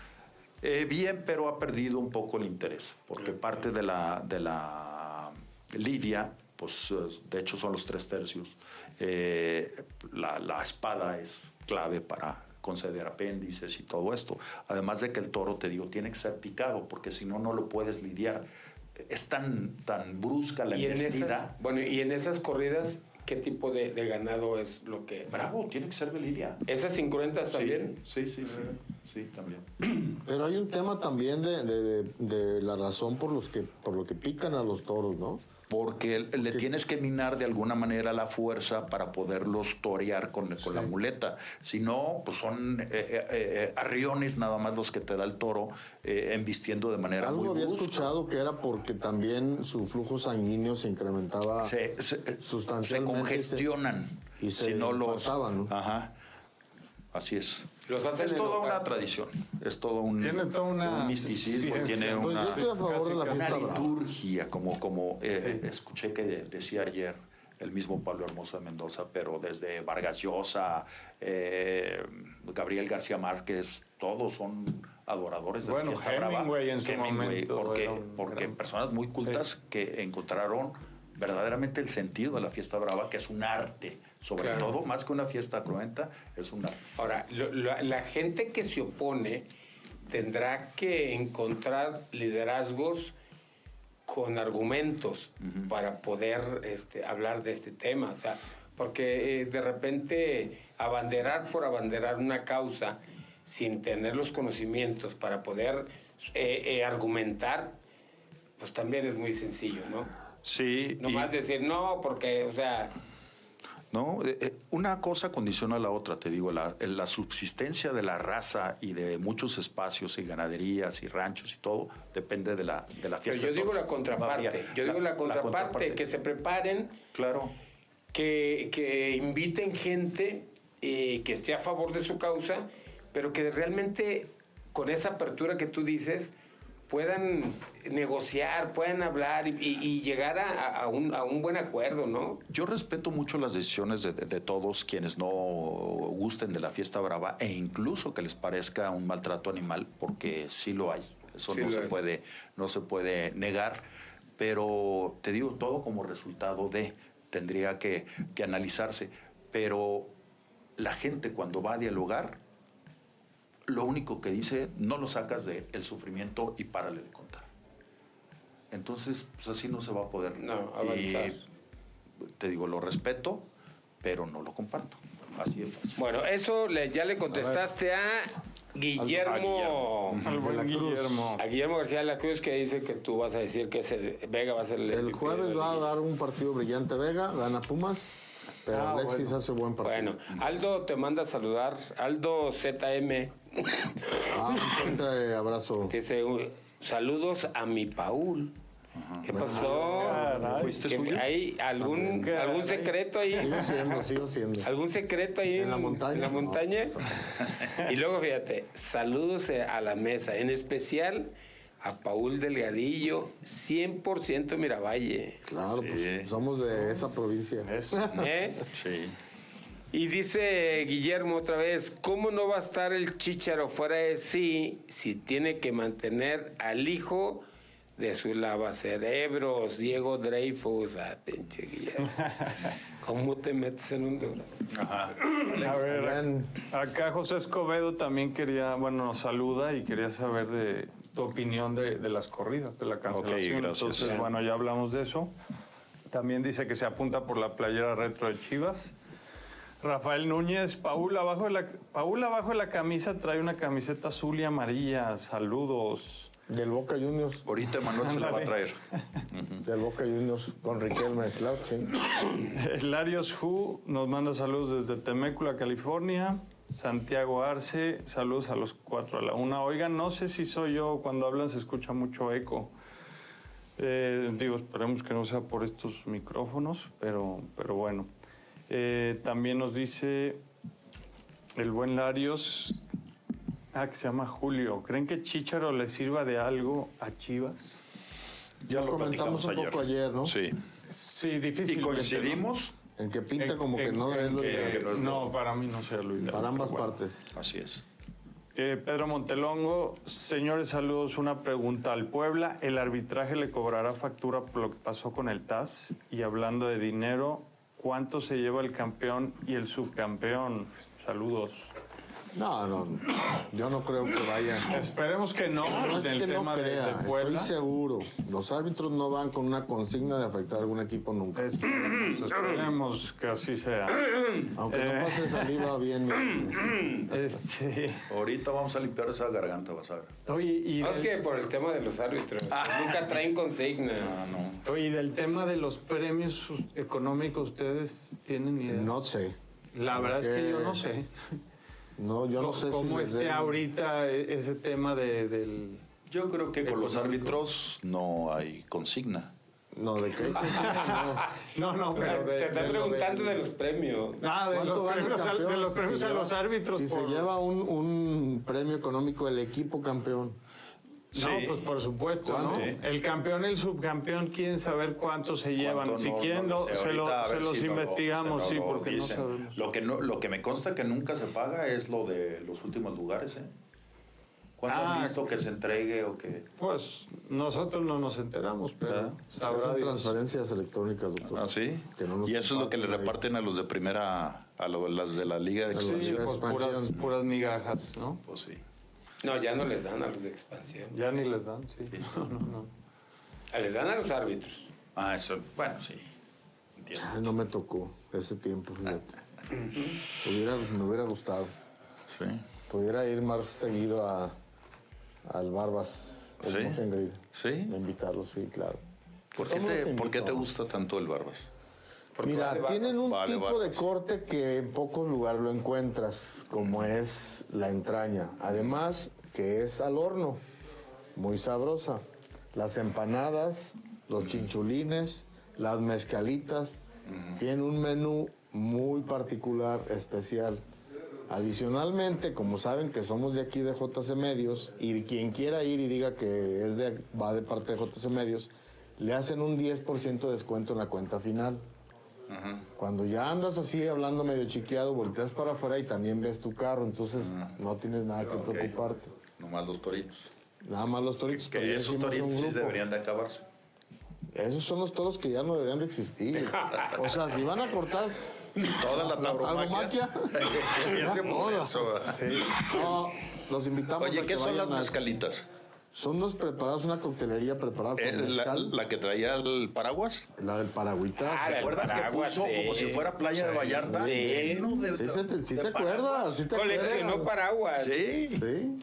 [SPEAKER 1] Eh, bien, pero ha perdido un poco el interés, porque parte de la, de la lidia, pues eh, de hecho son los tres tercios, eh, la, la espada es clave para conceder apéndices y todo esto. Además de que el toro, te digo, tiene que ser picado, porque si no, no lo puedes lidiar. Es tan, tan brusca la
[SPEAKER 3] y en
[SPEAKER 1] embestida.
[SPEAKER 3] esas, bueno, y en esas corridas, qué tipo de, de ganado es lo que...
[SPEAKER 1] Bravo, tiene que ser de Lidia.
[SPEAKER 3] ¿Esas incruentas también? Ah.
[SPEAKER 1] Sí, sí, sí. Sí, sí también.
[SPEAKER 4] Pero hay un tema también de, de- de- de la razón por, los que, por lo que pican a los toros, ¿no?
[SPEAKER 1] Porque le tienes que minar de alguna manera la fuerza para poderlos torear con, con la muleta. Si no, pues son eh, eh, eh, arriones nada más los que te da el toro eh, embistiendo de manera
[SPEAKER 4] Algo
[SPEAKER 1] muy
[SPEAKER 4] había
[SPEAKER 1] brusca.
[SPEAKER 4] escuchado que era porque también su flujo sanguíneo se incrementaba.
[SPEAKER 1] se, se-
[SPEAKER 4] Sustancialmente
[SPEAKER 1] se congestionan
[SPEAKER 4] se- y se
[SPEAKER 1] si no los
[SPEAKER 4] infartaban, ¿no?
[SPEAKER 1] ajá así es
[SPEAKER 3] Los hacen
[SPEAKER 1] es toda
[SPEAKER 3] enojar.
[SPEAKER 1] una tradición es todo un,
[SPEAKER 2] Tiene toda una
[SPEAKER 1] un misticismo
[SPEAKER 2] ciencia.
[SPEAKER 1] tiene
[SPEAKER 4] Pues yo
[SPEAKER 1] una,
[SPEAKER 4] estoy a favor de la
[SPEAKER 1] una
[SPEAKER 4] fiesta brava.
[SPEAKER 1] liturgia como como eh, escuché que de- decía ayer el mismo Pablo Hermoso de Mendoza pero desde Vargas Llosa eh, Gabriel García Márquez todos son adoradores de
[SPEAKER 2] Bueno,
[SPEAKER 1] la fiesta brava
[SPEAKER 2] Hemingway en su momento
[SPEAKER 1] porque
[SPEAKER 2] era un
[SPEAKER 1] porque
[SPEAKER 2] gran-
[SPEAKER 1] personas muy cultas que encontraron verdaderamente el sentido de la fiesta brava, que es un arte, sobre
[SPEAKER 3] Claro.
[SPEAKER 1] todo, más que una fiesta cruenta, es un arte.
[SPEAKER 3] Ahora, lo- la- la gente que se opone tendrá que encontrar liderazgos con argumentos para poder este, hablar de este tema. O sea, porque eh, de repente abanderar por abanderar una causa sin tener los conocimientos para poder eh, eh, argumentar, pues también es muy sencillo, ¿no?
[SPEAKER 1] Sí, y-
[SPEAKER 3] Nomás decir no, porque, o sea,
[SPEAKER 1] ¿no? Eh, eh, Una cosa condiciona a la otra, te digo, la, eh, la subsistencia de la raza y de muchos espacios y ganaderías y ranchos y todo depende de la, de la
[SPEAKER 3] pero
[SPEAKER 1] fiesta.
[SPEAKER 3] yo
[SPEAKER 1] de
[SPEAKER 3] digo
[SPEAKER 1] toros.
[SPEAKER 3] la contraparte,
[SPEAKER 1] Varía.
[SPEAKER 3] yo digo la contraparte,
[SPEAKER 1] contraparte.
[SPEAKER 3] que se preparen
[SPEAKER 1] Claro,
[SPEAKER 3] que, que inviten gente eh, que esté a favor de su causa, pero que realmente con esa apertura que tú dices puedan negociar, puedan hablar y, y- y llegar a, a un, a un buen acuerdo, ¿no?
[SPEAKER 1] Yo respeto mucho las decisiones de, de- de todos quienes no gusten de la fiesta brava e incluso que les parezca un maltrato animal, porque sí lo hay. Eso
[SPEAKER 3] Sí
[SPEAKER 1] no
[SPEAKER 3] lo
[SPEAKER 1] se
[SPEAKER 3] hay.
[SPEAKER 1] puede, no se puede negar. Pero te digo, todo como resultado de tendría que, que analizarse. Pero la gente cuando va a dialogar, lo único que dice, no lo sacas del sufrimiento y párale de contar. Entonces, pues así no se va a poder. eh,
[SPEAKER 3] No,
[SPEAKER 1] Y
[SPEAKER 3] avanzar.
[SPEAKER 1] te digo, lo respeto, pero no lo comparto. Así de fácil.
[SPEAKER 3] Bueno, eso le- ya le contestaste a, Guillermo.
[SPEAKER 2] Al
[SPEAKER 4] De la
[SPEAKER 2] buen
[SPEAKER 4] Cruz.
[SPEAKER 2] Guillermo.
[SPEAKER 3] A Guillermo García de la Cruz que dice que tú vas a decir que ese Vega va a ser el
[SPEAKER 4] El
[SPEAKER 3] MVP de
[SPEAKER 4] jueves
[SPEAKER 3] la
[SPEAKER 4] va a
[SPEAKER 3] liga.
[SPEAKER 4] dar un partido brillante Vega, gana Pumas, pero
[SPEAKER 2] Ah,
[SPEAKER 4] Alexis
[SPEAKER 2] bueno.
[SPEAKER 4] hace buen partido.
[SPEAKER 3] Bueno, Aldo te manda a saludar. Aldo ZM
[SPEAKER 4] Ah, un fuerte abrazo.
[SPEAKER 3] Dice, "Uy, saludos a mi Paul. ¿Qué pasó?
[SPEAKER 2] Caray.
[SPEAKER 1] ¿Fuiste
[SPEAKER 3] ¿Qué-
[SPEAKER 1] suyo?
[SPEAKER 3] ¿Hay algún,
[SPEAKER 2] Caray.
[SPEAKER 3] algún secreto ahí?
[SPEAKER 4] Sigo siendo, sigo siendo.
[SPEAKER 3] ¿Algún secreto ahí?
[SPEAKER 4] ¿En la montaña?
[SPEAKER 3] en la
[SPEAKER 4] No,
[SPEAKER 3] montaña?
[SPEAKER 4] eso
[SPEAKER 3] y luego, fíjate, saludos a la mesa, en especial a Paul Delgadillo, 100% Miravalle.
[SPEAKER 4] Claro,
[SPEAKER 1] Sí.
[SPEAKER 4] pues somos de esa provincia.
[SPEAKER 2] Eso.
[SPEAKER 3] ¿eh?
[SPEAKER 1] Sí.
[SPEAKER 3] Y dice Guillermo otra vez, ¿cómo no va a estar el chícharo fuera de sí si tiene que mantener al hijo de su lavacerebros, Diego Dreyfus? Ah, pinche Guillermo. ¿Cómo te metes en Honduras?
[SPEAKER 2] A ver,
[SPEAKER 4] Bien.
[SPEAKER 2] acá José Escobedo también quería, bueno, nos saluda y quería saber de tu opinión de, de las corridas, de la cancelación.
[SPEAKER 5] gracias.
[SPEAKER 2] Entonces, bueno, ya hablamos de eso. También dice que se apunta por la playera retro de Chivas. Rafael Núñez, Paul abajo de la, Paul abajo de la camisa trae una camiseta azul y amarilla. Saludos.
[SPEAKER 4] Del Boca Juniors,
[SPEAKER 1] Ahorita Manuel se la va a traer.
[SPEAKER 4] del Boca Juniors con Riquelme, claro, que sí.
[SPEAKER 2] Larios Hu nos manda saludos desde Temécula, California. Santiago Arce, saludos a los cuatro a la una. Oigan, no sé si soy yo, cuando hablan se escucha mucho eco. Eh, digo, esperemos que no sea por estos micrófonos, pero, pero bueno. Eh, también nos dice el buen Larios, ah, que se llama Julio. ¿Creen que Chicharo le sirva de algo a Chivas?
[SPEAKER 5] Ya lo platicamos
[SPEAKER 4] comentamos un
[SPEAKER 5] ayer.
[SPEAKER 4] poco ayer, ¿no?
[SPEAKER 5] Sí.
[SPEAKER 2] Sí, difícil.
[SPEAKER 1] Y coincidimos,
[SPEAKER 4] En que pinta
[SPEAKER 2] Eh,
[SPEAKER 4] como que no es lo ideal.
[SPEAKER 1] que no es
[SPEAKER 2] no,
[SPEAKER 1] lo-
[SPEAKER 2] para mí no sea lo ideal.
[SPEAKER 4] Para ambas
[SPEAKER 2] pero bueno.
[SPEAKER 4] partes.
[SPEAKER 1] así es.
[SPEAKER 2] Eh, Pedro Montelongo, señores, saludos. Una pregunta al Puebla. ¿El arbitraje le cobrará factura por lo que pasó con el TAS? Y hablando de dinero, ¿cuánto se lleva el campeón y el subcampeón? Saludos.
[SPEAKER 4] No, no, yo no creo que vaya.
[SPEAKER 2] Esperemos que no,
[SPEAKER 4] No
[SPEAKER 2] en
[SPEAKER 4] Ah, es
[SPEAKER 2] el
[SPEAKER 4] que no
[SPEAKER 2] tema de- de,
[SPEAKER 4] crea, estoy
[SPEAKER 2] Puebla.
[SPEAKER 4] seguro. Los árbitros no van con una consigna de afectar a algún equipo nunca.
[SPEAKER 2] Eh, Esperemos, esperemos que así sea.
[SPEAKER 4] Aunque
[SPEAKER 2] eh.
[SPEAKER 4] no pase saliva bien. mira.
[SPEAKER 2] Este,
[SPEAKER 1] Ahorita vamos a limpiar esa garganta, vas a ver.
[SPEAKER 2] oye, y Ah.
[SPEAKER 3] No, es
[SPEAKER 2] del-
[SPEAKER 3] que por el tema de los árbitros. Nunca traen consigna.
[SPEAKER 1] Ah, no.
[SPEAKER 2] Oye, y del tema de los premios económicos, ¿ustedes tienen idea?
[SPEAKER 4] eh, No sé.
[SPEAKER 2] La verdad es que yo no sé.
[SPEAKER 4] No, yo no sé si
[SPEAKER 2] ¿Cómo
[SPEAKER 4] les
[SPEAKER 2] esté
[SPEAKER 4] den-
[SPEAKER 2] este ahorita e- ese tema de- del...
[SPEAKER 1] Yo creo que con los
[SPEAKER 2] Económico.
[SPEAKER 1] árbitros no hay consigna.
[SPEAKER 4] No, de qué.
[SPEAKER 2] No, no, pero... de-
[SPEAKER 3] Te están
[SPEAKER 2] de lo
[SPEAKER 3] preguntando
[SPEAKER 2] del-
[SPEAKER 3] de los premios.
[SPEAKER 2] Ah, de
[SPEAKER 4] ¿Cuánto
[SPEAKER 2] los
[SPEAKER 4] gana el
[SPEAKER 2] premios, al-
[SPEAKER 4] campeón?
[SPEAKER 2] de los
[SPEAKER 4] Si
[SPEAKER 2] premios a
[SPEAKER 4] lleva-
[SPEAKER 2] los árbitros.
[SPEAKER 4] Si se
[SPEAKER 2] por-
[SPEAKER 4] lleva un, un premio económico el equipo campeón.
[SPEAKER 2] No, pues por supuesto, ¿no?
[SPEAKER 1] ¿Cuánto?
[SPEAKER 2] El campeón y el subcampeón quieren saber cuánto se llevan.
[SPEAKER 1] ¿Cuánto?
[SPEAKER 2] si
[SPEAKER 1] No,
[SPEAKER 2] quieren,
[SPEAKER 1] no
[SPEAKER 2] lo-
[SPEAKER 1] sé.
[SPEAKER 2] se, lo-
[SPEAKER 1] Ahorita a
[SPEAKER 2] se
[SPEAKER 1] ver
[SPEAKER 2] los
[SPEAKER 1] si no lo-
[SPEAKER 2] investigamos,
[SPEAKER 1] se
[SPEAKER 2] sí,
[SPEAKER 1] no lo
[SPEAKER 2] porque no
[SPEAKER 1] dicen.
[SPEAKER 2] sabemos.
[SPEAKER 1] Lo que, no, lo que me consta que nunca se paga es lo de los últimos lugares, ¿eh? ¿Cuándo
[SPEAKER 2] Ah.
[SPEAKER 1] han visto que se entregue o que...?
[SPEAKER 2] Pues nosotros no nos enteramos, pero
[SPEAKER 1] ¿Verdad?
[SPEAKER 4] Se
[SPEAKER 2] sabrá
[SPEAKER 4] hacen
[SPEAKER 2] Dios.
[SPEAKER 4] transferencias electrónicas,
[SPEAKER 5] Ah,
[SPEAKER 4] doctor. Que no nos
[SPEAKER 5] y eso es lo que le
[SPEAKER 4] comparten ahí.
[SPEAKER 5] reparten a los de primera, a lo- las de la Liga de
[SPEAKER 4] Sí.
[SPEAKER 2] Sí,
[SPEAKER 5] Expansión.
[SPEAKER 2] pues, puras,
[SPEAKER 4] Expansión.
[SPEAKER 2] puras migajas, ¿no?
[SPEAKER 1] Pues sí.
[SPEAKER 3] No, ya no les dan a los de expansión.
[SPEAKER 2] Ya ni les dan, sí. No, no, no.
[SPEAKER 3] Les dan a los árbitros.
[SPEAKER 1] Ah, eso, bueno, sí. Entiendo.
[SPEAKER 4] Ay, no me tocó ese tiempo, fíjate. Hubiera- me hubiera gustado.
[SPEAKER 5] Sí.
[SPEAKER 4] Pudiera ir más seguido a, al Barbas, el
[SPEAKER 5] Sí.
[SPEAKER 4] Mohen Grill.
[SPEAKER 5] Sí.
[SPEAKER 4] Invitarlo, sí, claro.
[SPEAKER 5] ¿Por qué,
[SPEAKER 4] ¿Cómo los
[SPEAKER 5] te,
[SPEAKER 4] invito?
[SPEAKER 5] por qué te gusta tanto el Barbas?
[SPEAKER 4] Mira,
[SPEAKER 3] vale, Barbas.
[SPEAKER 4] tienen un
[SPEAKER 5] Vale,
[SPEAKER 4] tipo
[SPEAKER 5] Barbas.
[SPEAKER 4] de corte que en pocos lugares lo encuentras, como es la entraña. Además, que es al horno, muy sabrosa. Las empanadas, los chinchulines, las mezcalitas, tienen un menú muy particular, especial. Adicionalmente, como saben que somos de aquí de JC Medios, y quien quiera ir y diga que es de, va de parte de JC Medios, le hacen un 10% de descuento en la cuenta final. Cuando ya andas así hablando medio chiqueado, volteas para afuera y también ves tu carro, entonces no tienes nada que preocuparte.
[SPEAKER 1] Nomás los toritos.
[SPEAKER 4] Nada más los toritos. pero
[SPEAKER 1] Que
[SPEAKER 4] ya
[SPEAKER 1] esos
[SPEAKER 4] hicimos
[SPEAKER 1] toritos
[SPEAKER 4] un
[SPEAKER 1] sí
[SPEAKER 4] grupo.
[SPEAKER 1] deberían de acabarse.
[SPEAKER 4] Esos son los toros que ya no deberían de existir. O sea, si van a cortar
[SPEAKER 1] Toda la
[SPEAKER 4] tauromaquia.
[SPEAKER 1] tauromaquia. Ese
[SPEAKER 4] Toda.
[SPEAKER 1] proceso.
[SPEAKER 4] No, los invitamos a
[SPEAKER 5] Oye,
[SPEAKER 4] que
[SPEAKER 5] ¿qué son
[SPEAKER 4] vayan
[SPEAKER 5] las
[SPEAKER 4] a-
[SPEAKER 5] mezcalitas?
[SPEAKER 4] Son dos preparados, una coctelería preparada con
[SPEAKER 5] Eh, la,
[SPEAKER 4] mezcal, la,
[SPEAKER 5] la que traía el paraguas?
[SPEAKER 4] del paragüita.
[SPEAKER 3] Ah,
[SPEAKER 1] ¿Te
[SPEAKER 3] del
[SPEAKER 1] acuerdas que
[SPEAKER 3] paraguas,
[SPEAKER 1] puso
[SPEAKER 3] sí.
[SPEAKER 1] como si fuera playa de Vallarta?
[SPEAKER 3] Sí.
[SPEAKER 1] Lleno de-
[SPEAKER 4] sí, se te, sí
[SPEAKER 1] de
[SPEAKER 4] te acuerdas, sí te
[SPEAKER 3] Coleccionó
[SPEAKER 4] acuerdas.
[SPEAKER 3] paraguas.
[SPEAKER 1] Sí.
[SPEAKER 4] Sí.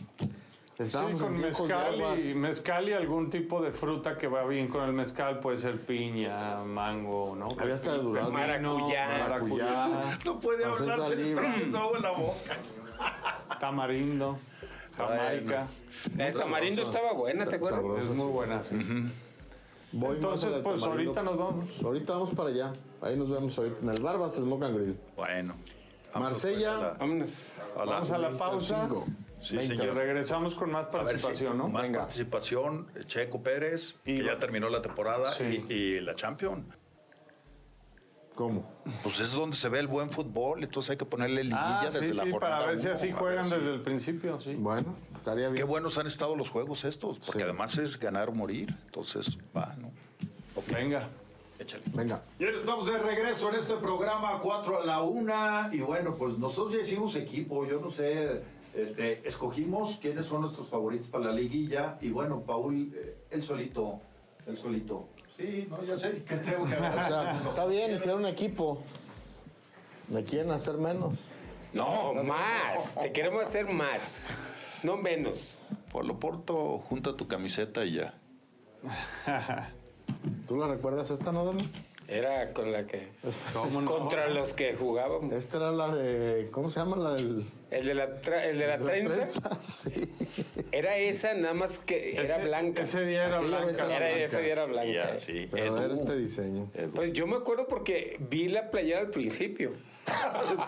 [SPEAKER 4] Estábamos
[SPEAKER 2] Sí,
[SPEAKER 4] en
[SPEAKER 2] con
[SPEAKER 4] tiempos de
[SPEAKER 2] mezcal y,
[SPEAKER 4] aguas.
[SPEAKER 2] mezcal y algún tipo de fruta que va bien con el mezcal, puede ser piña, mango, ¿no?
[SPEAKER 4] Había hasta de durazno.
[SPEAKER 3] Maracuyá.
[SPEAKER 2] maracuyá,
[SPEAKER 1] No puede
[SPEAKER 4] Hacer
[SPEAKER 1] hablar, se le está
[SPEAKER 4] saliva.
[SPEAKER 1] haciendo agua en la boca.
[SPEAKER 2] tamarindo, jamaica.
[SPEAKER 3] El tamarindo estaba buena, ¿te acuerdas?
[SPEAKER 4] Sabroso.
[SPEAKER 2] Es muy buena. sí.
[SPEAKER 4] Voy más
[SPEAKER 2] Entonces,
[SPEAKER 4] a la de
[SPEAKER 2] pues,
[SPEAKER 4] Tamarindo.
[SPEAKER 2] ahorita nos vamos.
[SPEAKER 4] Ahorita vamos para allá. Ahí nos vemos ahorita en el Barbas Smoke and Grill.
[SPEAKER 5] Bueno.
[SPEAKER 4] Marsella.
[SPEAKER 3] Vámonos.
[SPEAKER 2] Vamos a la pausa
[SPEAKER 4] 25.
[SPEAKER 5] Sí,
[SPEAKER 4] 20.
[SPEAKER 2] y regresamos con más
[SPEAKER 1] A ver si
[SPEAKER 2] participación, ¿no?
[SPEAKER 1] más
[SPEAKER 4] Venga.
[SPEAKER 1] participación. Checo Pérez,
[SPEAKER 2] Y
[SPEAKER 1] que
[SPEAKER 2] va-
[SPEAKER 1] ya terminó la temporada,
[SPEAKER 2] Sí.
[SPEAKER 1] y, y la Champions.
[SPEAKER 4] ¿Cómo?
[SPEAKER 5] Pues es donde se ve el buen fútbol, entonces hay que ponerle liguilla
[SPEAKER 2] Ah,
[SPEAKER 5] desde
[SPEAKER 2] sí,
[SPEAKER 5] la
[SPEAKER 2] sí,
[SPEAKER 5] jornada
[SPEAKER 2] para ver si
[SPEAKER 5] uno,
[SPEAKER 2] así
[SPEAKER 5] a ver
[SPEAKER 2] juegan
[SPEAKER 5] si-
[SPEAKER 2] desde el principio, sí.
[SPEAKER 4] Bueno, estaría
[SPEAKER 5] Qué
[SPEAKER 4] bien.
[SPEAKER 5] buenos han estado los juegos estos, porque
[SPEAKER 4] Sí.
[SPEAKER 5] además es ganar o morir. Entonces, va, ¿no?
[SPEAKER 2] Venga.
[SPEAKER 5] Échale.
[SPEAKER 4] Venga.
[SPEAKER 1] Ya estamos de regreso en este programa 4 a la 1 y bueno, pues nosotros ya hicimos equipo, yo no sé, este, escogimos quiénes son nuestros favoritos para la liguilla y bueno, Paul, eh, él solito, él solito. Sí, no, ya sé que tengo que
[SPEAKER 4] O sea, está bien, hicieron equipo. Me quieren hacer menos.
[SPEAKER 3] No, más. Te queremos hacer más. No menos.
[SPEAKER 5] Por lo porto, junta tu camiseta y ya.
[SPEAKER 4] ¿Tú la recuerdas esta, no, Dani?
[SPEAKER 3] Era con la que.
[SPEAKER 2] ¿Cómo no?
[SPEAKER 3] Contra los que jugábamos.
[SPEAKER 4] Esta era la de. ¿Cómo se llama? La del.
[SPEAKER 3] El de la, tra- el de la trenza
[SPEAKER 4] Sí.
[SPEAKER 3] era esa, nada más que era
[SPEAKER 2] Ese-
[SPEAKER 3] blanca.
[SPEAKER 2] Ese día era
[SPEAKER 4] Aquella vez
[SPEAKER 2] blanca.
[SPEAKER 3] Era
[SPEAKER 4] era blanca.
[SPEAKER 3] esa y era blanca.
[SPEAKER 5] Ya, sí.
[SPEAKER 4] Pero
[SPEAKER 5] Edu,
[SPEAKER 4] era este diseño.
[SPEAKER 5] Edu.
[SPEAKER 3] Pues yo me acuerdo porque vi la playera al principio. Pues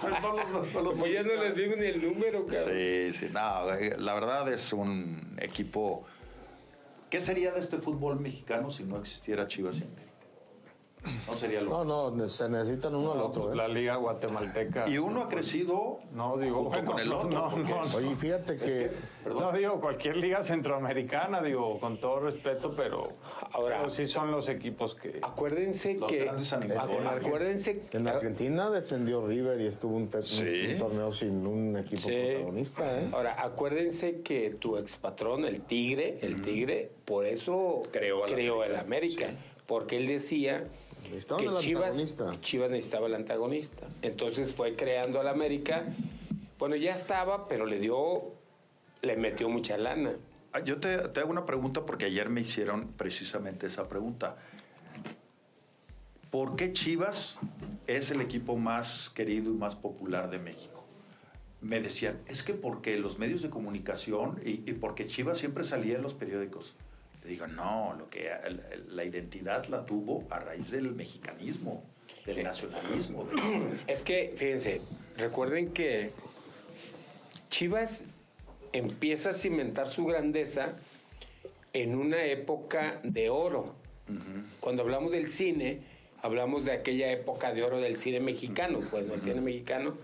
[SPEAKER 3] ya no les digo ni el número, cabrón.
[SPEAKER 5] Sí, sí, no, eh, la verdad es un equipo
[SPEAKER 1] ¿Qué sería de este fútbol mexicano si no existiera Chivas y América? No sería lo
[SPEAKER 4] No, no, se necesitan uno al
[SPEAKER 3] pues,
[SPEAKER 4] otro. ¿eh?
[SPEAKER 2] La Liga Guatemalteca.
[SPEAKER 1] Y uno ha crecido
[SPEAKER 2] No, digo,
[SPEAKER 1] junto
[SPEAKER 2] bueno, pues,
[SPEAKER 1] con el otro.
[SPEAKER 2] no,
[SPEAKER 1] porque
[SPEAKER 2] no,
[SPEAKER 1] es-
[SPEAKER 4] Oye, fíjate que
[SPEAKER 2] No digo cualquier liga centroamericana, digo, con todo respeto, pero
[SPEAKER 3] Ahora-
[SPEAKER 2] pero sí son los equipos que
[SPEAKER 1] ah,
[SPEAKER 3] Acuérdense
[SPEAKER 1] Los
[SPEAKER 3] que.
[SPEAKER 1] grandes animadores.
[SPEAKER 3] acu- Acuérdense
[SPEAKER 4] en Argentina descendió River y estuvo un, te- un-
[SPEAKER 1] Sí.
[SPEAKER 4] un torneo sin un equipo
[SPEAKER 3] Sí.
[SPEAKER 4] protagonista. ¿eh?
[SPEAKER 3] Ahora, acuérdense que tu expatrón, el Tigre, el Tigre, por eso
[SPEAKER 1] Creó al
[SPEAKER 3] el América. Porque él decía
[SPEAKER 4] Necesitaban
[SPEAKER 3] que
[SPEAKER 4] al
[SPEAKER 3] Chivas,
[SPEAKER 4] antagonista.
[SPEAKER 3] Chivas necesitaba el antagonista. Entonces fue creando al América. Bueno, ya estaba, pero le dio, le metió mucha lana.
[SPEAKER 1] Ah, Yo te, te hago una pregunta porque ayer me hicieron precisamente esa pregunta. ¿Por qué Chivas es el equipo más querido y más popular de México? Me decían, es que porque los medios de comunicación y, y porque Chivas siempre salía en los periódicos. Le digo, no, lo que, el- el- la identidad la tuvo a raíz del mexicanismo, del nacionalismo. de-
[SPEAKER 3] Es que, fíjense, recuerden que Chivas empieza a cimentar su grandeza en una época de oro. Cuando hablamos del cine, hablamos de aquella época de oro del cine mexicano, pues no el cine mexicano,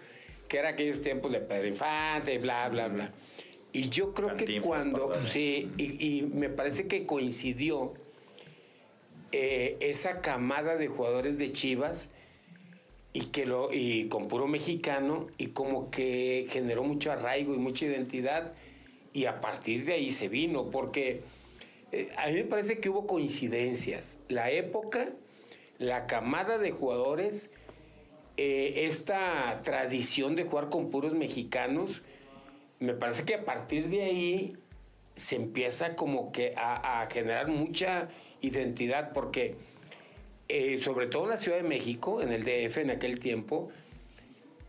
[SPEAKER 3] que era aquellos tiempos de Pedro Infante, bla, bla, bla. Y yo creo que
[SPEAKER 1] Cantinflas,
[SPEAKER 3] cuando,
[SPEAKER 1] Papadé.
[SPEAKER 3] sí, y, y me parece que coincidió eh, esa camada de jugadores de Chivas y que lo y con puro mexicano y como que generó mucho arraigo y mucha identidad y a partir de ahí se vino porque eh, a mí me parece que hubo coincidencias la época la camada de jugadores eh, esta tradición de jugar con puros mexicanos me parece que a partir de ahí se empieza como que a, a generar mucha identidad porque eh, sobre todo en la Ciudad de México, en el DF en aquel tiempo,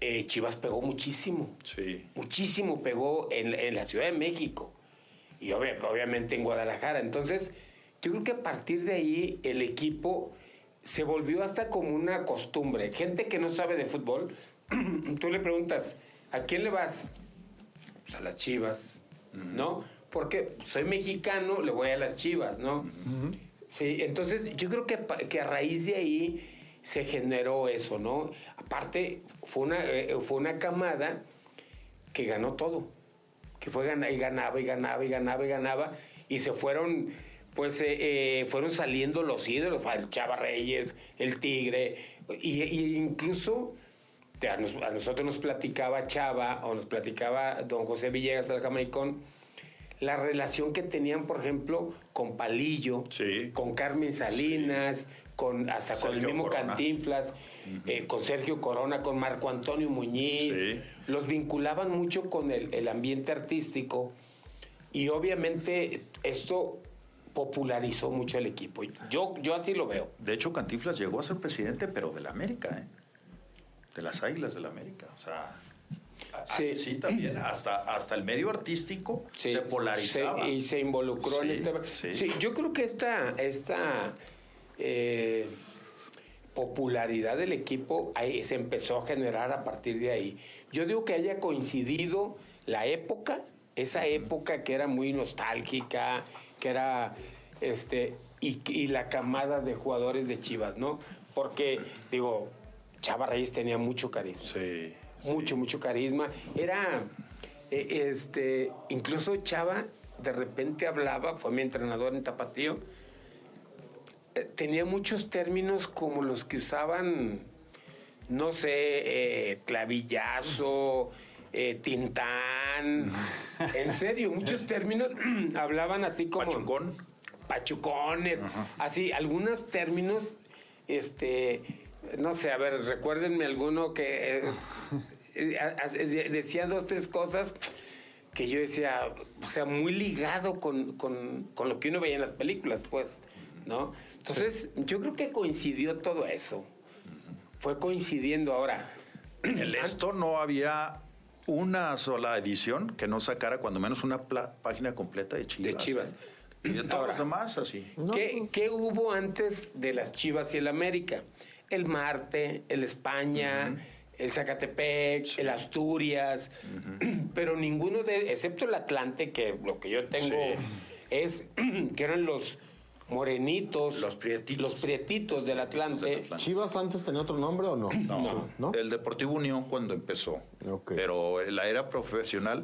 [SPEAKER 3] eh, Chivas pegó muchísimo,
[SPEAKER 1] Sí.
[SPEAKER 3] muchísimo pegó en, en la Ciudad de México y obvia- obviamente en Guadalajara. Entonces, yo creo que a partir de ahí el equipo se volvió hasta como una costumbre. Gente que no sabe de fútbol, tú le preguntas, ¿a quién le vas? Pues a las Chivas, ¿no? Porque soy mexicano, le voy a las Chivas, ¿no? Sí, entonces yo creo que, pa- que a raíz de ahí se generó eso, ¿no? Aparte, fue una, eh, fue una camada que ganó todo. Que fue gana- y ganaba y ganaba y ganaba y ganaba. Y se fueron, pues, eh, eh, fueron saliendo los ídolos, el Chava Reyes, el Tigre. Y, y incluso te- a, nos- a nosotros nos platicaba Chava o nos platicaba don José Villegas del Jamaicón la relación que tenían, por ejemplo, con Palillo,
[SPEAKER 1] Sí.
[SPEAKER 3] con Carmen Salinas, con hasta con el
[SPEAKER 1] Sergio
[SPEAKER 3] mismo
[SPEAKER 1] Corona.
[SPEAKER 3] Cantinflas, eh, con Sergio Corona, con Marco Antonio Muñiz.
[SPEAKER 1] Sí.
[SPEAKER 3] Los vinculaban mucho con el, el ambiente artístico y obviamente esto popularizó mucho el equipo. Yo, yo así lo veo.
[SPEAKER 1] De hecho, Cantinflas llegó a ser presidente, pero de la América, ¿eh? de las Águilas de la América. O sea, a-
[SPEAKER 3] Sí.
[SPEAKER 1] a- sí también, hasta, hasta el medio artístico
[SPEAKER 3] Sí,
[SPEAKER 1] se polarizaba.
[SPEAKER 3] se- y se involucró en
[SPEAKER 1] Sí,
[SPEAKER 3] este...
[SPEAKER 1] sí.
[SPEAKER 3] Sí, yo creo que esta, esta eh, popularidad del equipo ahí se empezó a generar a partir de ahí. Yo digo que haya coincidido la época, esa época que era muy nostálgica, que era... este y, y la camada de jugadores de Chivas, ¿no? Porque, digo, Chava Reyes tenía mucho carisma
[SPEAKER 1] Sí, sí.
[SPEAKER 3] mucho, mucho carisma. Era, eh, este, incluso Chava de repente hablaba, fue mi entrenador en Tapatío, eh, tenía muchos términos como los que usaban, no sé, eh, clavillazo, eh, tintán, en serio, muchos términos hablaban así como
[SPEAKER 1] Pachucón.
[SPEAKER 3] pachucones, así, algunos términos, este, no sé, a ver, recuérdenme alguno que eh, eh, a- a- de- decía dos, tres cosas que yo decía, o sea, muy ligado con, con- con lo que uno veía en las películas, pues, ¿no? Entonces, yo creo que coincidió todo eso. Fue coincidiendo ahora.
[SPEAKER 1] En el esto no había una sola edición que no sacara cuando menos una pla- página completa de Chivas. ¿eh?
[SPEAKER 3] De Chivas.
[SPEAKER 1] Y de todos
[SPEAKER 3] Ahora.
[SPEAKER 1] los demás, así.
[SPEAKER 3] ¿Qué, qué hubo antes de las Chivas y el América? El Marte, el España, el Zacatepec, el Asturias, pero ninguno de, excepto el Atlante, que lo que yo tengo es que eran los morenitos.
[SPEAKER 1] Los prietitos.
[SPEAKER 3] Los prietitos del Atlante.
[SPEAKER 1] Del Atlante.
[SPEAKER 4] ¿Chivas antes tenía otro nombre o no?
[SPEAKER 1] No,
[SPEAKER 4] ¿No?
[SPEAKER 1] el Deportivo Unión cuando empezó.
[SPEAKER 4] Ok.
[SPEAKER 1] Pero en la era profesional,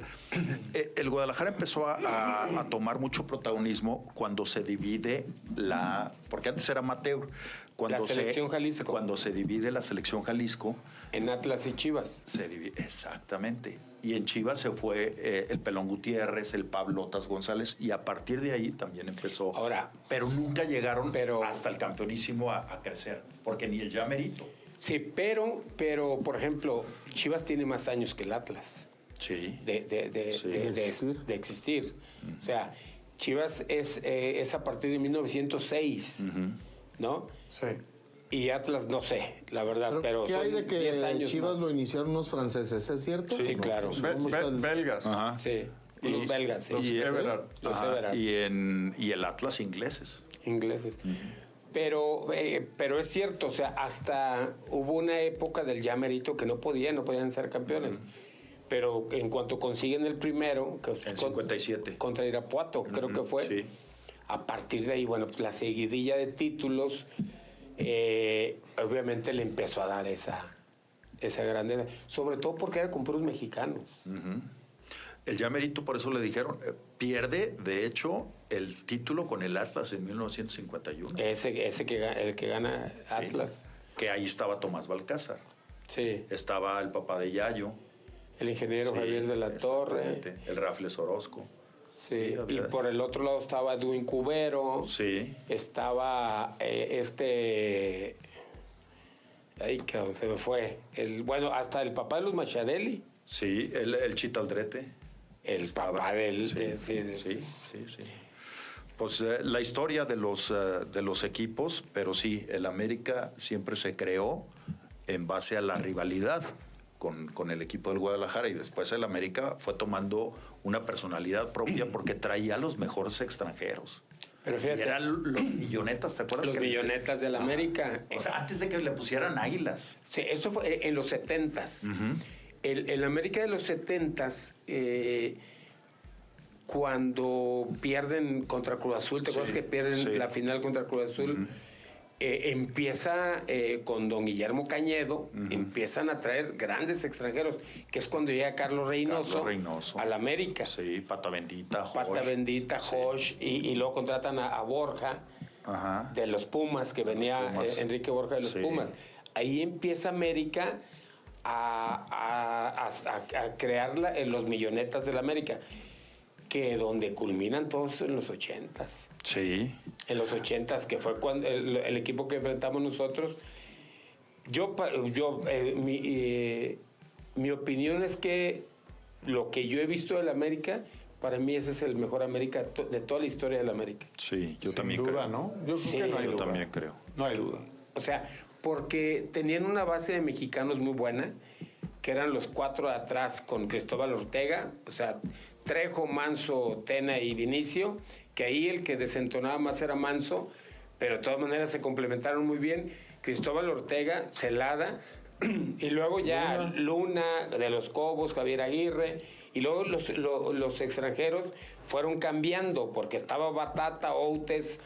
[SPEAKER 1] eh, el Guadalajara empezó a, a- a tomar mucho protagonismo cuando se divide la. Porque antes era amateur. Cuando
[SPEAKER 3] La selección
[SPEAKER 1] se,
[SPEAKER 3] Jalisco.
[SPEAKER 1] Cuando se divide la selección Jalisco,
[SPEAKER 3] En Atlas y Chivas.
[SPEAKER 1] se divide. Exactamente. Y en Chivas se fue eh, el Pelón Gutiérrez, el Pablotas González, y a partir de ahí también empezó.
[SPEAKER 3] Ahora.
[SPEAKER 1] Pero nunca llegaron
[SPEAKER 3] Pero-
[SPEAKER 1] hasta el campeonísimo a, a crecer, porque ni el ya merito.
[SPEAKER 3] Sí, pero, pero, por ejemplo, Chivas tiene más años que el Atlas.
[SPEAKER 1] Sí.
[SPEAKER 3] de, de- de-
[SPEAKER 1] Sí.
[SPEAKER 3] de-
[SPEAKER 4] De
[SPEAKER 3] de-
[SPEAKER 4] existir.
[SPEAKER 3] de existir. O sea, Chivas es, eh, es a partir de 1906, ¿no?
[SPEAKER 2] Sí.
[SPEAKER 3] Y Atlas, no sé, la verdad, pero
[SPEAKER 4] Pero, ¿Qué hay
[SPEAKER 3] son
[SPEAKER 4] de que
[SPEAKER 3] 10 años
[SPEAKER 4] Chivas
[SPEAKER 3] más.
[SPEAKER 4] lo iniciaron unos franceses? ¿Es cierto?
[SPEAKER 3] Sí,
[SPEAKER 4] ¿O no?
[SPEAKER 3] claro.
[SPEAKER 4] Pues,
[SPEAKER 2] Be-
[SPEAKER 4] ¿cómo
[SPEAKER 2] be-
[SPEAKER 4] está el-
[SPEAKER 2] belgas.
[SPEAKER 1] Ajá.
[SPEAKER 3] Sí, los belgas, sí,
[SPEAKER 2] Los
[SPEAKER 1] y- eh,
[SPEAKER 2] Everard.
[SPEAKER 3] los
[SPEAKER 1] Ajá,
[SPEAKER 3] Everard,
[SPEAKER 1] y, en, y el Atlas ingleses.
[SPEAKER 3] ingleses. Pero, eh, pero es cierto, o sea, hasta hubo una época del ya merito que no podían, no podían ser campeones. Pero en cuanto consiguen el primero, que
[SPEAKER 1] En 57.
[SPEAKER 3] contra Irapuato, creo que fue.
[SPEAKER 1] sí.
[SPEAKER 3] A partir de ahí, bueno, pues, la seguidilla de títulos, eh, obviamente le empezó a dar esa, esa grandeza. Sobre todo porque era con puros mexicanos.
[SPEAKER 1] El Yamerito, por eso le dijeron, eh, pierde, de hecho, el título con el Atlas en 1951.
[SPEAKER 3] Ese, ese que, ga- el que gana
[SPEAKER 1] Sí.
[SPEAKER 3] Atlas.
[SPEAKER 1] Que ahí estaba Tomás Balcázar,
[SPEAKER 3] Sí.
[SPEAKER 1] estaba el papá de Yayo.
[SPEAKER 3] El ingeniero
[SPEAKER 1] Sí,
[SPEAKER 3] Javier de la Torre.
[SPEAKER 1] exactamente, El Rafles Orozco.
[SPEAKER 3] Sí.
[SPEAKER 1] Sí, la
[SPEAKER 3] y
[SPEAKER 1] verdad.
[SPEAKER 3] por el otro lado estaba Edwin Cubero.
[SPEAKER 1] Sí.
[SPEAKER 3] Estaba eh, este. Ay, cabrón, se me fue. El, bueno, hasta el papá de los Macharelli.
[SPEAKER 1] Sí, el, el Chitaldrete.
[SPEAKER 3] El
[SPEAKER 1] Estaba.
[SPEAKER 3] papá del.
[SPEAKER 1] Sí,
[SPEAKER 3] de- sí, de-
[SPEAKER 1] sí, sí, sí. Pues eh, la historia de los, eh, de los equipos, pero sí, el América siempre se creó en base a la rivalidad con, con el equipo del Guadalajara y después el América fue tomando una personalidad propia porque traía a los mejores extranjeros.
[SPEAKER 3] Pero
[SPEAKER 1] Y
[SPEAKER 3] fíjate,
[SPEAKER 1] eran los millonetas, ¿te acuerdas?
[SPEAKER 3] los
[SPEAKER 1] que les-
[SPEAKER 3] millonetas del
[SPEAKER 1] Ajá.
[SPEAKER 3] América.
[SPEAKER 1] O sea, antes de que le pusieran águilas.
[SPEAKER 3] Sí, eso fue eh, en los 70s. el, el América de los 70s, eh, cuando pierden contra Cruz Azul, ¿te acuerdas que pierden
[SPEAKER 1] sí.
[SPEAKER 3] la final contra Cruz Azul? Eh, empieza eh, con don Guillermo Cañedo, empiezan a traer grandes extranjeros, que es cuando llega Carlos Reynoso,
[SPEAKER 1] Carlos Reynoso.
[SPEAKER 3] al América.
[SPEAKER 1] Sí, Pata Bendita, Josh.
[SPEAKER 3] Pata Bendita,
[SPEAKER 1] Sí.
[SPEAKER 3] Josh, y, y luego contratan a, a Borja
[SPEAKER 1] Ajá.
[SPEAKER 3] de los Pumas, que venía
[SPEAKER 1] Pumas.
[SPEAKER 3] eh, Enrique Borja de los
[SPEAKER 1] Sí.
[SPEAKER 3] Pumas. Ahí empieza América a, a- a- a- a crear la- eh, los millonetas del América, que donde culminan todos en los ochentas.
[SPEAKER 1] Sí.
[SPEAKER 3] En los ochentas, que fue cuando el, el equipo que enfrentamos nosotros. Yo, pa- yo eh, mi, eh, mi opinión es que lo que yo he visto del América, para mí ese es el mejor América to- de toda la historia del América.
[SPEAKER 1] Sí, yo
[SPEAKER 2] Sin
[SPEAKER 1] también
[SPEAKER 2] duda,
[SPEAKER 1] creo.
[SPEAKER 2] ¿no? Yo creo
[SPEAKER 3] Sí,
[SPEAKER 2] que no hay
[SPEAKER 1] Yo
[SPEAKER 2] duda.
[SPEAKER 1] también creo.
[SPEAKER 2] No hay duda.
[SPEAKER 3] O sea, porque tenían una base de mexicanos muy buena, que eran los cuatro de atrás con Cristóbal Ortega, o sea, Trejo, Manso, Tena y Vinicio, que ahí el que desentonaba más era Manso, pero de todas maneras se complementaron muy bien. Cristóbal Ortega, Celada, y luego ya Luna, de los Cobos, Javier Aguirre, y luego los, lo- los extranjeros fueron cambiando, porque estaba Batata, Outes,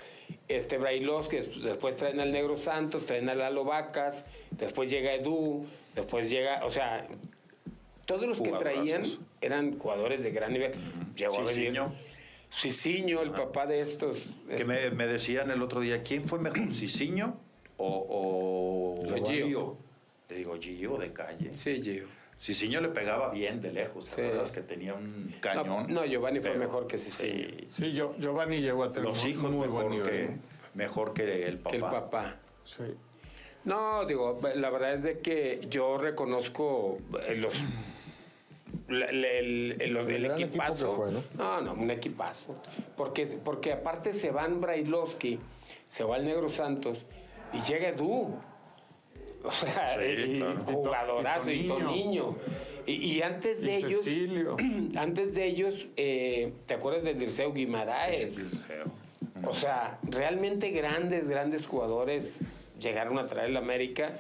[SPEAKER 3] este Brailos, que después traen al Negro Santos, traen a Lalo Vacas, después llega Edu, después llega, o sea, todos los que
[SPEAKER 1] Jugadorazos.
[SPEAKER 3] traían eran jugadores de gran nivel. Llegó a venir
[SPEAKER 1] Cicinho. Ah.
[SPEAKER 3] Cicinho, el papá de estos.
[SPEAKER 1] Que me, me decían el otro día, ¿quién fue mejor, Ciciño o, o
[SPEAKER 3] Lo Gio.
[SPEAKER 1] Le digo, Gio de calle.
[SPEAKER 3] Sí, Gio.
[SPEAKER 1] Ciciño le pegaba bien de lejos, ¿te
[SPEAKER 3] Sí.
[SPEAKER 1] acuerdas? Que tenía un
[SPEAKER 3] No,
[SPEAKER 1] cañón.
[SPEAKER 3] no, Giovanni fue
[SPEAKER 1] Pero-
[SPEAKER 3] mejor que Cicinho.
[SPEAKER 1] Sí.
[SPEAKER 2] Sí, yo, Giovanni llegó a tener
[SPEAKER 1] Los
[SPEAKER 2] un
[SPEAKER 1] hijos
[SPEAKER 2] muy buen
[SPEAKER 1] mejor,
[SPEAKER 2] nivel.
[SPEAKER 1] que, mejor que el papá.
[SPEAKER 3] Que el papá.
[SPEAKER 2] Sí.
[SPEAKER 3] No, digo, la verdad es de que yo reconozco eh, los la- la- el, el- el
[SPEAKER 4] gran equipo
[SPEAKER 3] equipazo.
[SPEAKER 4] que fue,
[SPEAKER 3] ¿no?
[SPEAKER 4] ¿no?
[SPEAKER 3] no, un equipazo. Porque, porque aparte se van Brailovsky, se va el Negro Santos y llega Edu. O sea,
[SPEAKER 1] Sí,
[SPEAKER 3] y- y
[SPEAKER 1] claro.
[SPEAKER 3] jugadorazo
[SPEAKER 2] Y
[SPEAKER 3] y
[SPEAKER 2] Toniño.
[SPEAKER 3] Toniño. Y, y antes de
[SPEAKER 2] Y
[SPEAKER 3] ellos,
[SPEAKER 2] Cecilio.
[SPEAKER 3] antes de ellos, eh, ¿te acuerdas de Dirceu Guimaraes? O sea, realmente grandes, grandes jugadores llegaron a traer la América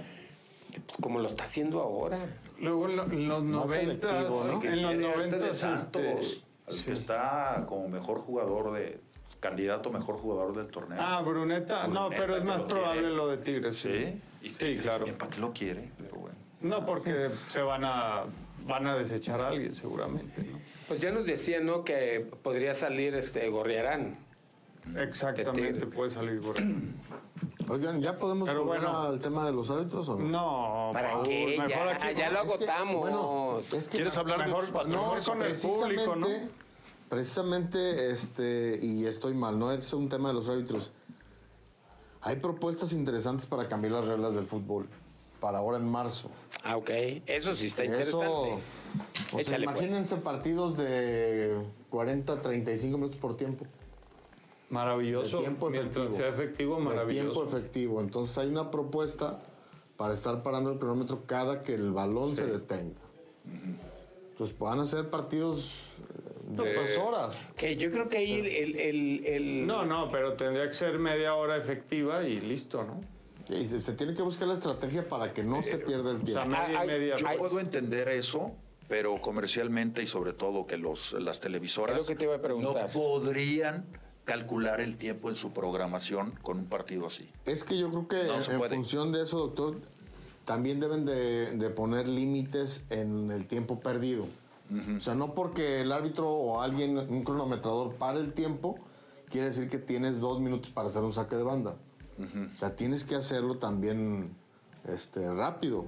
[SPEAKER 3] como lo está haciendo ahora.
[SPEAKER 2] Luego en lo- en los
[SPEAKER 4] Más
[SPEAKER 2] 90
[SPEAKER 4] selectivo, ¿no?
[SPEAKER 1] Que
[SPEAKER 2] en los
[SPEAKER 1] quiere a este
[SPEAKER 2] 90
[SPEAKER 1] de Santos, al
[SPEAKER 2] sí.
[SPEAKER 1] que está como mejor jugador de candidato mejor jugador del torneo.
[SPEAKER 2] Ah, Bruneta. No,
[SPEAKER 1] Bruneta,
[SPEAKER 2] pero es
[SPEAKER 1] que
[SPEAKER 2] más
[SPEAKER 1] lo
[SPEAKER 2] probable
[SPEAKER 1] quiere.
[SPEAKER 2] lo de Tigres.
[SPEAKER 1] sí. Y
[SPEAKER 2] Sí,
[SPEAKER 1] Tigres
[SPEAKER 2] claro.
[SPEAKER 1] también, ¿Para qué lo quiere? Pero bueno.
[SPEAKER 2] No, porque se van a, van a desechar a alguien seguramente. ¿no?
[SPEAKER 3] Pues ya nos decían, ¿no? Que podría salir este Gorriarán.
[SPEAKER 2] Exactamente, puede salir por ahí.
[SPEAKER 4] Oigan, ¿ya podemos
[SPEAKER 2] Pero
[SPEAKER 4] volver
[SPEAKER 2] bueno.
[SPEAKER 4] al tema de los árbitros o no?
[SPEAKER 2] No,
[SPEAKER 3] ¿Para
[SPEAKER 2] Paul,
[SPEAKER 3] qué?
[SPEAKER 2] mejor
[SPEAKER 3] Ya,
[SPEAKER 2] aquí.
[SPEAKER 3] ya lo
[SPEAKER 4] Es que,
[SPEAKER 3] agotamos.
[SPEAKER 4] bueno, es que-
[SPEAKER 1] ¿Quieres hablar
[SPEAKER 2] Mejor
[SPEAKER 1] de tus
[SPEAKER 2] pa-
[SPEAKER 1] patrones?
[SPEAKER 2] no, con el público, ¿no?
[SPEAKER 4] precisamente- Precisamente, este, y estoy mal, no es un tema de los árbitros. Hay propuestas interesantes para cambiar las reglas del fútbol para ahora en marzo.
[SPEAKER 3] Ah, ok. Eso sí está
[SPEAKER 4] Eso,
[SPEAKER 3] interesante.
[SPEAKER 4] o sea,
[SPEAKER 3] Échale, pues.
[SPEAKER 4] imagínense partidos de 40, 35 minutos por tiempo. De
[SPEAKER 2] Maravilloso.
[SPEAKER 4] tiempo
[SPEAKER 2] Mientras
[SPEAKER 4] efectivo.
[SPEAKER 2] sea efectivo,
[SPEAKER 4] De
[SPEAKER 2] maravilloso.
[SPEAKER 4] tiempo efectivo. Entonces hay una propuesta para estar parando el cronómetro cada que el balón se detenga. Entonces van a ser partidos eh, de dos horas.
[SPEAKER 3] Que yo creo que ahí el... el- el- el-
[SPEAKER 2] No, no, pero tendría que ser media hora efectiva y listo, ¿no?
[SPEAKER 4] Y se, se tiene que buscar la estrategia para que no
[SPEAKER 2] Eh,
[SPEAKER 4] se pierda el
[SPEAKER 2] O sea,
[SPEAKER 4] tiempo.
[SPEAKER 2] media
[SPEAKER 3] ay,
[SPEAKER 2] y media.
[SPEAKER 1] Yo
[SPEAKER 3] Ay.
[SPEAKER 1] puedo entender eso, pero comercialmente y sobre todo que los, las televisoras
[SPEAKER 3] Es lo que te iba a preguntar.
[SPEAKER 1] no podrían calcular el tiempo en su programación con un partido así.
[SPEAKER 4] Es que yo creo que
[SPEAKER 1] No
[SPEAKER 4] en,
[SPEAKER 1] se
[SPEAKER 4] en
[SPEAKER 1] puede.
[SPEAKER 4] función de eso, doctor, también deben de, de poner límites en el tiempo perdido. O sea, no porque el árbitro o alguien, un cronometrador, pare el tiempo, quiere decir que tienes dos minutos para hacer un saque de banda. O sea, tienes que hacerlo también este, rápido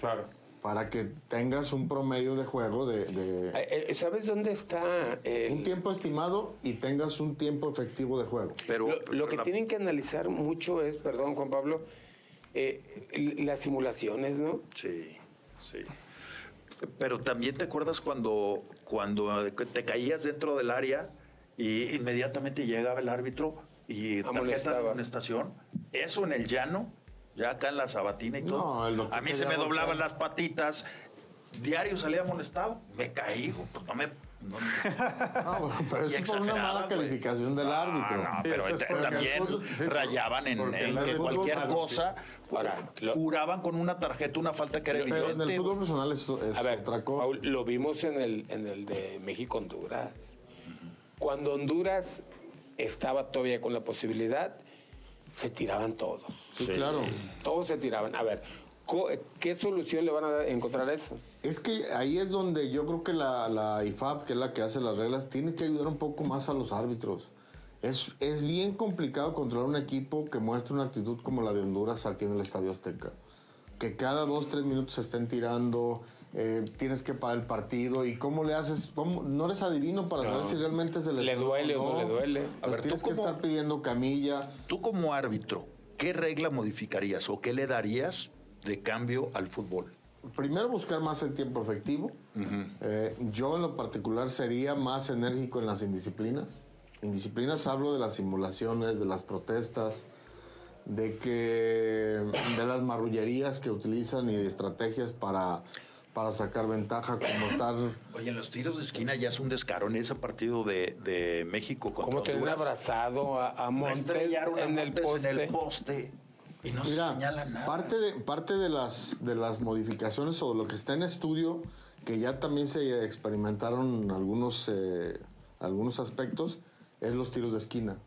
[SPEAKER 2] Claro. Pues
[SPEAKER 4] para que tengas un promedio de juego de, de-
[SPEAKER 3] Ah, eh, ¿Sabes dónde está el-
[SPEAKER 4] un tiempo estimado y tengas un tiempo efectivo de juego.
[SPEAKER 1] Pero
[SPEAKER 3] lo, lo que
[SPEAKER 1] la-
[SPEAKER 3] tienen que analizar mucho es, perdón, Juan Pablo, eh, l- las simulaciones, ¿no?
[SPEAKER 1] Sí, sí. Pero también te acuerdas cuando, cuando te caías dentro del área y inmediatamente llegaba el árbitro y tarjeta de
[SPEAKER 3] Amonestaba.
[SPEAKER 1] amonestación. Eso en el llano, ya acá en la sabatina y
[SPEAKER 4] No,
[SPEAKER 1] todo.
[SPEAKER 4] el doctor
[SPEAKER 1] A mí
[SPEAKER 4] quería
[SPEAKER 1] se me
[SPEAKER 4] golpear.
[SPEAKER 1] doblaban las patitas. Diario salía amonestado. Me caí, pues no me... no-
[SPEAKER 4] Ah, bueno, pero eso
[SPEAKER 1] Y
[SPEAKER 4] es por una
[SPEAKER 1] exagerada,
[SPEAKER 4] mala
[SPEAKER 1] güey.
[SPEAKER 4] calificación del
[SPEAKER 1] Ah,
[SPEAKER 4] árbitro.
[SPEAKER 1] no,
[SPEAKER 2] Sí,
[SPEAKER 1] pero
[SPEAKER 2] eso es
[SPEAKER 1] te-
[SPEAKER 2] porque
[SPEAKER 1] también
[SPEAKER 4] el fútbol- sí, pero-
[SPEAKER 1] rayaban en,
[SPEAKER 2] porque
[SPEAKER 1] en
[SPEAKER 4] el
[SPEAKER 1] que
[SPEAKER 4] fútbol-
[SPEAKER 1] cualquier
[SPEAKER 4] Ah, no,
[SPEAKER 1] cosa
[SPEAKER 3] Ahora,
[SPEAKER 1] cu-
[SPEAKER 3] lo-
[SPEAKER 1] curaban con una tarjeta una falta que era
[SPEAKER 4] Pero en el
[SPEAKER 1] evidente.
[SPEAKER 4] fútbol personal es, es
[SPEAKER 3] A ver,
[SPEAKER 4] otra cosa.
[SPEAKER 3] Paul, lo vimos en el, en el de México-Honduras. Cuando Honduras estaba todavía con la posibilidad, se tiraban todos.
[SPEAKER 4] sí, claro.
[SPEAKER 3] Todos se tiraban. A ver, co- ¿qué solución le van a encontrar a eso?
[SPEAKER 4] Es que ahí es donde yo creo que la, la IFAB, que es la que hace las reglas, tiene que ayudar un poco más a los árbitros. Es, es bien complicado controlar un equipo que muestra una actitud como la de Honduras aquí en el Estadio Azteca. Que cada dos, tres minutos se estén tirando, eh, tienes que parar el partido. ¿Y cómo le haces? ¿Cómo? No les adivino para saber si realmente se les
[SPEAKER 3] ¿Le duele o no le duele? A
[SPEAKER 1] ver, ¿tú
[SPEAKER 4] tienes que
[SPEAKER 1] cómo-
[SPEAKER 4] estar pidiendo camilla.
[SPEAKER 1] Tú como árbitro, ¿qué regla modificarías o qué le darías de cambio al fútbol?
[SPEAKER 4] Primero buscar más el tiempo efectivo. Eh, yo en lo particular sería más enérgico en las indisciplinas. Indisciplinas hablo de las simulaciones, de las protestas, de que de las marrullerías que utilizan y de estrategias para, para sacar ventaja, como estar
[SPEAKER 1] Oye, en los tiros de esquina ya es un descaro en ese partido de, de México contra
[SPEAKER 3] ¿Cómo tener
[SPEAKER 1] Honduras.
[SPEAKER 3] abrazado a, a
[SPEAKER 1] No
[SPEAKER 3] Montes
[SPEAKER 1] estrellaron a
[SPEAKER 3] en el
[SPEAKER 1] Montes
[SPEAKER 3] poste?
[SPEAKER 1] en el poste y no se
[SPEAKER 4] Mira,
[SPEAKER 1] señala nada.
[SPEAKER 4] parte de, parte de, las, de las modificaciones o de lo que está en estudio, que ya también se experimentaron algunos, eh, algunos aspectos, es los tiros de esquina.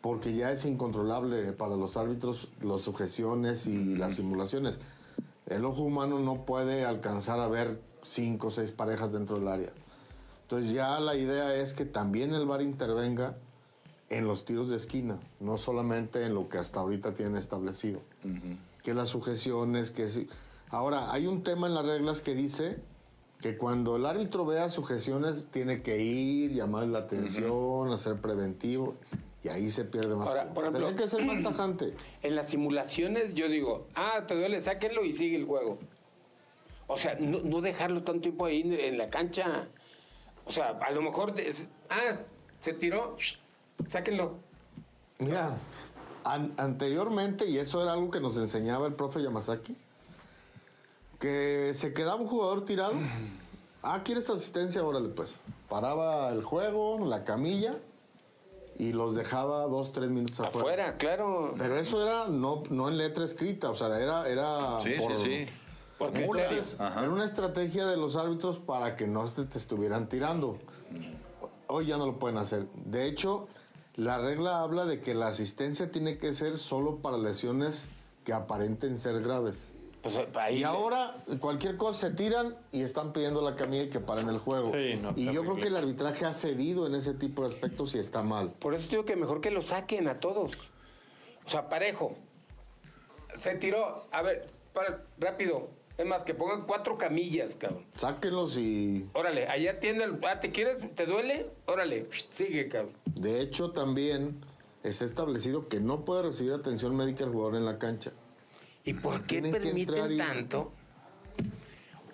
[SPEAKER 4] Porque ya es incontrolable para los árbitros las sujeciones y las simulaciones. El ojo humano no puede alcanzar a ver cinco o seis parejas dentro del área. Entonces ya la idea es que también el VAR intervenga en los tiros de esquina, no solamente en lo que hasta ahorita tienen establecido. Que las sujeciones, que si... Ahora, hay un tema en las reglas que dice que cuando el árbitro vea sujeciones tiene que ir, llamar la atención, hacer preventivo, y ahí se pierde más.
[SPEAKER 3] Ahora,
[SPEAKER 4] tiempo.
[SPEAKER 3] por ejemplo-
[SPEAKER 4] Tendría que ser más tajante.
[SPEAKER 3] En las simulaciones yo digo, ah, te duele, sáquenlo y sigue el juego. O sea, no, no dejarlo tanto tiempo ahí en, en la cancha. O sea, a lo mejor, de- ah, se tiró, shh, sáquenlo.
[SPEAKER 4] Mira, an- anteriormente, y eso era algo que nos enseñaba el profe Yamazaki, que se quedaba un jugador tirado. Ah, ¿quieres asistencia? Órale, pues. Paraba el juego, la camilla, y los dejaba dos, tres minutos afuera.
[SPEAKER 3] Afuera, claro.
[SPEAKER 4] Pero eso era no, no en letra escrita, o sea, era, era por-
[SPEAKER 3] Porque
[SPEAKER 4] entonces, era una estrategia de los árbitros para que no se te estuvieran tirando. Hoy ya no lo pueden hacer. De hecho, La regla habla de que la asistencia tiene que ser solo para lesiones que aparenten ser graves.
[SPEAKER 3] Pues ahí.
[SPEAKER 4] Y
[SPEAKER 3] le-
[SPEAKER 4] ahora cualquier cosa se tiran y están pidiendo la camilla y que paren el juego.
[SPEAKER 2] Sí, no,
[SPEAKER 4] y yo
[SPEAKER 2] terrible.
[SPEAKER 4] creo que el arbitraje ha cedido en ese tipo de aspectos y está mal.
[SPEAKER 3] Por eso digo que mejor que lo saquen a todos. O sea, parejo. Se tiró. A ver, para- rápido. Es más, que pongan cuatro camillas, cabrón.
[SPEAKER 4] Sáquenlos y
[SPEAKER 3] Órale, allá tiene el. Ah, ¿te quieres? ¿Te duele? Órale, sigue, cabrón.
[SPEAKER 4] de hecho también está establecido que no puede recibir atención médica el jugador en la cancha.
[SPEAKER 3] ¿Y por qué
[SPEAKER 4] Tienen que entrar
[SPEAKER 3] permiten
[SPEAKER 4] y-
[SPEAKER 3] tanto?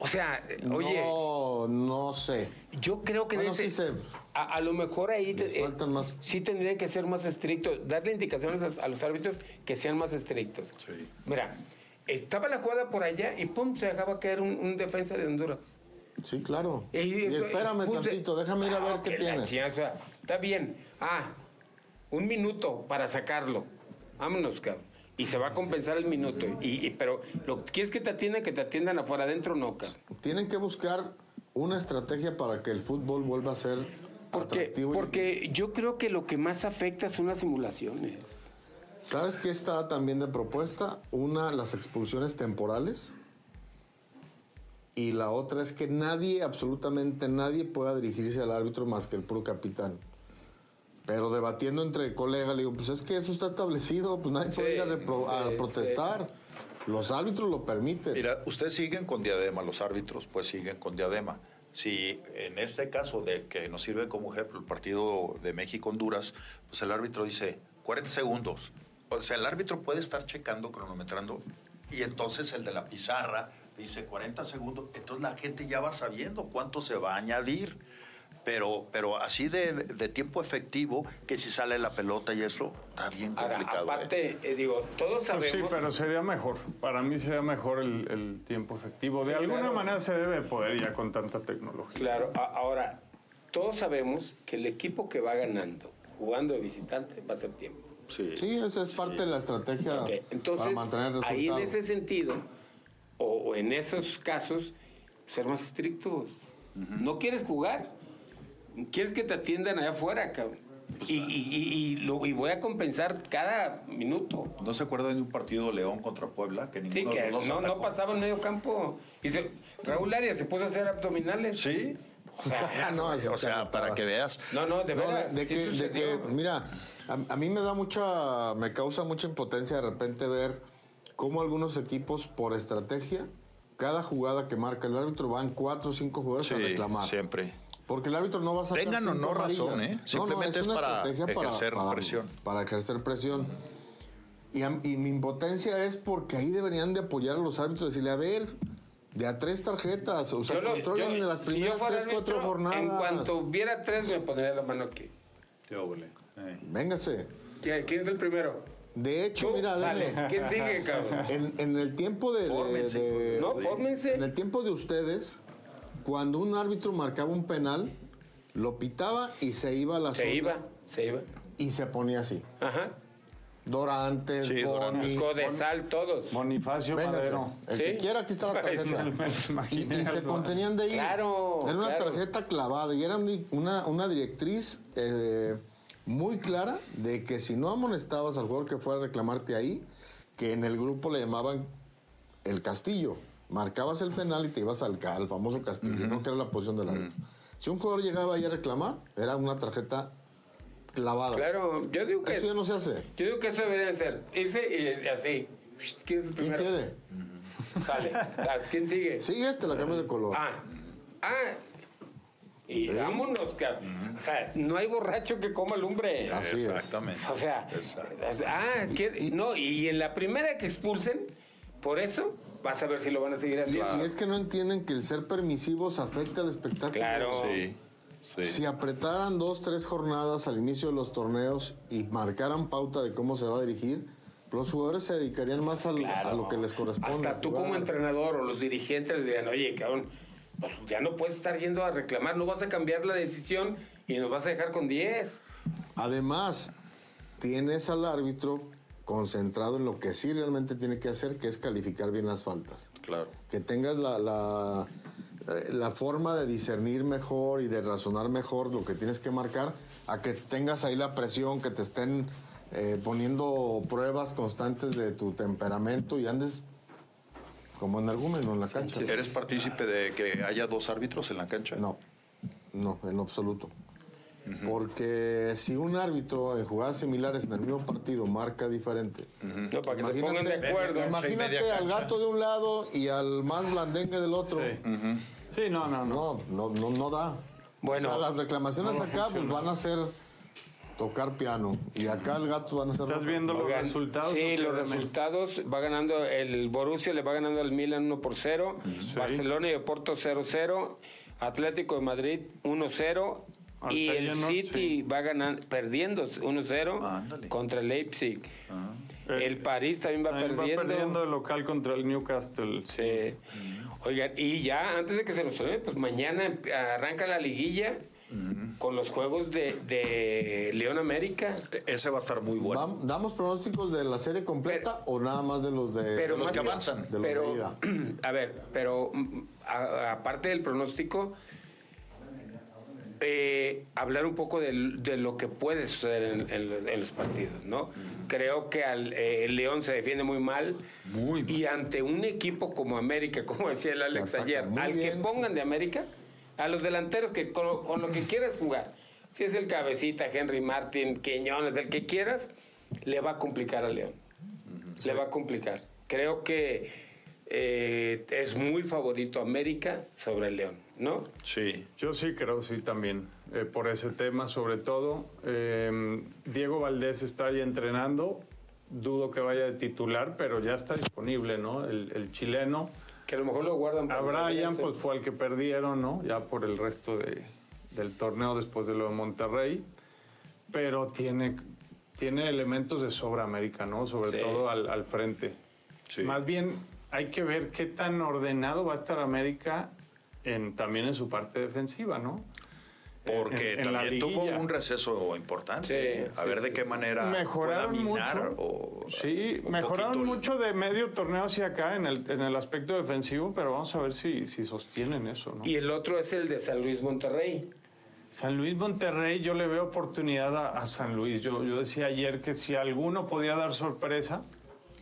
[SPEAKER 3] O sea, oye,
[SPEAKER 4] No, no sé.
[SPEAKER 3] yo creo que en
[SPEAKER 4] Bueno,
[SPEAKER 3] ese-
[SPEAKER 4] sí se-
[SPEAKER 3] a, a lo mejor ahí eh,
[SPEAKER 4] Les faltan más.
[SPEAKER 3] sí tendrían que ser más estrictos, darle indicaciones a, a los árbitros que sean más estrictos. Mira, estaba la jugada por allá y pum, se dejaba caer un, un defensa de Honduras.
[SPEAKER 4] Sí, claro. Y,
[SPEAKER 3] Y- y-
[SPEAKER 4] espérame
[SPEAKER 3] puse-
[SPEAKER 4] tantito, déjame ir a ver
[SPEAKER 3] Ah,
[SPEAKER 4] qué
[SPEAKER 3] que la
[SPEAKER 4] tiene.
[SPEAKER 3] chingada, o sea, está bien. Ah, un minuto para sacarlo. Vámonos, cabrón. Y se va a compensar el minuto. Y, y- pero lo que quieres que te atiendan, que te atiendan afuera, adentro no, cabrón.
[SPEAKER 4] Tienen que buscar una estrategia para que el fútbol vuelva a ser
[SPEAKER 3] Porque,
[SPEAKER 4] atractivo. y-
[SPEAKER 3] porque yo creo que lo que más afecta son las simulaciones.
[SPEAKER 4] ¿Sabes qué está también de propuesta? Una, las expulsiones temporales. Y la otra es que nadie, absolutamente nadie, pueda dirigirse al árbitro más que el puro capitán. Pero debatiendo entre colegas, le digo, pues es que eso está establecido, pues nadie puede ir a, repro- a
[SPEAKER 3] sí,
[SPEAKER 4] protestar. Los árbitros lo permiten.
[SPEAKER 1] Mira, ustedes siguen con diadema, los árbitros pues siguen con diadema. Si en este caso de que nos sirve como ejemplo el partido de México-Honduras, pues el árbitro dice 40 segundos. O sea, el árbitro puede estar checando, cronometrando, y entonces el de la pizarra dice 40 segundos, entonces la gente ya va sabiendo cuánto se va a añadir. Pero, pero así de, de tiempo efectivo, que si sale la pelota y eso, está bien
[SPEAKER 3] Ahora,
[SPEAKER 1] complicado. ¿eh?
[SPEAKER 3] aparte, eh, digo, todos
[SPEAKER 2] Pues sí,
[SPEAKER 3] sabemos.
[SPEAKER 2] pero sería mejor. Para mí sería mejor el, el tiempo efectivo. De
[SPEAKER 3] Sí,
[SPEAKER 2] alguna
[SPEAKER 3] claro.
[SPEAKER 2] manera se debe poder ya con tanta tecnología.
[SPEAKER 3] Claro, a- ahora, todos sabemos que el equipo que va ganando, jugando de visitante, va a ser tiempo.
[SPEAKER 1] Sí.
[SPEAKER 4] Sí, esa es parte de la estrategia
[SPEAKER 3] Ok,
[SPEAKER 4] para
[SPEAKER 3] Entonces,
[SPEAKER 4] mantener el resultado.
[SPEAKER 3] ahí en ese sentido, o, o en esos casos, ser más estrictos. No quieres jugar, quieres que te atiendan allá afuera, cabrón.
[SPEAKER 4] Pues
[SPEAKER 3] Y, y- y- y lo, y voy a compensar cada minuto.
[SPEAKER 1] ¿No se acuerdan de un partido León contra Puebla? Que
[SPEAKER 3] Sí,
[SPEAKER 1] ninguno de
[SPEAKER 3] que
[SPEAKER 1] los dos
[SPEAKER 3] no, no
[SPEAKER 1] atacó?
[SPEAKER 3] pasaba en medio campo. Y se- Raúl Arias se puso a hacer abdominales.
[SPEAKER 1] Sí,
[SPEAKER 3] O sea,
[SPEAKER 4] Ah, no, eso
[SPEAKER 1] o
[SPEAKER 4] está
[SPEAKER 1] sea,
[SPEAKER 4] anotado.
[SPEAKER 1] para que veas.
[SPEAKER 3] no, no, de
[SPEAKER 4] No, de-
[SPEAKER 3] verdad.
[SPEAKER 4] de que, de que, mira, a, a mí me da mucha, me causa mucha impotencia de repente ver cómo algunos equipos por estrategia, cada jugada que marca el árbitro van cuatro o cinco jugadores a reclamar.
[SPEAKER 1] siempre.
[SPEAKER 4] Porque el árbitro no va a sacar
[SPEAKER 1] Tengan o
[SPEAKER 4] cinco
[SPEAKER 1] no
[SPEAKER 4] amarillas.
[SPEAKER 1] razón, ¿eh? Simplemente es
[SPEAKER 4] una
[SPEAKER 1] para
[SPEAKER 4] estrategia
[SPEAKER 1] ejercer presión.
[SPEAKER 4] Para ejercer presión. Y, a- y mi impotencia es porque ahí deberían de apoyar a los árbitros y decirle, a ver, de a tres tarjetas, o sea,
[SPEAKER 3] Yo lo-
[SPEAKER 4] controlen
[SPEAKER 3] yo-
[SPEAKER 4] de las
[SPEAKER 3] si yo
[SPEAKER 4] primeras
[SPEAKER 3] fuera
[SPEAKER 4] tres, cuatro
[SPEAKER 3] árbitro,
[SPEAKER 4] jornadas.
[SPEAKER 3] En cuanto viera tres, me pondría la mano aquí.
[SPEAKER 4] Véngase.
[SPEAKER 3] ¿Quién quién es el primero?
[SPEAKER 4] De hecho,
[SPEAKER 3] Tú,
[SPEAKER 4] mira,
[SPEAKER 3] sale.
[SPEAKER 4] dale.
[SPEAKER 3] ¿Quién sigue, cabrón?
[SPEAKER 4] En, en el tiempo de, de-
[SPEAKER 1] Fórmense,
[SPEAKER 4] de-
[SPEAKER 3] No,
[SPEAKER 4] en
[SPEAKER 3] fórmense.
[SPEAKER 4] el tiempo de ustedes, cuando un árbitro marcaba un penal, lo pitaba y se iba a la
[SPEAKER 3] Se
[SPEAKER 4] zona
[SPEAKER 3] iba, se iba.
[SPEAKER 4] y se ponía así.
[SPEAKER 3] Ajá.
[SPEAKER 4] Dorantes,
[SPEAKER 1] Sí,
[SPEAKER 4] Boni,
[SPEAKER 3] Codesal, todos.
[SPEAKER 2] Bonifacio
[SPEAKER 4] véngase.
[SPEAKER 2] Madero.
[SPEAKER 4] El
[SPEAKER 3] Sí.
[SPEAKER 4] que quiera, aquí está la tarjeta. Y, y se contenían de ir.
[SPEAKER 3] Claro,
[SPEAKER 4] Era una
[SPEAKER 3] claro.
[SPEAKER 4] tarjeta clavada y era un- una, una directriz eh, muy clara de que si no amonestabas al jugador que fuera a reclamarte ahí, que en el grupo le llamaban el castillo. Marcabas el penal y te ibas al, ca- al famoso castillo, ¿no? Que era la posición del árbitro. Si un jugador llegaba ahí a reclamar, era una tarjeta clavada.
[SPEAKER 3] Claro, yo digo que
[SPEAKER 4] Eso ya no se hace.
[SPEAKER 3] yo digo que eso debería de ser. Irse y así. ¿Quién es el
[SPEAKER 4] ¿Quién
[SPEAKER 3] primero?
[SPEAKER 4] quiere?
[SPEAKER 3] Sale. Ah, ¿Quién sigue?
[SPEAKER 4] Sí, este la cambio de color.
[SPEAKER 3] Ah. Ah. Y vámonos, cabrón. O sea, no hay borracho que coma lumbre.
[SPEAKER 4] Así es.
[SPEAKER 1] Exactamente.
[SPEAKER 3] O sea, ah, ¿quién- no, y en la primera que expulsen, por eso, vas a ver si lo van a seguir haciendo.
[SPEAKER 4] Y es que no entienden que el ser permisivos afecta al espectáculo.
[SPEAKER 3] Claro. Este,
[SPEAKER 4] Si apretaran dos, tres jornadas al inicio de los torneos y marcaran pauta de cómo se va a dirigir, los jugadores se dedicarían más al-
[SPEAKER 3] Claro.
[SPEAKER 4] a lo que les corresponde.
[SPEAKER 3] Hasta tú como
[SPEAKER 4] Claro.
[SPEAKER 3] entrenador o los dirigentes les dirían, oye, cabrón, pues ya no puedes estar yendo a reclamar, no vas a cambiar la decisión y nos vas a dejar con 10.
[SPEAKER 4] Además, tienes al árbitro concentrado en lo que sí realmente tiene que hacer, que es calificar bien las faltas.
[SPEAKER 1] Claro.
[SPEAKER 4] Que tengas la, la- eh, la forma de discernir mejor y de razonar mejor lo que tienes que marcar a que tengas ahí la presión, que te estén eh, poniendo pruebas constantes de tu temperamento y andes como en algún en la cancha.
[SPEAKER 1] ¿Eres partícipe de que haya dos árbitros en la cancha?
[SPEAKER 4] No, no, en lo absoluto. Porque si un árbitro en jugadas similares en el mismo partido marca diferente,
[SPEAKER 3] No, para que se pongan de acuerdo.
[SPEAKER 4] imagínate al gato de un lado y al más blandengue del otro.
[SPEAKER 2] Sí. Sí, no, no, no.
[SPEAKER 4] No, no, no, no da.
[SPEAKER 3] Bueno.
[SPEAKER 4] O sea, las reclamaciones
[SPEAKER 2] No, no
[SPEAKER 4] acá pues,
[SPEAKER 2] funciona.
[SPEAKER 4] van a ser tocar piano. Y acá el gato van a ser.
[SPEAKER 2] ¿Estás viendo los
[SPEAKER 3] Oigan,
[SPEAKER 2] resultados?
[SPEAKER 3] Sí,
[SPEAKER 2] ¿O
[SPEAKER 3] los
[SPEAKER 2] qué, Mel?
[SPEAKER 3] resultados. Va ganando el Borussia, le va ganando al Milan 1 por 0. Barcelona y Oporto 0-0. Atlético de Madrid 1-0. Y
[SPEAKER 2] Al
[SPEAKER 3] el
[SPEAKER 2] Feyenoord,
[SPEAKER 3] City
[SPEAKER 2] sí.
[SPEAKER 3] va ganando, perdiendo 1-0
[SPEAKER 1] Ándale.
[SPEAKER 3] contra el Leipzig.
[SPEAKER 2] Eh,
[SPEAKER 3] El París también va
[SPEAKER 2] También
[SPEAKER 3] perdiendo.
[SPEAKER 2] Va perdiendo el local contra el Newcastle.
[SPEAKER 3] Sí. Oigan, y ya antes de que se nos olvide, pues mañana em- arranca la liguilla con los juegos de, de León América.
[SPEAKER 1] E, Ese va a estar muy bueno.
[SPEAKER 4] Vam- ¿Damos pronósticos de la serie completa o nada más de los de.
[SPEAKER 3] pero
[SPEAKER 4] de los
[SPEAKER 3] más
[SPEAKER 1] que
[SPEAKER 4] de-
[SPEAKER 1] avanzan.
[SPEAKER 4] De los de
[SPEAKER 3] Pero,
[SPEAKER 4] ida?
[SPEAKER 3] a ver, pero mm, a- aparte del pronóstico, eh, hablar un poco del- de, lo que puede suceder en, en los- en los partidos, ¿no? Creo que al, eh, el León se defiende muy mal.
[SPEAKER 1] Muy mal.
[SPEAKER 3] Y ante un equipo como América, como decía el Alex
[SPEAKER 4] ataca
[SPEAKER 3] ayer,
[SPEAKER 4] muy
[SPEAKER 3] al que
[SPEAKER 4] bien.
[SPEAKER 3] pongan de América, a los delanteros que con, con lo que quieras jugar, si es el cabecita, Henry Martin, Quiñones, del que quieras, le va a complicar al León le va a complicar. Creo que eh, es muy favorito América sobre el León, ¿no?
[SPEAKER 1] Sí.
[SPEAKER 2] Yo sí creo, sí, también. eh, por ese tema, sobre todo. Eh, Diego Valdés está ya entrenando. Dudo que vaya de titular, pero ya está disponible, ¿no? El, el chileno.
[SPEAKER 3] Que a lo mejor lo guardan
[SPEAKER 2] A
[SPEAKER 3] el
[SPEAKER 2] Brian,
[SPEAKER 3] regreso.
[SPEAKER 2] pues fue al que perdieron, ¿no? Ya por el resto de- del torneo después de lo de Monterrey. Pero tiene, tiene elementos de sobra América, ¿no? Sobre
[SPEAKER 3] Sí.
[SPEAKER 2] todo al, al frente.
[SPEAKER 1] Sí.
[SPEAKER 2] Más bien, hay que ver qué tan ordenado va a estar América en, también en su parte defensiva, ¿no?
[SPEAKER 1] Porque
[SPEAKER 2] En- en la
[SPEAKER 1] también tuvo
[SPEAKER 2] liguilla.
[SPEAKER 1] un receso importante.
[SPEAKER 3] Sí,
[SPEAKER 1] a
[SPEAKER 3] sí,
[SPEAKER 1] ver de
[SPEAKER 3] sí,
[SPEAKER 1] qué
[SPEAKER 3] sí.
[SPEAKER 1] manera
[SPEAKER 2] Mejoraron
[SPEAKER 1] pueda minar
[SPEAKER 2] mucho.
[SPEAKER 1] o
[SPEAKER 2] Sí,
[SPEAKER 1] un
[SPEAKER 2] mejoraron
[SPEAKER 1] poquito el-
[SPEAKER 2] mucho de medio torneo hacia acá en el, en el aspecto defensivo, pero vamos a ver si, si sostienen eso, ¿no?
[SPEAKER 3] Y el otro es el de San Luis Monterrey.
[SPEAKER 2] San Luis Monterrey, yo le veo oportunidad a, a San Luis. Yo, yo decía ayer que si alguno podía dar sorpresa,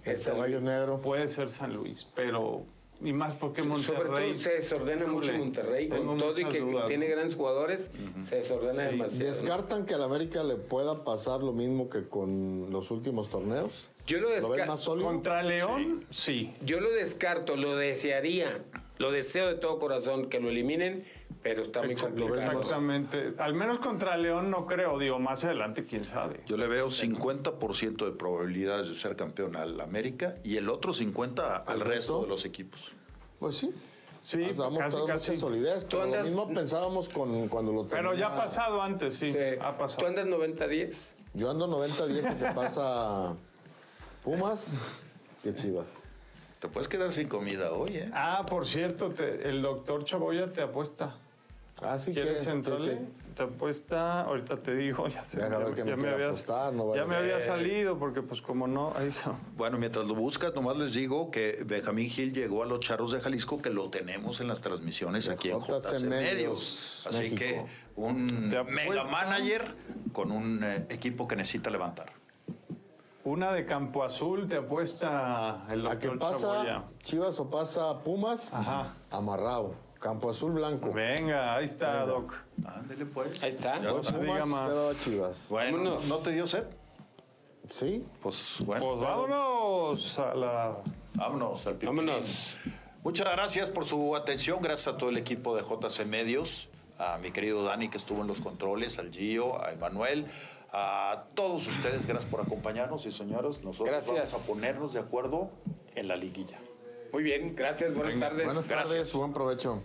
[SPEAKER 4] El
[SPEAKER 3] Es San
[SPEAKER 4] caballo
[SPEAKER 3] Luis.
[SPEAKER 4] negro.
[SPEAKER 2] puede ser San Luis, pero y más porque
[SPEAKER 3] Sobre todo
[SPEAKER 2] Monterrey.
[SPEAKER 3] se desordena mucho
[SPEAKER 2] Híjole,
[SPEAKER 3] Monterrey, con
[SPEAKER 2] tengo
[SPEAKER 3] todo y
[SPEAKER 2] muchas
[SPEAKER 3] que
[SPEAKER 2] dudas,
[SPEAKER 3] tiene
[SPEAKER 2] ¿no?
[SPEAKER 3] grandes jugadores, se desordena
[SPEAKER 2] Sí.
[SPEAKER 3] demasiado.
[SPEAKER 4] ¿Descartan que al América le pueda pasar lo mismo que con los últimos torneos?
[SPEAKER 3] Yo lo,
[SPEAKER 4] ¿Lo ven
[SPEAKER 3] descarto.
[SPEAKER 4] más sólido?
[SPEAKER 2] Contra León, sí.
[SPEAKER 3] Yo lo descarto, lo desearía, lo deseo de todo corazón que lo eliminen, pero está muy complicado.
[SPEAKER 2] Exactamente. Al menos contra León no creo, digo, más adelante quién sabe.
[SPEAKER 1] Yo le veo 50% de probabilidades de ser campeón al América y el otro 50% al,
[SPEAKER 4] ¿Al
[SPEAKER 1] resto?
[SPEAKER 4] resto?
[SPEAKER 1] de los equipos.
[SPEAKER 4] Pues sí.
[SPEAKER 2] Sí,
[SPEAKER 4] O sea, ha
[SPEAKER 2] casi,
[SPEAKER 4] mostrado
[SPEAKER 2] casi.
[SPEAKER 4] mucha solidez. pero
[SPEAKER 3] andas-
[SPEAKER 4] Lo mismo pensábamos con, cuando lo
[SPEAKER 2] Pero ya ha
[SPEAKER 4] tenía-
[SPEAKER 2] pasado antes, sí.
[SPEAKER 3] Sí.
[SPEAKER 2] Ha
[SPEAKER 3] ¿Tú
[SPEAKER 2] pasado.
[SPEAKER 3] andas 90-10?
[SPEAKER 4] Yo ando 90-10 y que pasa Pumas que Chivas.
[SPEAKER 1] Te puedes quedar sin comida hoy, ¿eh?
[SPEAKER 2] Ah, por cierto, te- el doctor Chaboya te apuesta.
[SPEAKER 4] Así que,
[SPEAKER 2] ¿Quieres entrarle?
[SPEAKER 4] que-
[SPEAKER 2] Te apuesta, ahorita te digo, ya se
[SPEAKER 4] Deja ver que me quiera apostar, no vaya
[SPEAKER 2] ya me
[SPEAKER 4] a ser.
[SPEAKER 2] había salido porque pues como no, ay, no.
[SPEAKER 1] Bueno, mientras lo buscas, nomás les digo que Benjamín Gil llegó a los Charros de Jalisco, que lo tenemos en las transmisiones
[SPEAKER 4] De
[SPEAKER 1] aquí en
[SPEAKER 4] JC
[SPEAKER 1] JC Medios.
[SPEAKER 4] Medios,
[SPEAKER 1] Así
[SPEAKER 4] México.
[SPEAKER 1] que un
[SPEAKER 2] Te
[SPEAKER 1] mega
[SPEAKER 2] apuestan.
[SPEAKER 1] manager con un eh, equipo que necesita levantar.
[SPEAKER 2] una de Campo Azul te apuesta el
[SPEAKER 4] a que
[SPEAKER 2] doctor Chaboya.
[SPEAKER 4] pasa Chivas o pasa Pumas,
[SPEAKER 2] Ajá.
[SPEAKER 4] amarrado. Campo Azul Blanco.
[SPEAKER 2] Venga, ahí está Doc.
[SPEAKER 1] Ándele, pues.
[SPEAKER 3] Ahí está. Pues,
[SPEAKER 1] Ya
[SPEAKER 4] Voy
[SPEAKER 1] está.
[SPEAKER 2] se diga
[SPEAKER 4] Pumas,
[SPEAKER 2] más.
[SPEAKER 4] te doy a Chivas.
[SPEAKER 1] Bueno,
[SPEAKER 3] Vámonos.
[SPEAKER 1] ¿no te dio sed?
[SPEAKER 4] Sí,
[SPEAKER 1] Pues bueno,
[SPEAKER 2] Pues vámonos a la
[SPEAKER 1] vámonos al pipirín.
[SPEAKER 3] Vámonos.
[SPEAKER 1] Muchas gracias por su atención, gracias a todo el equipo de JC Medios, a mi querido Dani que estuvo en los controles, al Gio, a Emanuel, a todos ustedes, gracias por acompañarnos y señores, nosotros
[SPEAKER 3] Gracias.
[SPEAKER 1] vamos a ponernos de acuerdo en la liguilla.
[SPEAKER 3] Muy bien, gracias, buenas tardes.
[SPEAKER 4] buenas tardes,
[SPEAKER 1] Gracias.
[SPEAKER 4] buen provecho.